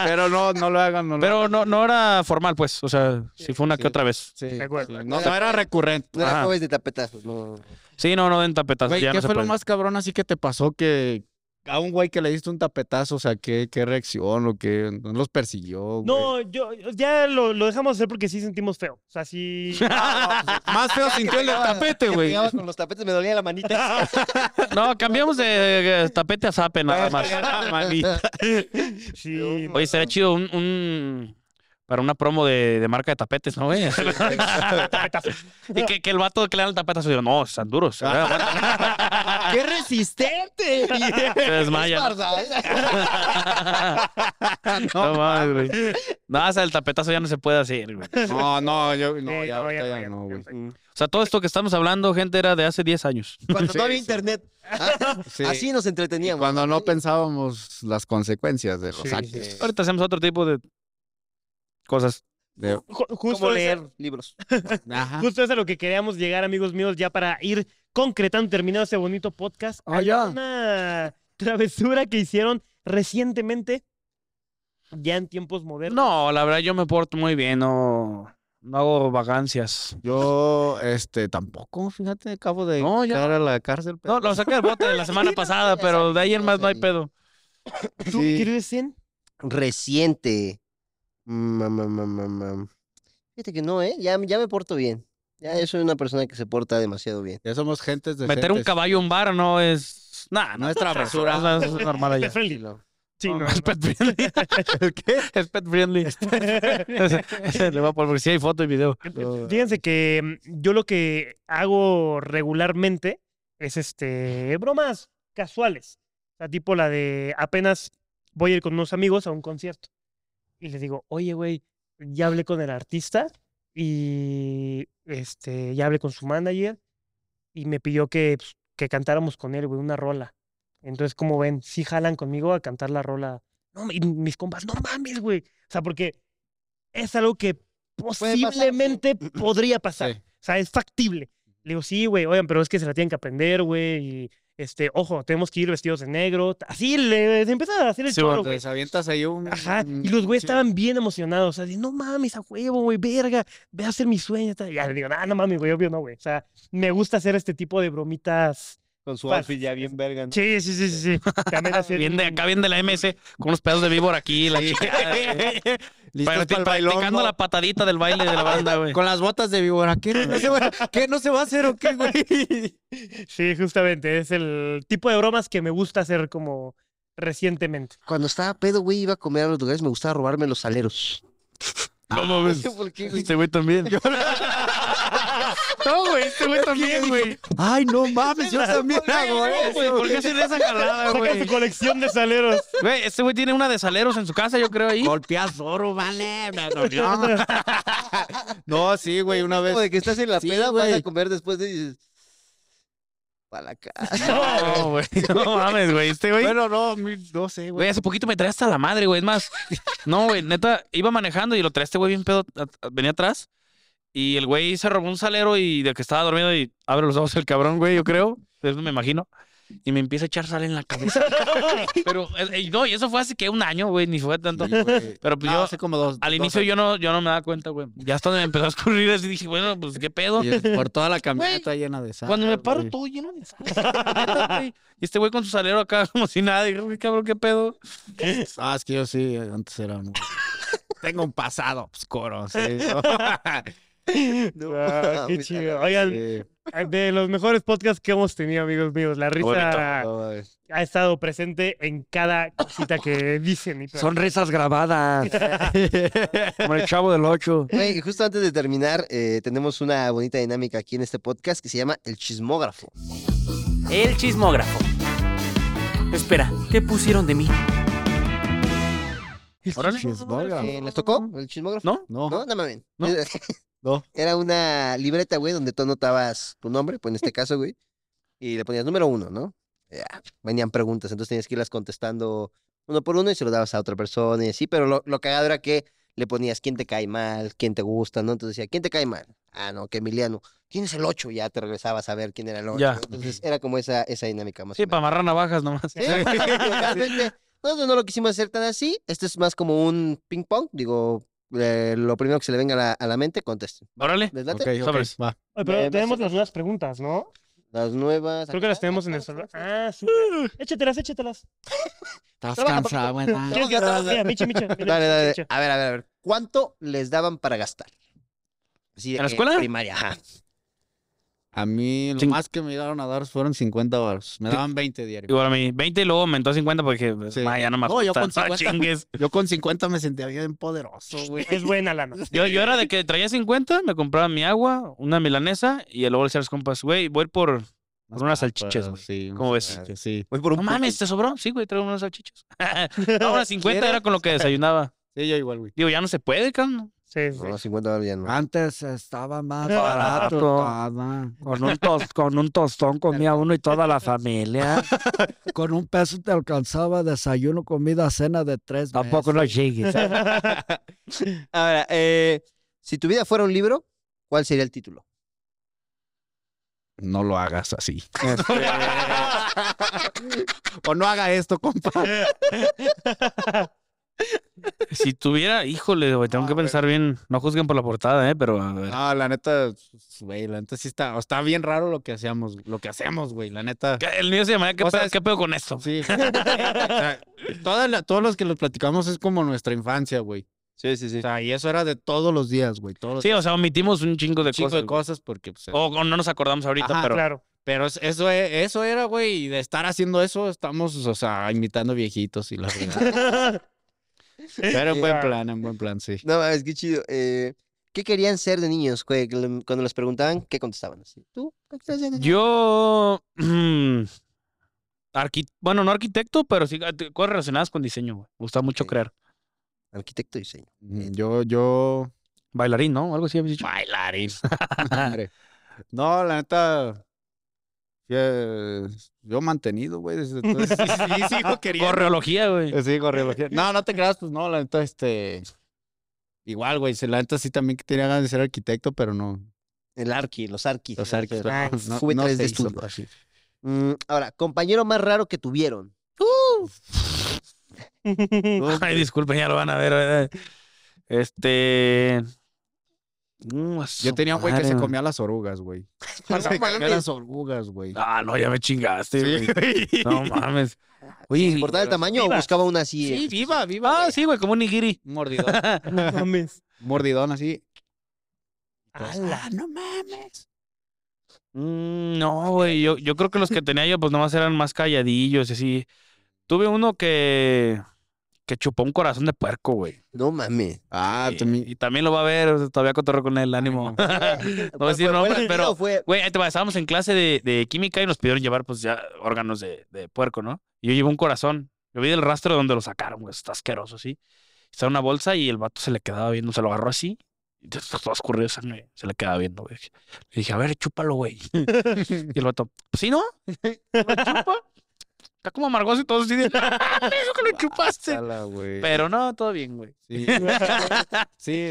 S7: Pero no, no lo hagan, no lo
S8: Pero no, no era formal, pues. O sea, sí fue una que otra vez.
S7: Sí,
S2: De acuerdo.
S7: sí. No, no era recurrente.
S1: No era
S8: Ajá.
S1: jueves de tapetazos, no.
S8: Sí, no, no den tapetazos.
S7: Güey,
S8: ya
S7: ¿qué
S8: no se
S7: fue lo
S8: puede.
S7: más cabrón así que te pasó que a un güey que le diste un tapetazo, o sea, qué, qué reacción o qué no los persiguió? güey?
S2: No, yo, ya lo, lo dejamos hacer porque sí sentimos feo. O sea, sí.
S7: Más feo sintió el del tapete,
S1: Que
S7: güey.
S1: pegabas con los tapetes, me dolía la manita.
S8: No, cambiamos de, eh, tapete a zape nada más. Ah,
S2: sí.
S8: Oye, estaría chido un, un- para una promo de, de marca de tapetes, ¿no, güey?
S2: tapetazo.
S8: y que, que el vato que le dan el tapetazo diga, no, están duros. Ah,
S7: ¡Qué resistente!
S8: Se desmaya. No mames, güey. No, hasta el tapetazo ya no se puede hacer, güey.
S7: No, no, yo no,
S2: Sí,
S7: ya,
S2: no, ya,
S7: ahorita ya
S2: ya,
S7: no, güey.
S8: O sea, todo esto que estamos hablando, gente, era de hace 10 años.
S1: Cuando no había internet. Ah,
S7: Sí.
S1: Así nos entreteníamos.
S7: Cuando no pensábamos las consecuencias de los
S2: Sí,
S7: actos.
S1: sí.
S8: Ahorita hacemos otro tipo de cosas.
S7: De-
S2: Ju-
S1: Como
S2: Justo ese-
S1: leer libros.
S7: Ajá.
S2: Justo eso es a lo que queríamos llegar, amigos míos, ya para ir concretando, terminado ese bonito podcast.
S4: Ah,
S2: Hay
S4: ya.
S2: Una travesura que hicieron recientemente, ya en tiempos modernos.
S8: No, la verdad yo me porto muy bien, no, no hago vagancias.
S7: Yo, este, tampoco, fíjate, acabo de
S8: No, ya.
S7: entrar a la cárcel. pero-
S8: No, lo saqué del bote la semana pasada, pero de ahí en más no hay pedo.
S2: ¿Tú
S7: sí.
S2: crees en?
S1: Reciente. Mm, mm, mm, mm, mm. Fíjate que no, ¿eh? Ya, ya me porto bien. Ya yo soy una persona que se porta demasiado bien.
S7: Ya somos gentes de
S8: Meter un caballo a un bar no es... Nah,
S7: No
S8: no
S7: es
S8: es
S7: travesura.
S8: travesura. Es normal allá.
S2: Pet Este friendly. Sí, no,
S8: Es pet friendly. ¿El qué? Es pet friendly.
S7: Este,
S8: Le voy a poner porque sí hay foto y video.
S2: no. Fíjense que mm, yo lo que hago regularmente es este bromas casuales. O sea, tipo la de apenas voy a ir con unos amigos a un concierto. Y les digo, oye, güey, ya hablé con el artista y este, ya hablé con su manager y me pidió que, pues, que cantáramos con él, güey, una rola. Entonces, como ven, sí jalan conmigo a cantar la rola. No, y mis compas, no mames, güey. O sea, porque es algo que
S1: pasar, sí.
S2: posiblemente podría pasar.
S7: Sí.
S2: O sea, es factible. Le digo, sí, güey, oigan, pero es que se la tienen que aprender, güey. Y, este, ojo, tenemos que ir vestidos de negro. Así les empieza a hacer el
S8: Sí,
S2: choro,
S8: bueno,
S2: güey.
S7: Les avientas ahí un.
S2: Ajá,
S7: un-
S2: y los güeyes
S7: sí.
S2: estaban bien emocionados. O sea, de, no mames, a huevo, güey, verga, ve a hacer mi sueño. tal. Ya le digo, ah, no mames, güey, obvio no, güey. O sea, me gusta hacer este tipo de bromitas.
S1: Con su
S2: Fácil. outfit
S1: ya bien verga.
S2: Sí, sí, sí, sí. sí. También hacer
S8: Bien de,
S2: un-
S8: acá bien de la MS, con unos pedos de víbora aquí, la chingada, güey.
S7: Listos
S8: Practi-
S7: pa'l
S8: Practicando
S7: bailongo.
S8: la patadita del baile de la banda, güey.
S7: Con las botas de víbora. ¿Qué no se va, qué, no se va a hacer o qué, güey?
S2: Sí, justamente. Es el tipo de bromas que me gusta hacer como recientemente.
S1: Cuando estaba pedo, güey, iba a comer a los lugares, me gustaba robarme los aleros.
S8: ¿Cómo ves?
S1: ¿Por qué, güey?
S8: Este güey también. No, güey, este güey también, güey.
S7: Ay, no mames, yo también hago eso.
S8: ¿Por qué hacen esa jalada,
S2: Saca su
S8: Ah, güey?
S2: colección de saleros.
S8: Güey, este güey tiene una de saleros en su casa, yo creo, ahí.
S7: Golpeas oro, vale. me dolió. No, sí, güey, una
S1: Como de
S7: vez.
S1: que estás en la
S7: Sí,
S1: peda, vas a
S7: güey.
S1: comer después de... y dices, Pa' la casa.
S8: No, güey. No mames, güey. Este güey.
S7: Bueno, no, mi- no sé,
S8: Güey,
S7: güey.
S8: hace poquito me traía hasta la madre, güey. Es más, no, güey, neta, iba manejando y lo traía este güey bien pedo, a- a- venía atrás. Y el güey se robó un salero y del que estaba dormido y abre los ojos el cabrón, güey, yo creo. Eso me imagino. y me empieza a echar sal en la cabeza. Pero, eh, eh, no, y eso fue hace que un año, güey, ni fue tanto. Pero pues yo,
S7: hace como dos.
S8: al
S7: dos
S8: inicio yo no, yo no me daba cuenta, güey. Ya hasta donde me empezó a escurrir así, dije, bueno, pues qué pedo.
S7: años. Y Por toda la camioneta llena de sal.
S8: Ah, Cuando me paro
S7: güey.
S8: todo lleno de sal. neta, güey. Y este güey con su salero acá como si nada. Dije, "Uy, cabrón, qué pedo.
S7: Ah, es que yo sí, antes era un- Tengo un pasado oscuro, sí.
S1: No,
S2: Ah, qué
S1: mames,
S2: chido. Oigan, ah,
S7: Sí,
S2: de los mejores podcasts que hemos tenido, amigos míos, la risa
S7: todo es-
S2: ha estado presente en cada cosita que dicen. y todo.
S4: Son risas grabadas. Como el chavo del 8.
S1: Güey, y justo antes de terminar, eh, tenemos una bonita dinámica aquí en este podcast que se llama El Chismógrafo.
S5: El chismógrafo. Espera, ¿qué pusieron de mí?
S8: Órale.
S7: Chismógrafo.
S1: Eh, ¿Les tocó el chismógrafo?
S8: ¿No?
S7: No,
S1: No, no mames.
S8: No.
S7: No.
S1: Era una libreta, güey, donde tú anotabas tu nombre, pues en este caso, güey, y le ponías número uno, ¿no? Ya, venían preguntas, entonces tenías que irlas contestando uno por uno y se lo dabas a otra persona y así, pero lo, lo cagado era que le ponías quién te cae mal, quién te gusta, ¿no? Entonces decía, ¿quién te cae mal? Ah, no, que Emiliano. ¿Quién es el ocho? Ya te regresabas a ver quién era el ocho.
S8: Ya.
S1: ¿no? Entonces era como esa, esa dinámica más
S8: Sí,
S1: o menos.
S8: para amarrar navajas nomás.
S1: Sí, realmente. Nosotros no lo quisimos hacer tan así. Este es más como un ping pong. Digo, eh, lo primero que se le venga a la, a la mente, contesten.
S8: Órale.
S1: ¿Les
S7: ok,
S1: late?
S7: ok,
S8: Sobres.
S7: va.
S2: Oye, pero
S1: Eh, más
S2: tenemos
S1: o
S2: las nuevas preguntas, ¿no?
S1: Las nuevas.
S2: Creo que las tenemos en el celular. Ah, sí. Échatelas, échatelas.
S7: Estás
S2: Trabaja,
S7: cansado, güey. nah.
S2: ¿Quieres
S1: no,
S2: gastar?
S1: no, no.
S2: Mira, Micha, Micha. mira,
S1: Ah, Dale, dale.
S2: Micha.
S1: A ver, a ver, a ver. ¿Cuánto les daban para gastar? Así de
S8: ¿En la
S1: que
S8: escuela?
S1: Primaria, ajá.
S7: A mí lo
S8: Chin-
S7: más que me dieron a dar fueron 50 baros. Me daban 20 diarios.
S8: Igual a mí, 20 y luego aumentó a 50 porque pues,
S7: Sí.
S8: ma, ya no me
S7: No, yo
S8: ajusta.
S7: con
S8: No,
S7: 50.
S8: chingues.
S7: Yo con 50 me sentía bien poderoso, güey.
S2: Es buena lana.
S8: Yo, yo era de que traía 50, me compraba mi agua, una milanesa y luego le decía a los compas, güey, voy por, por unas salchichas,
S7: Ah,
S8: güey.
S7: Sí.
S8: ¿Cómo ves?
S7: que Sí.
S1: Voy por un
S8: No
S1: pulpo.
S8: mames, ¿te sobró? Sí, güey, traigo unas salchichas. no, unas 50 era con lo que desayunaba.
S7: Sí, yo igual, güey.
S8: Digo, ya no se puede, cabrón.
S2: Sí, sí.
S1: No, 50 dólares ya no.
S7: Antes estaba más
S4: Barato.
S7: barato. estaba.
S4: Con un, tos- con un tostón comía uno y toda la familia.
S7: Con un peso te alcanzaba desayuno, comida, cena de tres
S4: Tampoco no llegues.
S2: Ah.
S1: Ahora, eh, si tu vida fuera un libro, ¿cuál sería el título?
S7: No lo hagas así. o no haga esto, compa.
S8: Si tuviera, híjole, güey, tengo
S7: No,
S8: que
S7: a ver. Ah.
S8: pensar bien. No juzguen por la portada, ¿eh? Pero a ver.
S7: No, la neta, güey, la neta sí está, está bien raro lo que hacíamos, lo que hacemos, güey, la neta.
S8: ¿Qué- El niño se llamaría ¿Qué,
S7: O
S8: pedo,
S7: sea, es-
S8: ¿qué pedo con esto?
S7: Sí. O sea, toda la- todos los que los platicamos es como nuestra infancia, güey.
S1: Sí, sí,
S7: O
S1: sí.
S7: sea, y eso era de todos los días, güey, todos los
S8: Sí, o sea, omitimos un chingo de
S7: un chingo
S8: cosas.
S7: de
S8: güey. Oh.
S7: cosas porque pues,
S8: O, o no nos acordamos ahorita,
S7: Ajá,
S8: pero.
S2: Claro.
S7: pero es- eso e- eso era, güey, y de estar haciendo eso estamos, o sea, imitando viejitos y la verdad. Pero en buen
S2: Ya.
S7: plan, en buen plan, sí.
S1: No mames, qué chido. Eh, ¿Qué querían ser de niños? güey? Cuando les preguntaban, ¿qué contestaban? Así, ¿Tú? ¿Qué quieres ser de niño?
S8: Yo. mm, arqui- Bueno, no arquitecto, pero sí ah, te- cosas relacionadas con diseño, güey. Me gusta mucho
S1: Ok.
S8: crear.
S1: Arquitecto y diseño.
S7: Mm, Yo, yo.
S8: Bailarín, ¿no? Algo así habías dicho.
S7: Bailarín. Hombre. No, la neta. eh, Yo mantenido, güey, desde entonces. Sí, sí, sigo queriendo.
S8: Correología, güey.
S7: Eh, Sí, correología. No, no te creas, pues no, la neta, este. Igual, güey, se- la neta sí también que tenía ganas de ser arquitecto, pero no.
S1: El arqui, los arquis.
S7: Los arquis,
S1: Ah,
S7: pero no,
S1: Sube
S7: no
S1: tres
S7: se
S1: de
S7: hizo,
S1: estudio.
S7: así.
S1: Mm, ahora, compañero más raro que tuvieron.
S7: Este,
S8: Ay, disculpen, ya lo van a ver. ¿verdad? Este. mm, a
S7: Yo
S8: su
S7: tenía un güey que se
S8: madre, güey.
S7: comía las orugas, güey. Se comía las orugas, güey.
S8: Ah, no, ya me chingaste, güey. No mames.
S1: Oye, ¿importaba el tamaño o
S2: viva.
S1: buscaba una así? eh?
S7: viva, viva.
S8: Ah, sí, güey, como un nigiri.
S7: Un mordidón.
S2: No mames.
S7: un mordidón así. Pues,
S2: ¡Hala!
S7: ah, no mames.
S8: Mm, no, güey, yo, yo creo que los que tenía yo, pues nomás eran más calladillos y así. Tuve uno que. que chupó un corazón de puerco, güey.
S1: No mames.
S7: Ah,
S8: Y,
S7: también.
S8: y también lo va a ver, o sea, todavía cotorro con el ánimo. voy
S1: Pues,
S8: a decir nombres, pero-
S1: Fue...
S8: Güey, ahí te va, estábamos en clase de, de química y nos pidieron llevar, pues ya, órganos de, de puerco, ¿no? Y yo llevo un corazón. Yo vi del rastro de donde lo sacaron, güey, está asqueroso, ¿sí? Está en una bolsa y el vato se le quedaba viendo, se lo agarró así. Y todo todo escurrido de sangre, se le quedaba viendo, güey. Le dije, a ver, chúpalo, güey. y el vato, pues sí, ¿no? Lo chupa. Está como amargoso y todo así de, "Ah, eso que lo chupaste.
S7: Ala, güey.
S8: Pero no, todo bien, güey.
S7: Sí,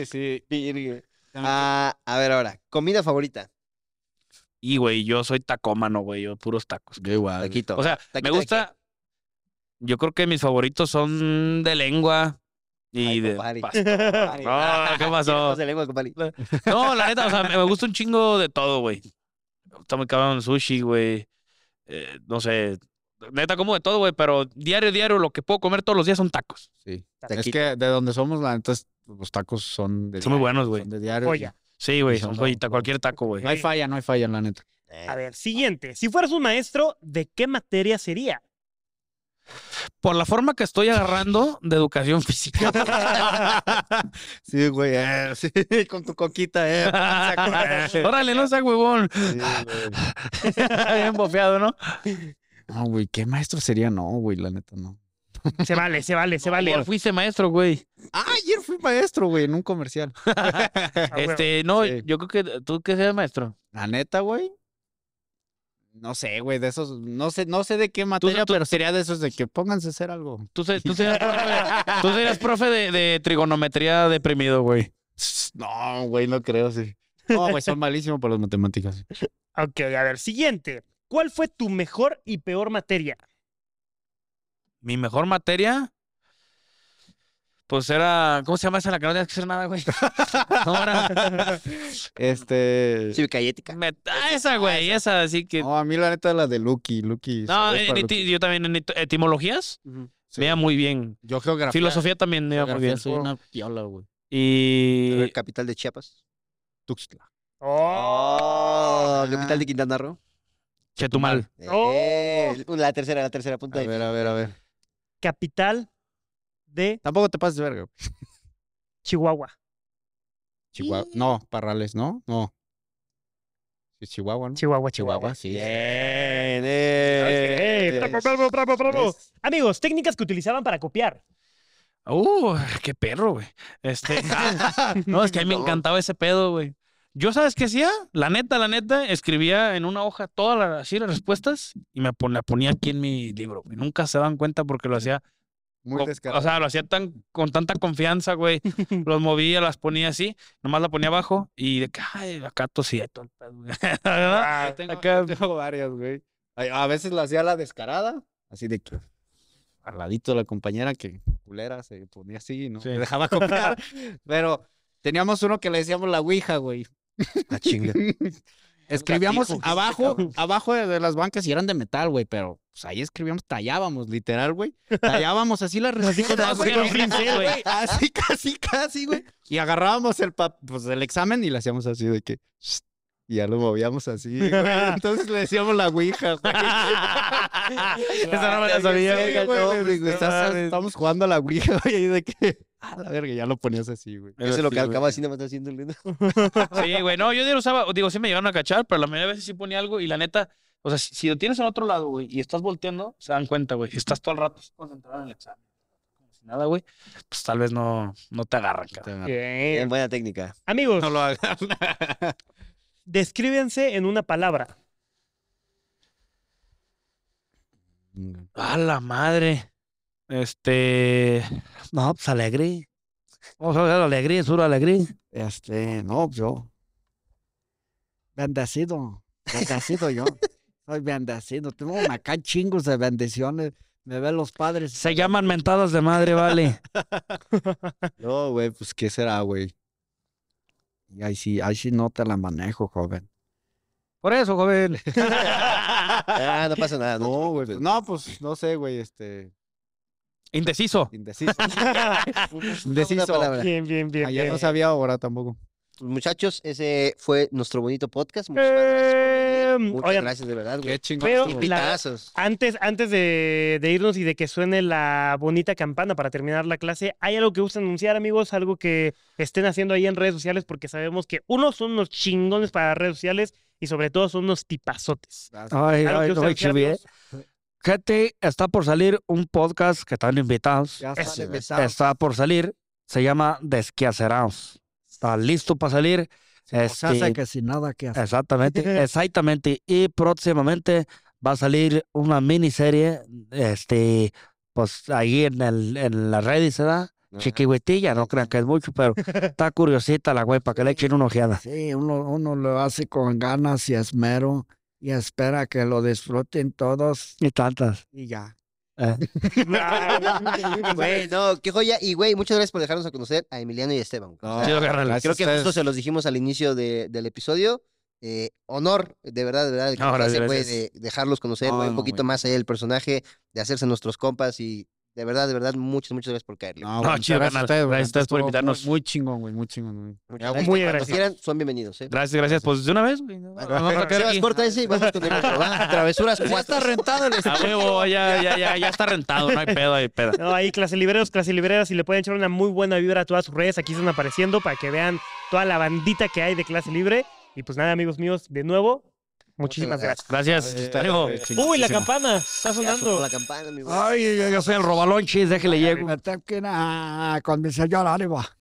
S7: sí. sí.
S1: Ah, a ver, ahora, comida favorita.
S8: Y, güey, yo soy tacómano, güey, yo puros tacos.
S7: Yo igual.
S1: Taquito.
S8: O sea, me
S1: Taquito de
S8: gusta. Yo creo que mis favoritos son de lengua y
S1: Ay,
S8: de.
S1: compadre.
S8: pas- No, ¿qué pasó?
S1: No se lengua, compadre.
S8: No, la neta, o sea, me me gusta un chingo de todo, güey. Está muy cabrón el sushi, güey. Eh, no sé. Neta, como de todo, güey, pero diario, diario, lo que puedo comer todos los días son tacos.
S7: Sí.
S1: Taquito.
S7: Es que de donde somos, la entonces los tacos son de
S8: Son muy
S7: diario,
S8: buenos, güey.
S7: Son de diario.
S2: Joya. Eh,
S8: Sí, güey,
S7: Sí, son
S8: son
S7: sabrosos.
S8: joyita, cualquier taco, güey.
S7: No hay falla, no hay falla, la neta.
S1: Eh,
S2: A ver, siguiente. Si fueras un maestro, ¿de qué materia sería?
S8: Por la forma que estoy agarrando de educación física.
S7: Sí, güey, eh, sí, con tu coquita, eh.
S8: Órale, no sea huevón.
S1: Ah,
S8: Bien bofeado, ¿no?
S7: No, güey, ¿qué maestro sería? No, güey, la neta, no.
S2: Se vale, se vale, se vale.
S8: Igual fuiste maestro, güey.
S7: Ah, ayer fui maestro, güey, en un comercial.
S2: Ah, huevo.
S8: Este, no,
S7: Sí.
S8: yo creo que tú que seas maestro.
S7: La neta, güey. No sé, güey, de esos, no sé, no sé de
S4: Pues,
S7: qué materia,
S8: tú-
S7: pero sería de esos de que pónganse a hacer algo.
S8: Tú, se- tú serías profe, tú serías profe de, de trigonometría deprimido, güey.
S7: No, güey, no creo, sí. No, güey, son malísimos por las matemáticas.
S2: Ok, a ver, siguiente. ¿Cuál fue tu mejor y peor materia?
S8: Mi mejor materia, pues era. ¿Cómo se llama esa en la que no tenías que hacer nada, güey? No, era.
S7: Este.
S1: Cívica y ética.
S8: me- ah, esa, güey, esa, así que.
S7: No, a mí la neta la de Lucky, Lucky.
S8: No,
S7: ¿sabes
S8: en
S7: cuál?
S8: eti- yo también en et- etimologías
S7: Sí.
S8: me iba muy bien.
S7: Yo geografía.
S8: Filosofía también me iba muy
S7: geografía
S8: bien.
S7: soy una piola, güey.
S8: Y
S1: Capital de Chiapas.
S7: Tuxtla.
S1: Oh, capital de Quintana Roo.
S8: Chetumal.
S1: Eh, la tercera, la tercera
S7: A
S1: punta.
S7: ver, a ver, a ver.
S2: Capital de
S7: Tampoco te pases de verga. güey.
S2: Chihuahua.
S7: Chihuahua. No, Parrales, ¿no? No. Sí, Chihuahua, ¿no?
S2: Chihuahua,
S7: Chihuahua,
S2: Chihuahua.
S7: sí.
S1: Bien,
S2: Eh,
S1: eh.
S2: bravo, bravo, bravo, bravo.
S7: ¿Ves?
S2: Amigos, técnicas que utilizaban para copiar.
S8: Uh, qué perro, güey. Este, no, es que a mí me encantaba ese pedo, güey. Yo, ¿sabes qué hacía? La neta, la neta, escribía en una hoja todas las, así las respuestas y me pon- la ponía aquí en mi libro. güey. Nunca se dan cuenta porque lo hacía,
S7: Muy
S8: con-
S7: descarado.
S8: o sea, lo hacía tan, con tanta confianza, güey. Los movía, las ponía así, nomás la ponía abajo y de que, ay, acá tosía y todo el pedo, güey.
S7: Ah, tengo,
S8: acá-
S7: tengo varias, güey. Ay, A veces la hacía la descarada, así de que al ladito de la compañera que culera se ponía así y no
S8: Sí.
S7: me dejaba copiar. Pero teníamos uno que le decíamos la ouija, güey. Ah,
S1: La chinga.
S7: Escribíamos
S1: castigo,
S7: abajo, abajo de, de las bancas y eran de metal, güey, pero pues ahí escribíamos, tallábamos, literal, güey. Tallábamos así las respuestas,
S8: Así con
S7: güey.
S8: pincel, güey.
S7: Así, casi, casi, güey. Y agarrábamos el, pap- pues, el examen y le hacíamos así de que... "Shh", Y ya lo movíamos así, güey. Entonces le decíamos la ouija, güey.
S8: Ah, Esa no me la sabía,
S7: Sí,
S8: güey.
S7: güey,
S8: No,
S7: güey,
S8: pues, no
S7: estás-
S8: mames.
S7: Estamos jugando a la ouija, güey, y de que... A la verga, ya lo ponías así, güey.
S1: Eso es lo que
S8: Sí, güey.
S1: acaba haciendo, está haciendo lindo.
S8: Sí, güey. No, yo no usaba, digo, sí me llegaron a cachar, pero la mayoría de veces sí ponía algo y la neta, o sea, si, si lo tienes en otro lado, güey, y estás volteando, se dan cuenta, güey. Si estás todo el rato concentrado en el examen, como si nada, güey, pues tal vez no, no te agarran, cabrón.
S1: Bien, buena técnica.
S2: Eh, Amigos,
S7: No lo hagas.
S2: descríbense en una palabra.
S8: A la madre. Este. No, pues alegría. Vamos a ver alegría, solo alegría.
S7: Este, no, yo. Bendecido. Bendecido yo. Soy bendecido. Tengo acá chingos de bendiciones. Me ven los padres.
S8: Se llaman mentadas de madre, vale.
S7: No, güey, pues ¿qué será, güey? Y ahí sí, ahí sí no te la manejo, joven.
S8: Por eso, joven.
S1: Ah, no pasa nada. No,
S7: No, güey. pues, No, pues no sé, güey, este.
S8: Indeciso.
S7: Indeciso.
S1: Una
S7: indeciso.
S1: palabra.
S2: Bien, bien, Eh, bien.
S7: Ayer
S2: bien.
S7: no sabía ahora tampoco.
S1: Pues, muchachos, ese fue nuestro bonito podcast. Muchas
S2: Eh,
S1: gracias. por venir. Muchas
S2: oigan,
S1: gracias, de verdad, güey.
S7: Qué chingón.
S2: Pero
S7: estuvo.
S2: la-
S1: Invitazos.
S2: antes, antes de, de irnos y de que suene la bonita campana para terminar la clase, ¿hay algo que gusten anunciar, amigos? ¿Algo que estén haciendo ahí en redes sociales? Porque sabemos que unos son unos chingones para redes sociales y sobre todo son unos tipazotes.
S8: Ay,
S2: ¿Algo que
S8: ay, no me
S2: ustedes quieran,
S8: exhibí, eh.
S2: amigos?
S8: Gente, está por salir un podcast que están invitados.
S7: Ya
S1: Eso,
S7: está
S1: güey.
S7: empezado.
S8: Está por salir. Se llama Desquiacerados. Está listo para salir. Este,
S7: que sin nada que hacer.
S8: exactamente, exactamente. Y próximamente va a salir una miniserie. Este, pues ahí en, el, en las redes, ¿verdad?
S7: Ah.
S4: Chiquihuitilla, no crean que es mucho, pero está curiosita la güey, para que le echen una ojeada.
S3: Sí, uno, uno lo hace con ganas y esmero y espera que lo disfruten todos
S4: Y tantas.
S3: y ya.
S1: Güey, no, qué joya. Y, güey, muchas gracias por dejarnos a conocer a Emiliano y a Esteban. güey.
S7: No,
S8: Sí, agárralo.
S7: gracias
S1: Creo que
S7: a ustedes.
S1: justo se los dijimos al inicio de- del episodio. Eh, honor, de verdad, de verdad, el que
S8: No,
S1: nos
S8: gracias,
S1: hace, güey, de
S8: gracias.
S1: dejarlos conocer
S7: No,
S1: güey, un
S7: no,
S1: poquito
S7: güey.
S1: más allá del personaje, de hacerse nuestros compas y de verdad, de verdad, muchas, muchas gracias por caerle.
S7: No, güey,
S8: chido,
S7: gracias a
S8: carnal.
S7: ustedes, güey.
S8: Gracias a ustedes por
S7: Estuvo muy-
S8: invitarnos.
S7: Muy chingón, güey, muy chingón. güey.
S1: Muchas
S2: Muy
S1: Cuando
S2: agradecido.
S1: quieran, son bienvenidos, ¿eh?
S8: Gracias, gracias. Pues de una vez, güey. Vamos a sacar
S1: Sebas,
S8: aquí.
S1: corta ese y vamos con el otro, va. Travesuras cuatro.
S7: rentado el
S2: Ah,
S8: A huevo, ya, ya, ya, ya está rentado, no hay pedo, hay pedo.
S2: No, ahí clase libreros, clase libreras, y le pueden echar una muy buena vibra a todas sus redes. Aquí están apareciendo para que vean toda la bandita que hay de clase libre. Y pues nada, amigos míos, de nuevo, muchísimas gracias.
S8: Gracias. Ánimo.
S2: Uy, la campana, está sonando.
S1: La campana, mi güey.
S4: Ay, yo, yo soy el robalonchis, déjele llego.
S3: Me tengo que ir a- con mi señora arriba.